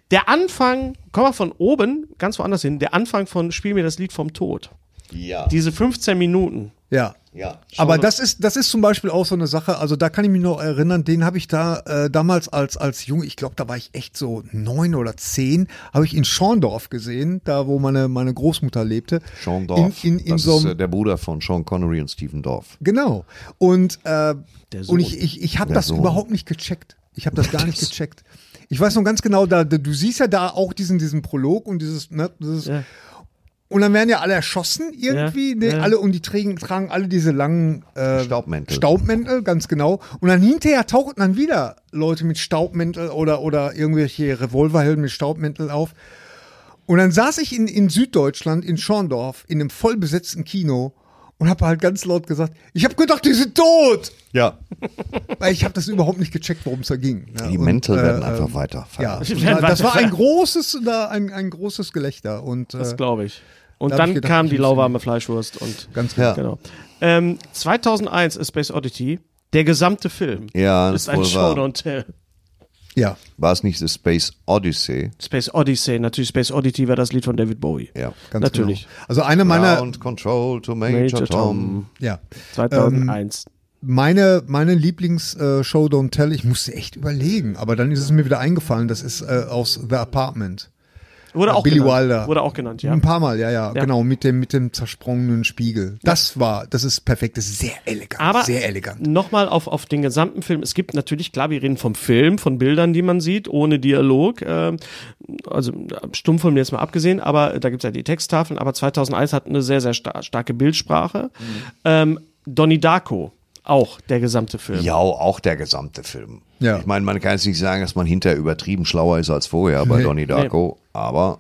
B: Der Anfang, kommen wir von oben, ganz woanders hin, der Anfang von Spiel mir das Lied vom Tod.
C: Ja.
B: Diese 15 Minuten.
A: Ja.
C: Ja.
A: Aber das ist, das ist zum Beispiel auch so eine Sache, also da kann ich mich noch erinnern, den habe ich da äh, damals als, als Junge, ich glaube, da war ich echt so neun oder zehn, habe ich in Schorndorf gesehen, da wo meine, meine Großmutter lebte.
C: Sean Dorf.
A: In, in, in
C: das
A: so
C: ist
A: einem
C: äh, der Bruder von Sean Connery und Stephen Dorf.
A: Genau. Und, äh,
B: Sohn.
A: und ich, ich, ich habe
C: Der
A: das
C: Sohn.
A: überhaupt nicht gecheckt. Ich habe das gar nicht gecheckt. Ich weiß noch ganz genau, da, da, du siehst ja da auch diesen, diesen Prolog und dieses, ne, dieses
B: Ja.
A: und dann werden ja alle erschossen irgendwie,
B: Ja,
A: ne,
B: ja.
A: alle und die tragen, tragen alle diese langen äh,
C: Staubmäntel.
A: Staubmäntel, ganz genau. Und dann hinterher tauchen dann wieder Leute mit Staubmäntel oder, oder irgendwelche Revolverhelden mit Staubmäntel auf. Und dann saß ich in, in Süddeutschland, in Schorndorf, in einem vollbesetzten Kino und habe halt ganz laut gesagt, ich habe gedacht, die sind tot.
C: Ja.
A: Weil ich habe das überhaupt nicht gecheckt, worum es da ging. ne?
C: Die
A: Und,
C: Mäntel
A: äh,
C: werden
A: äh,
C: einfach weiter.
A: Ja,
B: Die
A: und
B: werden
A: da- das war
B: weiter-
A: ein großes, da ein, ein großes Gelächter. Und, äh,
B: Das glaube ich. Und
A: da hab
B: dann
A: ich gedacht,
B: kam
A: ich
B: die
A: muss
B: lauwarme Fleischwurst und
A: Ganz genau.
B: Genau. Ähm, 2001 ist Space Oddity. Der gesamte Film
C: Ja,
B: ist
C: das
B: ein
C: wohl wahr.
B: Showdown Tell.
A: ja.
C: War es nicht The Space Odyssey?
B: Space Odyssey, natürlich Space Oddity war das Lied von David Bowie.
C: Ja.
A: Ganz
B: Natürlich.
A: Genau. Also einer meiner,
C: Ground Control to Major,
B: Major
C: Tom.
B: Tom.
A: ja,
B: 2001.
A: meine, meine Lieblings-Show Don't Tell, ich musste echt überlegen, aber dann ist es mir wieder eingefallen, das ist äh, aus The Apartment.
B: wurde auch
A: Ähm, Billy
B: genannt.
A: Wilder.
B: Wurde auch genannt, ja.
A: Ein paar Mal, ja, ja, genau, mit dem, mit dem zersprungenen Spiegel. Das war, das ist perfekt, das ist sehr elegant,
B: Aber
A: sehr elegant.
B: nochmal auf, auf den gesamten Film. Es gibt natürlich, klar, wir reden vom Film, von Bildern, die man sieht, ohne Dialog. Ähm, also stumm von mir jetzt mal abgesehen, aber da gibt's ja die Texttafeln. Aber 2001 hat eine sehr, sehr sta starke Bildsprache.
A: Mhm.
B: Ähm, Donnie Darko, auch der gesamte Film.
C: Ja, auch der gesamte Film.
A: Ja.
C: Ich meine, man kann jetzt nicht sagen, dass man hinterher übertrieben schlauer ist als vorher bei Donnie Darko, aber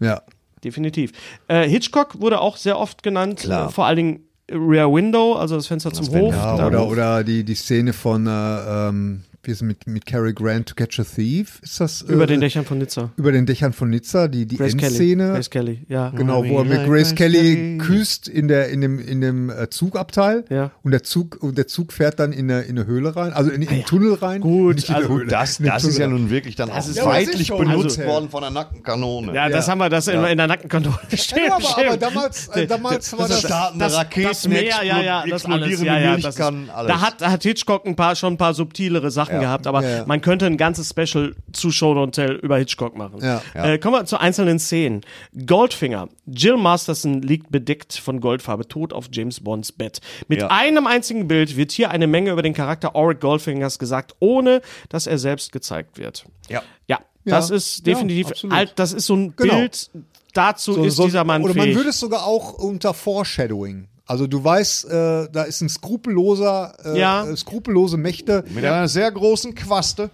A: Ja.
B: Definitiv. Äh, Hitchcock wurde auch sehr oft genannt,
C: Klar.
B: Äh, vor allen Dingen Rear Window, also das Fenster zum Hof.
C: Fenster.
A: Ja,
B: Da-
A: oder, oder die, die Szene von, äh, ähm, wie ist es mit, mit Cary Grant to catch a thief? Ist das? äh,
B: über den Dächern von Nizza.
A: Über den Dächern von Nizza, die, die
B: Grace Kelly.
A: Endszene.
B: Grace Kelly, ja.
A: Genau, wo er mit Grace Kelly küsst in der in dem in dem äh, Zugabteil
B: Ja.
A: und der Zug und der Zug fährt dann in eine in eine Höhle rein, also in in einen Tunnel rein.
B: Gut,
A: Nicht in
B: also
A: eine Höhle,
C: das,
A: in den
C: das ist ja
A: Tunnel.
C: nun wirklich dann auch
A: ja,
B: ist
A: das ist
C: weitlich
A: schon-
C: benutzt
A: also-
C: worden von einer nackten Kanone.
B: Ja, das haben wir, das in, in der Nackenkontrolle stehen.
A: Ja, aber, aber damals äh, damals war das,
C: startende
B: das,
C: Raketen,
B: das mehr, ja, ja, das alles, ja, ja, das ist, Da hat, da hat Hitchcock ein paar, schon ein paar subtilere Sachen gehabt, aber
A: Ja, ja.
B: man könnte ein ganzes Special zu Showdown Tell über Hitchcock machen.
A: Ja.
B: Äh, kommen wir zu einzelnen Szenen. Goldfinger. Jill Masterson liegt bedeckt von Goldfarbe tot auf James Bonds Bett. Mit
C: Ja.
B: einem einzigen Bild wird hier eine Menge über den Charakter Auric Goldfingers gesagt, ohne dass er selbst gezeigt wird.
C: ja.
B: Ja,
A: Ja,
B: das ist
A: ja,
B: definitiv
A: absolut.
B: alt, das ist so ein
A: Genau.
B: Bild, dazu ist
A: so-
B: dieser Mann
A: oder man
B: fähig.
A: würde es sogar auch unter Foreshadowing Also du weißt, äh, da ist ein skrupelloser, äh,
B: Ja.
A: äh, skrupellose Mächte.
C: Mit einer sehr großen Quaste.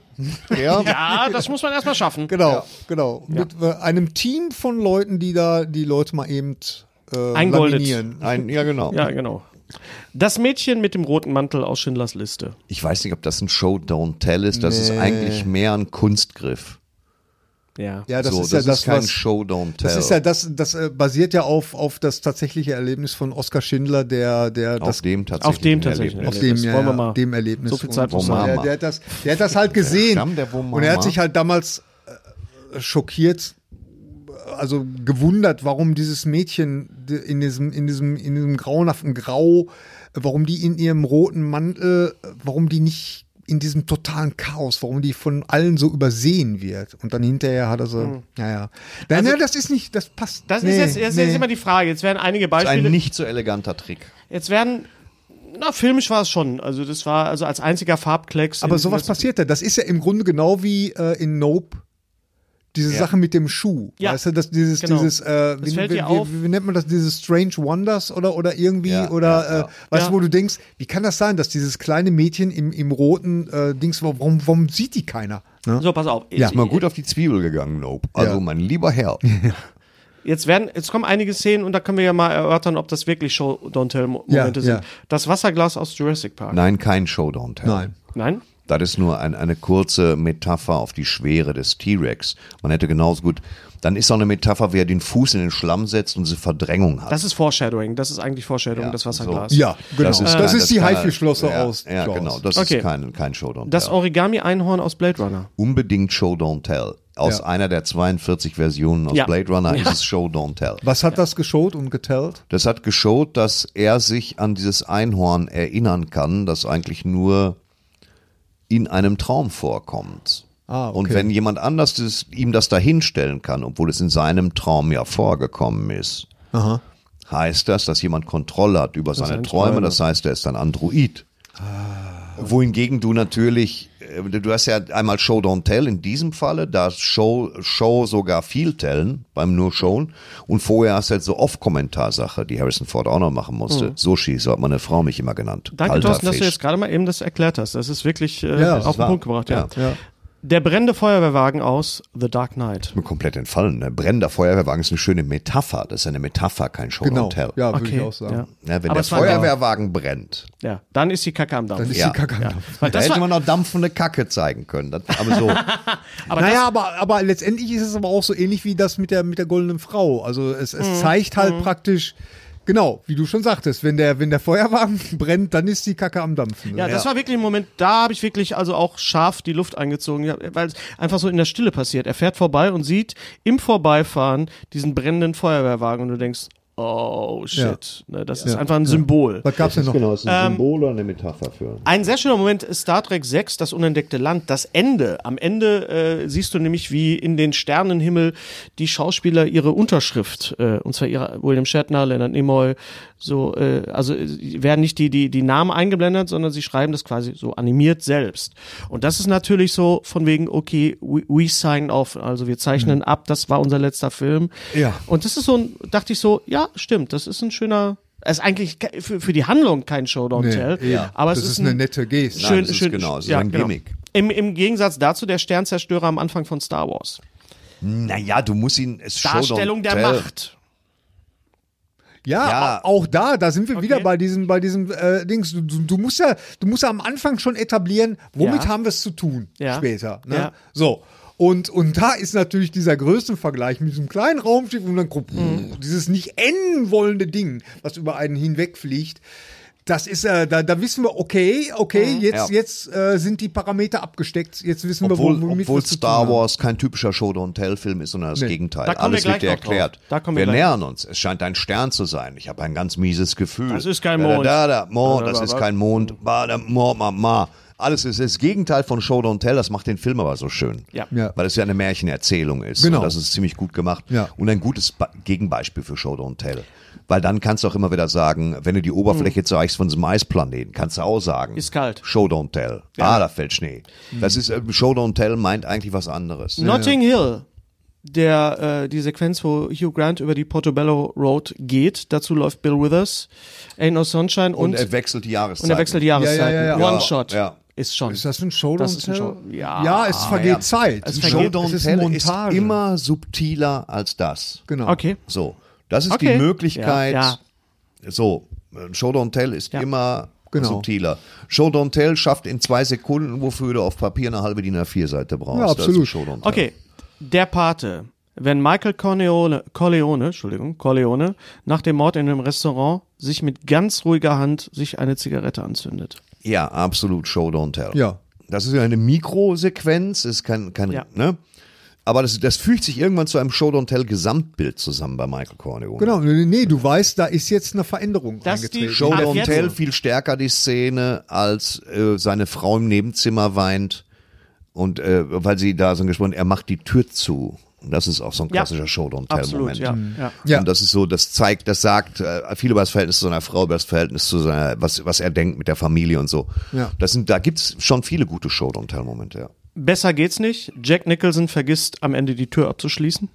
C: Ja.
B: Ja, das muss man erstmal schaffen.
A: Genau, genau. Mit äh, einem Team von Leuten, die da die Leute mal eben äh,
B: Eingoldet.
A: laminieren.
C: Ein, ja, genau.
B: Ja, genau. Das Mädchen mit dem roten Mantel aus Schindlers Liste.
C: Ich weiß nicht, ob das ein Show Don't Tell ist. Das ist eigentlich mehr ein Kunstgriff.
B: Ja.
A: Ja, das
C: so,
A: ist ja das,
C: kein
A: was,
C: Show Don't Tell.
A: das ist ja das, das äh, basiert ja auf, auf das tatsächliche Erlebnis von Oskar Schindler, der, der
C: auf
A: das
C: dem tatsächlich.
B: Auf dem tatsächlich.
A: auf dem,
B: Erlebnis.
A: ja,
B: Wollen wir
A: ja,
B: mal.
A: auf dem Erlebnis.
B: So viel Zeit
A: und,
B: muss
C: man
A: der,
C: haben.
A: der, hat das, der hat das halt gesehen.
C: Stamm der Womama.
A: und er hat sich halt damals äh, schockiert, also gewundert, warum dieses Mädchen di- in diesem, in diesem, in diesem grauenhaften Grau, äh, warum die in ihrem roten Mantel, äh, warum die nicht in diesem totalen Chaos, warum die von allen so übersehen wird. Und dann hinterher hat er so, naja. Nein, nein, das ist nicht, das passt.
B: Hm. Also Das
A: nee,
B: ist jetzt, jetzt,
A: nee.
B: jetzt immer die Frage. Jetzt werden einige
C: Das ist ein
B: Beispiele.
C: nicht so eleganter Trick.
B: Jetzt werden. Na, filmisch war es schon. Also das war also als einziger Farbklecks.
A: Aber
B: in-
A: sowas
B: das-
A: passiert ja. Das ist ja im Grunde genau wie äh, in Nope. Diese Sache mit dem Schuh.
B: Ja.
A: Weißt du, dass dieses,
B: Genau.
A: dieses, äh,
B: Das
A: wie,
B: fällt
A: wie,
B: dir
A: wie,
B: auf.
A: wie, nennt man das, dieses Strange Wonders oder, oder irgendwie,
C: Ja,
A: oder,
C: ja, ja.
A: Äh, weißt
B: Ja.
A: du, wo du denkst, wie kann das sein, dass dieses kleine Mädchen im, im roten äh, Dings, warum, warum sieht die keiner? Ne?
B: So, pass auf.
A: Ja.
C: Ist mal gut auf die Zwiebel gegangen, Nope. Also,
A: Ja.
C: mein lieber Herr.
B: Jetzt werden, jetzt kommen einige Szenen und da können wir ja mal erörtern, ob das wirklich Show Don't Tell Mo-
A: Ja,
B: Momente
A: ja.
B: sind. Das Wasserglas aus Jurassic Park.
C: Nein, kein Show Don't Tell.
A: Nein.
B: Nein?
C: Das ist nur ein, eine kurze Metapher auf die Schwere des T-Rex. Man hätte genauso gut. Dann ist auch eine Metapher, wer den Fuß in den Schlamm setzt und diese Verdrängung hat.
B: Das ist Foreshadowing. Das ist eigentlich Foreshadowing, das Wasserglas.
A: Ja, genau. Das
C: Das
A: ist, das
C: ist kein-
A: ist die
C: das kann-
A: Haifischflosse
C: ja,
A: aus.
C: Ja,
A: Jaws.
C: genau. Das
B: Okay.
C: ist kein, kein Show Don't
B: Das
C: Tell.
B: Origami-Einhorn aus Blade Runner.
C: Unbedingt Show Don't Tell. Aus
A: Ja.
C: einer der 42 Versionen aus
B: Ja.
C: Blade Runner ist es Show Don't Tell.
A: Was hat das geschot und getellt?
C: Das hat geschowt, dass er sich an dieses Einhorn erinnern kann, das eigentlich nur in einem Traum vorkommt.
A: Ah, okay.
C: Und wenn jemand anders das, ihm das dahinstellen kann, obwohl es in seinem Traum ja vorgekommen ist, heißt das, dass jemand Kontrolle hat über seine
B: ein
C: Träume.
B: Träumer.
C: Das heißt, er ist ein Android. Wohingegen du natürlich, äh, du hast ja einmal Show Don't Tell in diesem Falle, da ist Show, Show sogar viel tellen, beim nur Showen. Und vorher hast du halt so Off-Kommentarsache, die Harrison Ford auch noch machen musste. Sushi, so hat meine Frau mich immer genannt.
B: Danke,
C: Kalter
B: Thorsten, dass du
C: Fisch.
B: jetzt gerade mal eben das erklärt hast. Das ist wirklich äh,
A: Ja, das
B: auf
A: ist
B: den
C: wahr.
B: Punkt gebracht. Ja.
C: Ja.
B: Der brennende Feuerwehrwagen aus The Dark Knight.
C: Mir komplett entfallen. Ne? Brennender Feuerwehrwagen ist eine schöne Metapher. Das ist eine Metapher, kein Show
A: Genau.
C: Don't Tell.
A: Ja, würde
B: Okay.
A: ich auch sagen.
B: Ja.
C: Ne, wenn
B: Aber
C: der
B: es war genau- klar.
C: Feuerwehrwagen brennt,
B: ja, dann ist die Kacke am Dampf.
A: Dann ist
C: Ja.
A: die Kacke am
B: ja.
A: Dampf.
B: Weil
C: da
B: das
C: hätte
B: war,
C: man noch dampfende Kacke zeigen können. Das, aber so.
B: aber das,
A: naja, aber, aber letztendlich ist es aber auch so ähnlich wie das mit der, mit der goldenen Frau. Also es,
B: Mhm.
A: es zeigt halt praktisch, genau, wie du schon sagtest, wenn der, wenn der Feuerwagen brennt, dann ist die Kacke am Dampfen. ne?
B: Ja, das war wirklich ein Moment, da habe ich wirklich also auch scharf die Luft eingezogen, ja, weil es einfach so in der Stille passiert. Er fährt vorbei und sieht im Vorbeifahren diesen brennenden Feuerwehrwagen und du denkst, oh shit, ne, das ist einfach ein Symbol.
A: Was gab's denn noch?
C: Genau, es ist
B: Ähm,
C: ein Symbol oder eine Metapher für.
B: Ein sehr schöner Moment ist Star Trek 6, das unentdeckte Land, das Ende. Am Ende äh, siehst du nämlich, wie in den Sternenhimmel die Schauspieler ihre Unterschrift, äh, und zwar ihre William Shatner, Leonard Nimoy, so, äh, also äh, werden nicht die, die, die Namen eingeblendet, sondern sie schreiben das quasi so animiert selbst. Und das ist natürlich so von wegen, okay, we, we sign off, also wir zeichnen ab, das war unser letzter Film.
A: Ja.
B: Und das ist so ein, dachte ich so, ja, stimmt, das ist ein schöner. Es ist eigentlich ke- für, für die Handlung kein Showdown
A: Nee,
B: Tell,
A: eben.
B: aber es
A: das ist
B: ein
A: eine nette Geste.
C: Nein, es ist genau, es ist ein Gimmick.
B: Im, Im Gegensatz dazu der Sternzerstörer am Anfang von Star Wars.
C: Naja, du musst ihn. Es ist Show Don't
B: Darstellung der
C: Tell.
B: Macht.
A: Ja,
C: Ja.
A: au- auch da, da sind wir wieder
B: Okay.
A: bei diesem, bei diesem äh, Dings. Du, du, du musst ja, du musst ja am Anfang schon etablieren, womit
B: Ja.
A: haben wir es zu tun
B: Ja.
A: später. Ne?
B: Ja.
A: So. Und, und da ist natürlich dieser Größenvergleich mit diesem kleinen Raumschiff und dann guck, dieses nicht enden wollende Ding, was über einen hinwegfliegt. Das ist, äh, da, da wissen wir, okay, okay, jetzt,
C: Ja.
A: jetzt äh, sind die Parameter abgesteckt, jetzt wissen
C: Obwohl,
A: wir, womit
C: obwohl
A: wir zu
C: Star
A: tun haben.
C: Wars kein typischer Show Don't Tell-Film ist, sondern das
A: Nee.
C: Gegenteil.
B: Da kommen
C: Alles
B: wir
C: wird dir
B: gleich noch
C: erklärt.
B: drauf. Da kommen wir
C: wir
B: gleich-
C: nähern uns. Es scheint ein Stern zu sein. Ich habe ein ganz mieses Gefühl.
B: Das ist kein
C: Da, da,
B: Mond.
C: Da, da, Mond, das
B: Da, da,
C: ist
B: da. Mhm.
C: kein Mond. Ba, da, ma, ma, ma. Alles ist das Gegenteil von Show Don't Tell. Das macht den Film aber so schön.
B: Ja.
A: Ja.
C: Weil es ja eine Märchenerzählung ist.
A: Genau.
C: Und das ist ziemlich gut gemacht.
A: Ja.
C: Und ein gutes Ba- Gegenbeispiel für Show Don't Tell. Weil dann kannst du auch immer wieder sagen, wenn du die Oberfläche zeigst von diesem Eisplaneten, kannst du auch sagen.
B: Mhm. Ist kalt.
C: Show Don't Tell. Ah, da fällt Schnee. Das ist, äh, Show Don't Tell meint eigentlich was anderes.
B: Notting Hill. der äh, die Sequenz, wo Hugh Grant über die Portobello Road geht. Dazu läuft Bill Withers, Ain't No Sunshine und,
C: Und er wechselt die Jahreszeit.
B: und er wechselt die Jahreszeiten.
A: Ja, ja, ja, ja.
B: One
C: Ja,
B: Shot
C: ja.
B: ist schon.
A: Ist das ein Show
B: Das
A: Don't
B: ist ein
A: Tell?
B: Show- ja.
A: ja, es vergeht
C: ja.
A: Zeit.
B: Es
A: Ein
B: vergeht-
A: Show Don't
C: Showdown
A: Tell
C: Tell ist immer subtiler als das.
A: Genau.
B: okay.
C: So, das ist
B: Okay.
C: die Möglichkeit.
B: Ja,
C: So, äh, Show Don't Tell ist
B: Ja.
C: immer
A: Genau.
C: subtiler. Show Don't Tell schafft in zwei Sekunden, wofür du auf Papier eine halbe DIN A4-Seite brauchst.
A: Ja,
C: Das ist
A: absolut.
C: Show Don't Tell.
B: Okay, der Pate. Wenn Michael Corleone, Corleone, Entschuldigung, Corleone nach dem Mord in einem Restaurant sich mit ganz ruhiger Hand sich eine Zigarette anzündet.
C: Ja, absolut Show Don't Tell.
A: Ja.
C: Das ist ja eine Mikrosequenz, ist kein, kein
B: Ja.
C: ne? Aber das, das fügt sich irgendwann zu einem Show Don't Tell Gesamtbild zusammen bei Michael Corleone.
A: Genau, nee, nee, du weißt, da ist jetzt eine Veränderung
B: Das ist die
A: eingetreten.
C: Show
B: Ab
C: Don't
B: jetzt.
C: Tell viel stärker die Szene, als äh, seine Frau im Nebenzimmer weint und äh, weil sie da so ein Gespräch, er macht die Tür zu. Und das ist auch so ein
B: Ja.
C: klassischer Show Don't Tell
B: Absolut,
C: Moment.
B: ja, ja.
A: Ja.
C: Und das ist so, das zeigt, das sagt äh, viel über das Verhältnis zu seiner Frau, über das Verhältnis zu seiner, was, was er denkt mit der Familie und so.
A: Ja.
C: Das sind, da gibt's schon viele gute Show Don't Tell Momente, ja.
B: Besser geht's nicht. Jack Nicholson vergisst am Ende die Tür abzuschließen.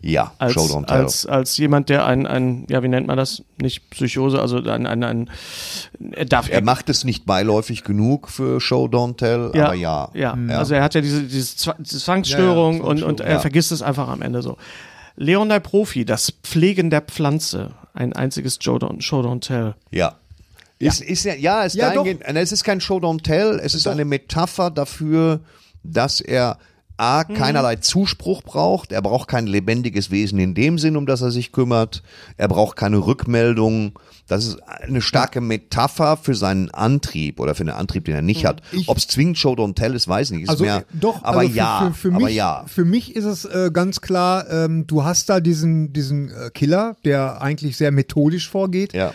C: Ja,
B: Als,
C: Show Don't Tell.
B: als, als jemand, der ein, ein, ja, wie nennt man das? Nicht Psychose, also ein, ein, ein er darf
C: er macht es nicht beiläufig genug für Show Don't Tell, aber ja.
B: Ja, also er hat ja diese, diese Zwa- diese Zwangsstörung
A: Ja, ja,
B: und, und er
C: ja.
B: vergisst es einfach am Ende so. Leon der Profi, das Pflegen der Pflanze, ein einziges Showdown, Showdown Tell.
C: Ja. Ist, ist ja, ja, ist
A: Ja,
C: dahingehend, es ist kein Show Don't Tell, es ist eine Metapher dafür, dass er A,
A: Mhm.
C: keinerlei Zuspruch braucht, er braucht kein lebendiges Wesen in dem Sinn, um das er sich kümmert, er braucht keine Rückmeldung. Das ist eine starke Metapher für seinen Antrieb oder für den Antrieb, den er nicht hat. Ob es zwingend Show Don't Tell ist, weiß ich nicht. Ist
A: Mhm. Also
C: mehr,
A: äh, doch,
C: aber
A: also für,
C: ja,
A: für, für mich,
C: aber ja.
A: für mich ist es äh, ganz klar, ähm, du hast da diesen, diesen äh, Killer, der eigentlich sehr methodisch vorgeht,
C: ja.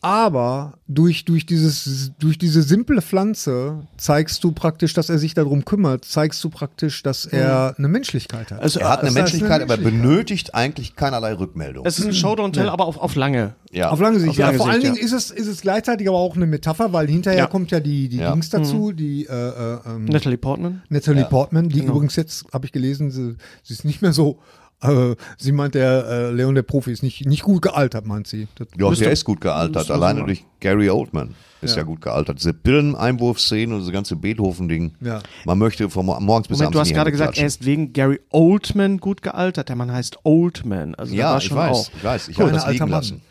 A: aber durch, durch, dieses, durch diese simple Pflanze zeigst du praktisch, dass er sich darum kümmert, zeigst du praktisch, dass
C: Mhm.
A: er eine Menschlichkeit hat.
B: Also,
C: Er hat eine
A: das eine
C: Menschlichkeit, aber
A: Menschlichkeit?
C: benötigt eigentlich keinerlei Rückmeldung.
B: es ist ein Showdown Tell, aber auf, auf lange.
C: ja.
A: Auf lange Sicht,
B: Auf lange
A: ja. Vor
B: Sicht,
A: allen
B: ja.
A: Dingen ist es, ist es gleichzeitig aber auch eine Metapher, weil hinterher
B: Ja.
A: kommt ja die, die
C: Ja. Mhm.
A: Dings dazu, die äh, äh, ähm,
B: Natalie Portman.
A: Natalie Portman, die
C: genau.
A: übrigens jetzt, habe ich gelesen, sie, sie ist nicht mehr so. Äh, sie meint, der äh, Leon der Profi ist nicht, nicht gut gealtert, meint sie. Das,
C: Ja,
B: Müsste-
C: der ist gut gealtert.
B: müsste
C: Alleine
B: so.
C: durch Gary Oldman ist ja, gut gealtert. Diese Birneneinwurfszene und diese ganze Beethoven-Ding.
A: Ja.
C: Man möchte von mor- morgens bis
B: Moment,
C: abends
B: du hast
C: in die
B: gerade
C: Hände
B: gesagt, er
C: klatschen.
B: ist wegen Gary Oldman gut gealtert. Der Mann heißt Oldman. Also da
C: Ja,
B: war
C: ich
B: schon
C: weiß,
B: auch.
C: ich weiß. Ich
A: Cool.
C: habe das
A: Ein alter
C: liegen
A: Mann.
C: lassen.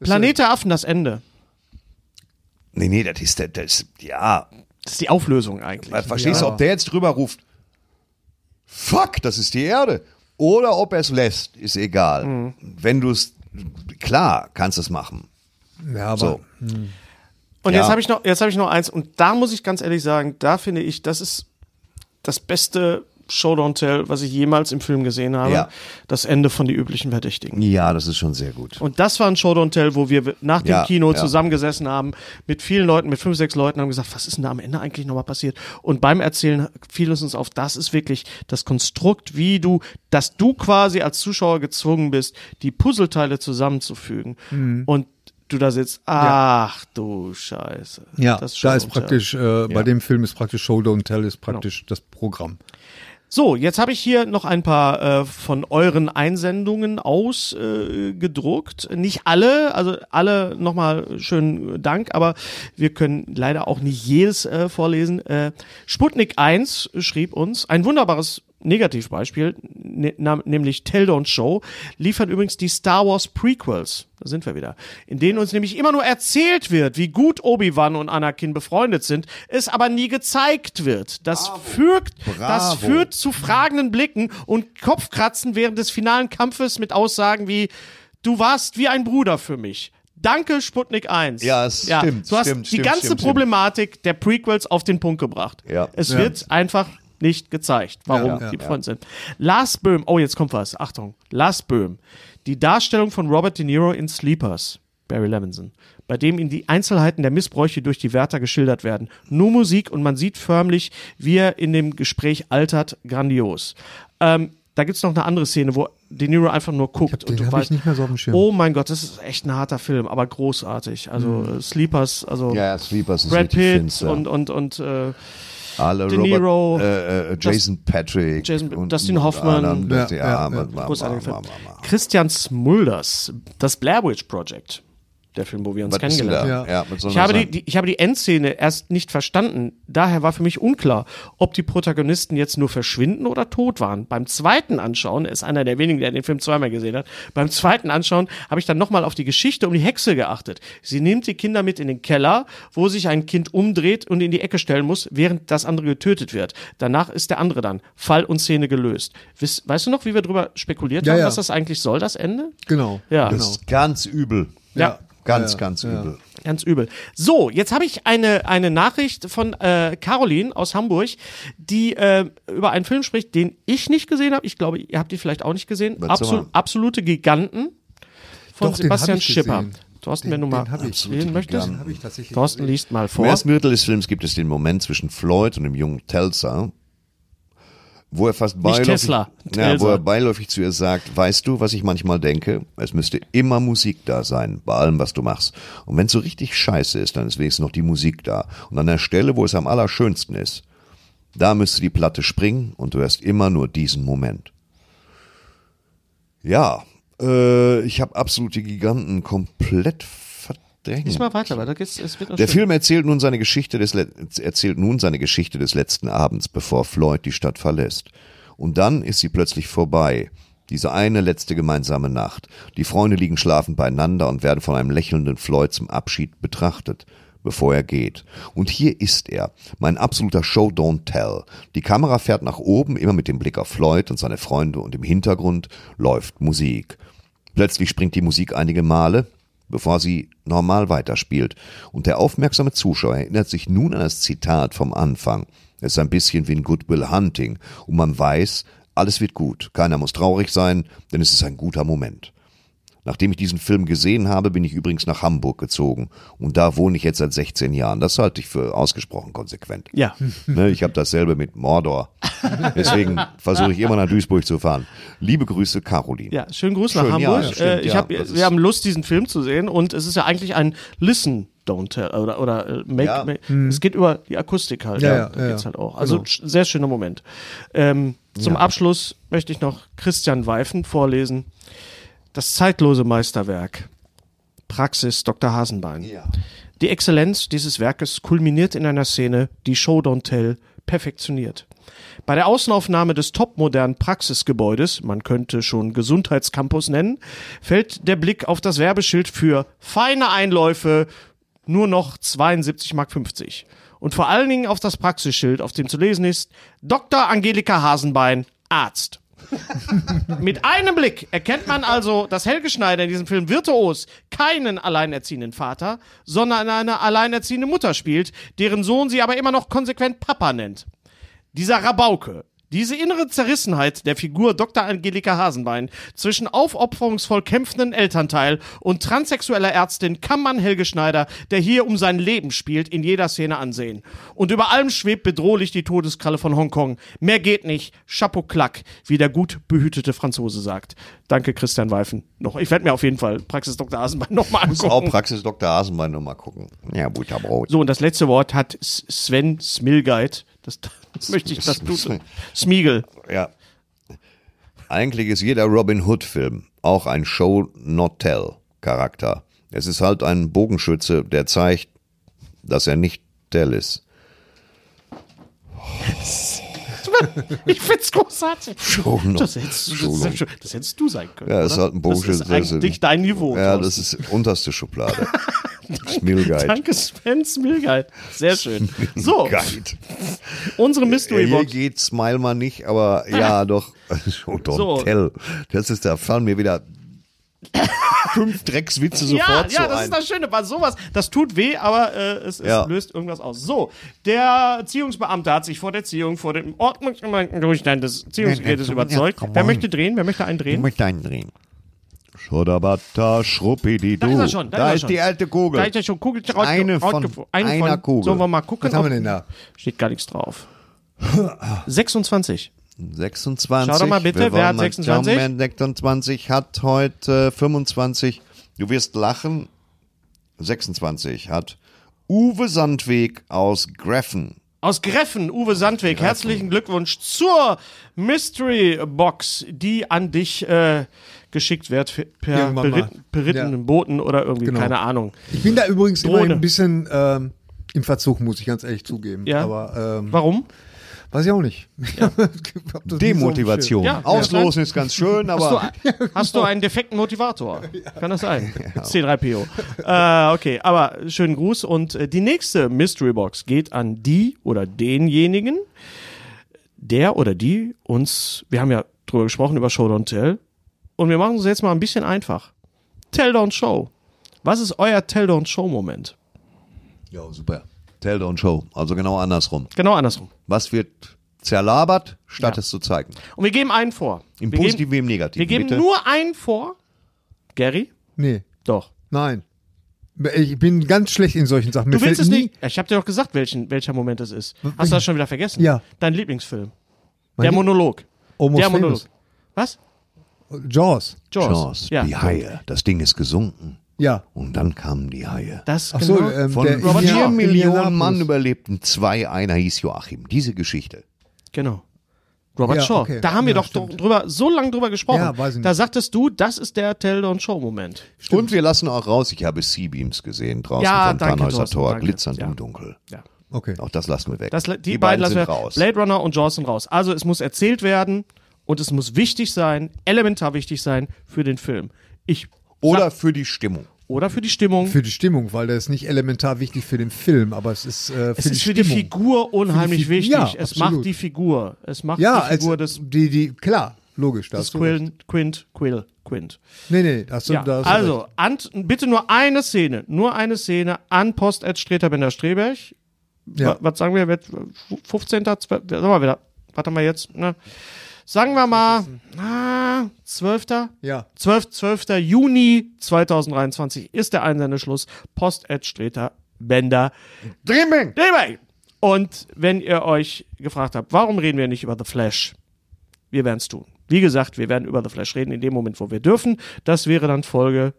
B: Planet der Affen, das Ende.
C: Nee, nee, das ist, der- das ist, ja.
B: Das ist die Auflösung eigentlich.
C: Verstehst du, ob der jetzt drüber ruft, fuck, das ist die Erde. Oder ob er es lässt, ist egal.
B: Mhm.
C: Wenn du es, klar, kannst du es machen.
A: ja, aber
C: So.
B: Und
C: Ja.
B: jetzt habe ich noch, jetzt habe ich noch eins. Und da muss ich ganz ehrlich sagen, da finde ich, das ist das beste Showdown Tell, was ich jemals im Film gesehen habe.
C: Ja.
B: Das Ende von die üblichen Verdächtigen.
C: Ja, das ist schon sehr gut.
B: Und das war ein Showdown Tell, wo wir nach dem
C: Ja,
B: Kino
C: ja.
B: zusammengesessen haben, mit vielen Leuten, mit fünf, sechs Leuten, haben gesagt, was ist denn da am Ende eigentlich nochmal passiert? Und beim Erzählen fiel es uns auf, das ist wirklich das Konstrukt, wie du, dass du quasi als Zuschauer gezwungen bist, die Puzzleteile zusammenzufügen.
A: Mhm.
B: Und du da sitzt, ach du Scheiße.
A: ja,
B: Das
A: da ist
B: Showdown Tell.
A: praktisch, äh, bei dem Film ist praktisch Show Don't Tell ist
B: Genau.
A: praktisch das Programm.
B: So, jetzt habe ich hier noch ein paar äh, von euren Einsendungen ausgedruckt. Nicht alle, also alle nochmal schönen Dank, aber wir können leider auch nicht jedes äh, vorlesen. Äh, Sputnik 1 schrieb uns ein wunderbares Negativbeispiel, ne, nam, nämlich Tell Don't Show, liefert übrigens die Star Wars Prequels. Da sind wir wieder. In denen uns nämlich immer nur erzählt wird, wie gut Obi-Wan und Anakin befreundet sind, es aber nie gezeigt wird. Das führt, das
C: Bravo.
B: führt zu fragenden Blicken und Kopfkratzen während des finalen Kampfes mit Aussagen wie, du warst wie ein Bruder für mich. Danke, Sputnik 1.
C: Ja, es stimmt,
B: Du hast
C: stimmt,
B: die
C: stimmt,
B: ganze
C: stimmt, stimmt.
B: Problematik der Prequels auf den Punkt gebracht.
C: Ja.
B: Es
C: Ja.
B: wird einfach nicht gezeigt, warum
C: Ja, ja,
B: die
C: ja.
B: befreundet sind. Lars Böhm, oh, jetzt kommt was, Achtung. Lars Böhm, die Darstellung von Robert De Niro in Sleepers, Barry Levinson, bei dem ihm die Einzelheiten der Missbräuche durch die Wärter geschildert werden. Nur Musik und man sieht förmlich, wie er in dem Gespräch altert, grandios. Ähm, da gibt es noch eine andere Szene, wo De Niro einfach nur guckt.
A: den
B: und du
A: hab ich
B: weißt,
A: nicht mehr so auf dem Schirm.
B: Oh mein Gott, das ist echt ein harter Film, aber
A: Mhm.
B: großartig. Also äh, Sleepers, also
C: Ja, ja, Sleepers ist
B: Brad
C: richtig
B: Pitt
C: finster.
B: und und und äh,
C: Alle
B: De
C: Robert,
B: Niro,
C: äh, äh, Jason Patrick,
B: Jason- Dustin Hoffman.
C: anderen,
A: Ja,
C: das- ja,
A: ja, ja.
C: Mann, Mann,
B: Großartiger
C: Mann,
B: Film.
C: Mann, Mann, Mann.
B: Christian Smulders, das Blair Witch Project. Der Film, wo wir uns
C: Was ist denn
B: kennengelernt haben.
C: da?
A: Ja.
C: Ja, was soll
B: Ich
C: das
B: habe, die,
C: sein?
B: die, ich habe die Endszene erst nicht verstanden. Daher war für mich unklar, ob die Protagonisten jetzt nur verschwinden oder tot waren. Beim zweiten Anschauen, er ist einer der wenigen, der den Film zweimal gesehen hat, beim zweiten Anschauen habe ich dann nochmal auf die Geschichte um die Hexe geachtet. Sie nimmt die Kinder mit in den Keller, wo sich ein Kind umdreht und in die Ecke stellen muss, während das andere getötet wird. Danach ist der andere dann. Fall und Szene gelöst. Wiss, weißt du noch, wie wir drüber spekuliert
A: Ja,
B: haben,
A: ja.
B: was das eigentlich soll, das Ende?
A: Genau.
B: Ja.
C: Das ist ganz übel.
B: Ja.
C: Ganz, ganz übel.
B: Ganz übel. So, jetzt habe ich eine, eine Nachricht von äh, Caroline aus Hamburg, die äh, über einen Film spricht, den ich nicht gesehen habe. Ich glaube, ihr habt ihn vielleicht auch nicht gesehen.
C: Was soll
B: Absol
C: man?
B: absolute Giganten von
A: Doch, den
B: Sebastian
A: hab ich
B: Schipper.
A: gesehen.
B: Thorsten,
A: Den-
B: wenn du mal
A: den hab ich.
B: sehen möchtest.
C: Giganten.
A: Hab ich tatsächlich
B: Thorsten
A: gesehen.
B: liest mal
C: Im
B: vor.
C: ersten Drittel des Films gibt es den Moment zwischen Floyd und dem jungen Telsa, wo er fast beiläufig,
B: Tesla,
C: ja, wo
B: Telsa.
C: er beiläufig zu ihr sagt, weißt du, was ich manchmal denke? Es müsste immer Musik da sein, bei allem, was du machst. Und wenn es so richtig scheiße ist, dann ist wenigstens noch die Musik da. Und an der Stelle, wo es am allerschönsten ist, da müsste die Platte springen und du hörst immer nur diesen Moment. Ja, äh, ich habe absolute Giganten komplett verdrängt.
B: Lies mal weiter, weil da geht's, es wird noch
C: Der
B: schön.
C: Film erzählt nun seine Geschichte des Let- erzählt nun seine Geschichte des letzten Abends, bevor Floyd die Stadt verlässt. Und dann ist sie plötzlich vorbei. Diese eine letzte gemeinsame Nacht. Die Freunde liegen schlafend beieinander und werden von einem lächelnden Floyd zum Abschied betrachtet, bevor er geht. Und hier ist er, mein absoluter Show Don't Tell. Die Kamera fährt nach oben, immer mit dem Blick auf Floyd und seine Freunde und im Hintergrund läuft Musik. Plötzlich springt die Musik einige Male, bevor sie normal weiterspielt. Und der aufmerksame Zuschauer erinnert sich nun an das Zitat vom Anfang. Es ist ein bisschen wie in Goodwill Hunting. Und man weiß, alles wird gut. Keiner muss traurig sein, denn es ist ein guter Moment. Nachdem ich diesen Film gesehen habe, bin ich übrigens nach Hamburg gezogen. Und da wohne ich jetzt seit 16 Jahren. Das halte ich für ausgesprochen konsequent.
B: Ja.
C: Ne, ich habe dasselbe mit Mordor. Deswegen versuche ich immer nach Duisburg zu fahren. Liebe Grüße, Caroline.
B: Ja, schönen Gruß nach
C: Schön, ja,
B: Hamburg.
C: das stimmt,
B: äh, ich
C: ja,
B: hab,
C: das
B: wir
C: ist-
B: haben Lust, diesen Film zu sehen und es ist ja eigentlich ein Listen Don't Tell oder, oder äh, Make,
C: Ja.
B: make es geht über die Akustik halt.
A: Ja,
B: Ja,
A: ja,
B: da
A: ja,
B: geht's
A: ja.
B: halt auch. Also sch- sehr schöner Moment. Ähm, zum Abschluss möchte ich noch Christian Weifen vorlesen. Das zeitlose Meisterwerk. Praxis Dr. Hasenbein. Die Exzellenz dieses Werkes kulminiert in einer Szene, die Show Don't Tell perfektioniert. Bei der Außenaufnahme des topmodernen Praxisgebäudes, man könnte schon Gesundheitscampus nennen, fällt der Blick auf das Werbeschild für feine Einläufe nur noch 72,50 Mark. Und vor allen Dingen auf das Praxisschild, auf dem zu lesen ist Dr. Angelika Hasenbein, Arzt. Mit einem Blick erkennt man also, dass Helge Schneider in diesem Film virtuos keinen alleinerziehenden Vater, sondern eine alleinerziehende Mutter spielt, deren Sohn sie aber immer noch konsequent Papa nennt. Dieser Rabauke, diese innere Zerrissenheit der Figur Dr. Angelika Hasenbein zwischen aufopferungsvoll kämpfenden Elternteil und transsexueller Ärztin kann man Helge Schneider, der hier um sein Leben spielt, in jeder Szene ansehen. Und über allem schwebt bedrohlich die Todeskralle von Hongkong. Mehr geht nicht. Chapeau clac, wie der gut behütete Franzose sagt. Danke, Christian Weifen. Noch, ich werde mir auf jeden Fall Praxis Dr. Hasenbein nochmal
C: Frau
B: angucken.
C: Praxis Dr. Hasenbein nochmal gucken. Ja, Butterbrot.
B: So, und das letzte Wort hat S- Sven Smilgeit. Das, das möchte ich, das tut. Smiegel.
C: Ja. Eigentlich ist jeder Robin Hood-Film auch ein Show-Not-Tell-Charakter. Es ist halt ein Bogenschütze, der zeigt, dass er nicht Tell ist.
B: Ich find's großartig.
C: Schonung.
B: Das hättest, du- das,
C: Schonung.
B: das hättest du sein können.
C: Ja, das
B: oder?
C: ist halt ein Bogenschütze.
B: Das ist eigentlich dein Niveau.
C: Ja,
B: Thorsten.
C: das ist halt unterste Schublade. Schmilgeit.
B: Danke, Sven Smilgeit. Sehr schön. So, unsere
C: Ja,
B: Mystery
C: hier
B: Box.
C: geht Smile mal nicht, aber ja, doch. Show don't
B: Ah. So.
C: tell. Das ist, da fallen mir wieder fünf Dreckswitze
B: Ja,
C: sofort
B: ja,
C: so
B: das
C: ein.
B: ist das Schöne, weil sowas, das tut weh, aber äh, es, es
C: Ja.
B: löst irgendwas aus. So, der Erziehungsbeamte hat sich vor der Erziehung, vor dem ordnungsgemäßen Durchstand des Erziehungsgerätes
C: Ja,
B: überzeugt.
C: come
B: Wer
C: on.
B: möchte drehen? Wer möchte einen
C: Ich
B: drehen?
C: möchte einen drehen. Schuddabata, schuppididu.
B: Da ist er schon, da
C: Da
B: ist er
C: ist
B: schon.
C: die alte Kugel.
B: Da ist ja schon Kugel rausge-
C: Eine von
B: rausgefro- eine
C: einer
B: von-
C: Kugel.
B: Sollen wir mal gucken,
A: Was haben wir
B: ob-
A: denn da?
B: Steht gar nichts drauf. 26.
C: 26.
B: Schau doch mal bitte,
C: Wir
B: wer hat
C: wollen mal
B: 26?
C: schauen, wer 26 hat heute 25. Du wirst lachen. 26 hat Uwe Sandweg aus Greffen.
B: aus Greffen, Uwe Sandweg, herzlichen Glückwunsch zur Mystery Box, die an dich äh, geschickt wird für- per
A: Irgendwann mal.
B: berit berittenen
A: Ja.
B: Boten oder irgendwie,
A: Genau.
B: keine Ahnung.
A: Ich bin da übrigens
B: Drohne.
A: immer ein bisschen ähm, im Verzug, muss ich ganz ehrlich zugeben.
B: Ja.
A: Aber ähm,
B: Warum?
A: weiß ich auch nicht. Hab das nie so
C: Demotivation.
B: Ja.
C: Auslosen ist ganz schön, aber
B: Hast du, hast du einen defekten Motivator? Kann das sein? C3PO. Äh, okay, aber schönen Gruß. Und äh, die nächste Mystery Box geht an die oder denjenigen, der oder die uns, wir haben ja drüber gesprochen, über Show Don't Tell. Und wir machen es jetzt mal ein bisschen einfach. Tell Don't Show. Was ist euer Tell Don't Show Moment?
C: ja, super. Tell don't show. Also genau andersrum.
B: Genau andersrum.
C: Was wird zerlabert, statt es zu zeigen?
B: Und wir geben einen vor.
C: Im
B: wir
C: Positiven
B: geben,
C: wie im Negativen.
B: wir geben
C: bitte.
B: nur einen vor. Gary?
A: Nee,
B: Doch.
A: nein. Ich bin ganz schlecht in solchen Sachen.
B: Du
A: Mir
B: willst
A: fällt
B: es
A: nie-
B: nicht. Ich habe dir doch gesagt, welchen, welcher Moment es ist. Hast du das schon wieder vergessen?
A: Ja.
B: Dein Lieblingsfilm. der Monolog.
A: Almost
B: der Monolog.
A: Famous.
B: Was?
A: Jaws.
B: Jaws.
C: Chance.
B: Ja.
C: Die Haie. Das Ding ist gesunken.
A: Ja.
C: Und dann kamen die Haie.
B: Das
A: Ach so,
B: genau.
A: ähm,
C: Von
A: der
B: Robert
C: vier
B: Shaw.
C: Millionen Mann
A: über.
C: überlebten zwei, einer hieß Joachim. Diese Geschichte.
B: genau. Robert
A: Ja,
B: Shaw.
A: okay.
B: Da haben wir
A: Ja,
B: doch drüber so lange drüber gesprochen.
A: Ja, weiß ich
B: Da
A: nicht.
B: sagtest du, das ist der Tell Don't Show Moment.
C: Und wir lassen auch raus, ich habe Seabeams gesehen draußen
B: Ja,
C: vom
B: danke,
C: Tannhäuser
B: Thorsten,
C: Tor,
B: danke.
C: glitzernd
B: Ja.
C: im Dunkel.
B: Ja.
A: Okay.
C: Auch das lassen wir weg.
B: Das, die, beiden lassen
C: sind
B: wir
C: raus.
B: Blade Runner und Jaws sind raus. Also es muss erzählt werden und es muss wichtig sein, elementar wichtig sein für den Film. Ich
C: Oder für die Stimmung.
B: oder für die Stimmung.
A: Für die Stimmung, weil das ist nicht elementar wichtig für den Film, aber es ist äh, für
B: es
A: die
B: ist für die
A: Stimmung.
B: Figur unheimlich
A: Figur-
B: wichtig.
A: ja,
B: es
A: absolut.
B: macht die Figur. Es macht
A: ja,
B: die Figur
A: also
B: des,
A: die, die, klar, logisch. Da
B: des
A: hast du recht.
B: Quill, Quint, Quill, Quint.
A: Nee, nee, da hast du,
B: Ja,
A: da hast du recht.
B: also, an, bitte nur eine Szene, nur eine Szene an post streterbender streberg
A: Ja.
B: Was sagen wir? wird 15. 12, sagen wir wieder. Warte mal jetzt. Ne? Sagen wir mal ah, 12.
A: Ja.
B: 12, 12. Juni 2023 ist der Einsendeschluss. Post Streter Bender
C: Dreaming!
B: Anyway. Und wenn ihr euch gefragt habt, warum reden wir nicht über The Flash? Wir werden es tun. Wie gesagt, wir werden über The Flash reden in dem Moment, wo wir dürfen. Das wäre dann Folge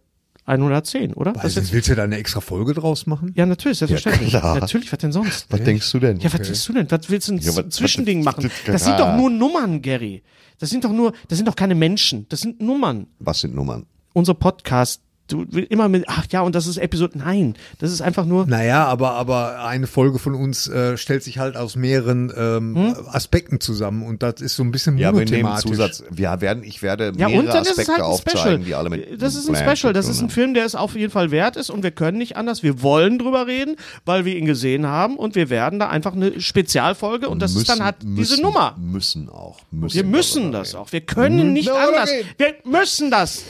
B: 110, oder? Das
A: Also,
B: jetzt,
A: willst du da eine extra Folge draus machen?
B: ja, natürlich, selbstverständlich.
C: klar.
B: natürlich, was denn sonst?
C: Was denkst du denn?
B: Ja, was willst du denn? Was willst du ein
C: Ja, was-
B: Z- Zwischending
C: was-
B: machen? Das sind doch nur Nummern, Gary. Das sind doch nur, das sind doch keine Menschen. Das sind Nummern.
C: Was sind Nummern?
B: Unser Podcast, du willst immer mit, ach ja, und das ist Episode, nein. Das ist einfach nur,
A: Naja, aber, aber eine Folge von uns äh, stellt sich halt aus mehreren ähm,
B: Hm?
A: Aspekten zusammen und das ist so ein bisschen
C: Ja, wir nehmen
A: monothematisch.
C: Zusatz. Wir werden, ich werde
B: Ja,
C: mehrere
B: und dann ist
C: Aspekte
B: es halt ein
C: aufzeigen,
B: Special.
C: die alle mit
B: das ist ein
C: Blanche
B: Special. Das
C: zu
B: ist
C: tun
B: ein Film, der es auf jeden Fall wert ist und wir können nicht anders. Wir wollen drüber reden, weil wir ihn gesehen haben und wir werden da einfach eine Spezialfolge und das ist dann halt diese
C: müssen-
B: Nummer.
C: Müssen auch. Müssen
B: Wir müssen
C: darüber
B: das
C: reden.
B: auch. Wir können nicht
C: Darüber
B: anders.
C: reden.
B: Wir müssen das.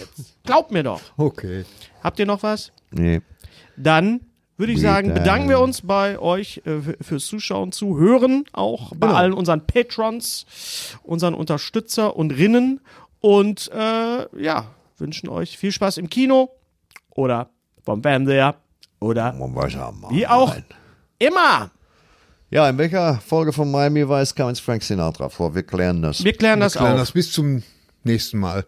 B: Glaubt mir doch.
A: Okay.
B: Habt ihr noch was?
C: Nee.
B: Dann würde ich
C: Bitte.
B: sagen, bedanken wir uns bei euch äh, f- fürs Zuschauen, Zuhören, auch bei allen unseren Patrons, unseren Unterstützer und Rinnen und äh, ja, wünschen euch viel Spaß im Kino oder vom Fernseher oder
C: Man weiß ja, Mann,
B: wie auch
C: Nein.
B: immer.
C: Ja, in welcher Folge von Miami Vice kam jetzt Frank Sinatra vor? Wir klären das.
B: Wir klären das
A: Klar,
B: auf.
A: das bis zum nächsten Mal.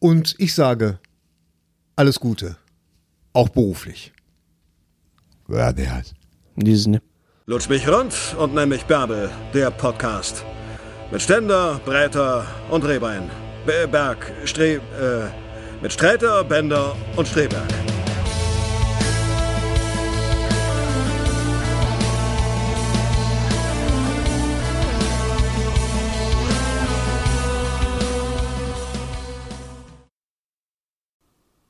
A: Und ich sage, alles Gute. Auch beruflich.
C: ja, der hat.
B: In diesem Sinne.
D: Lutsch mich rund und nenn mich Bärbel, der Podcast. Mit Ständer, Breiter und Rehbein. Be- Berg, Stre... Äh, mit Streiter, Bender und Streberg.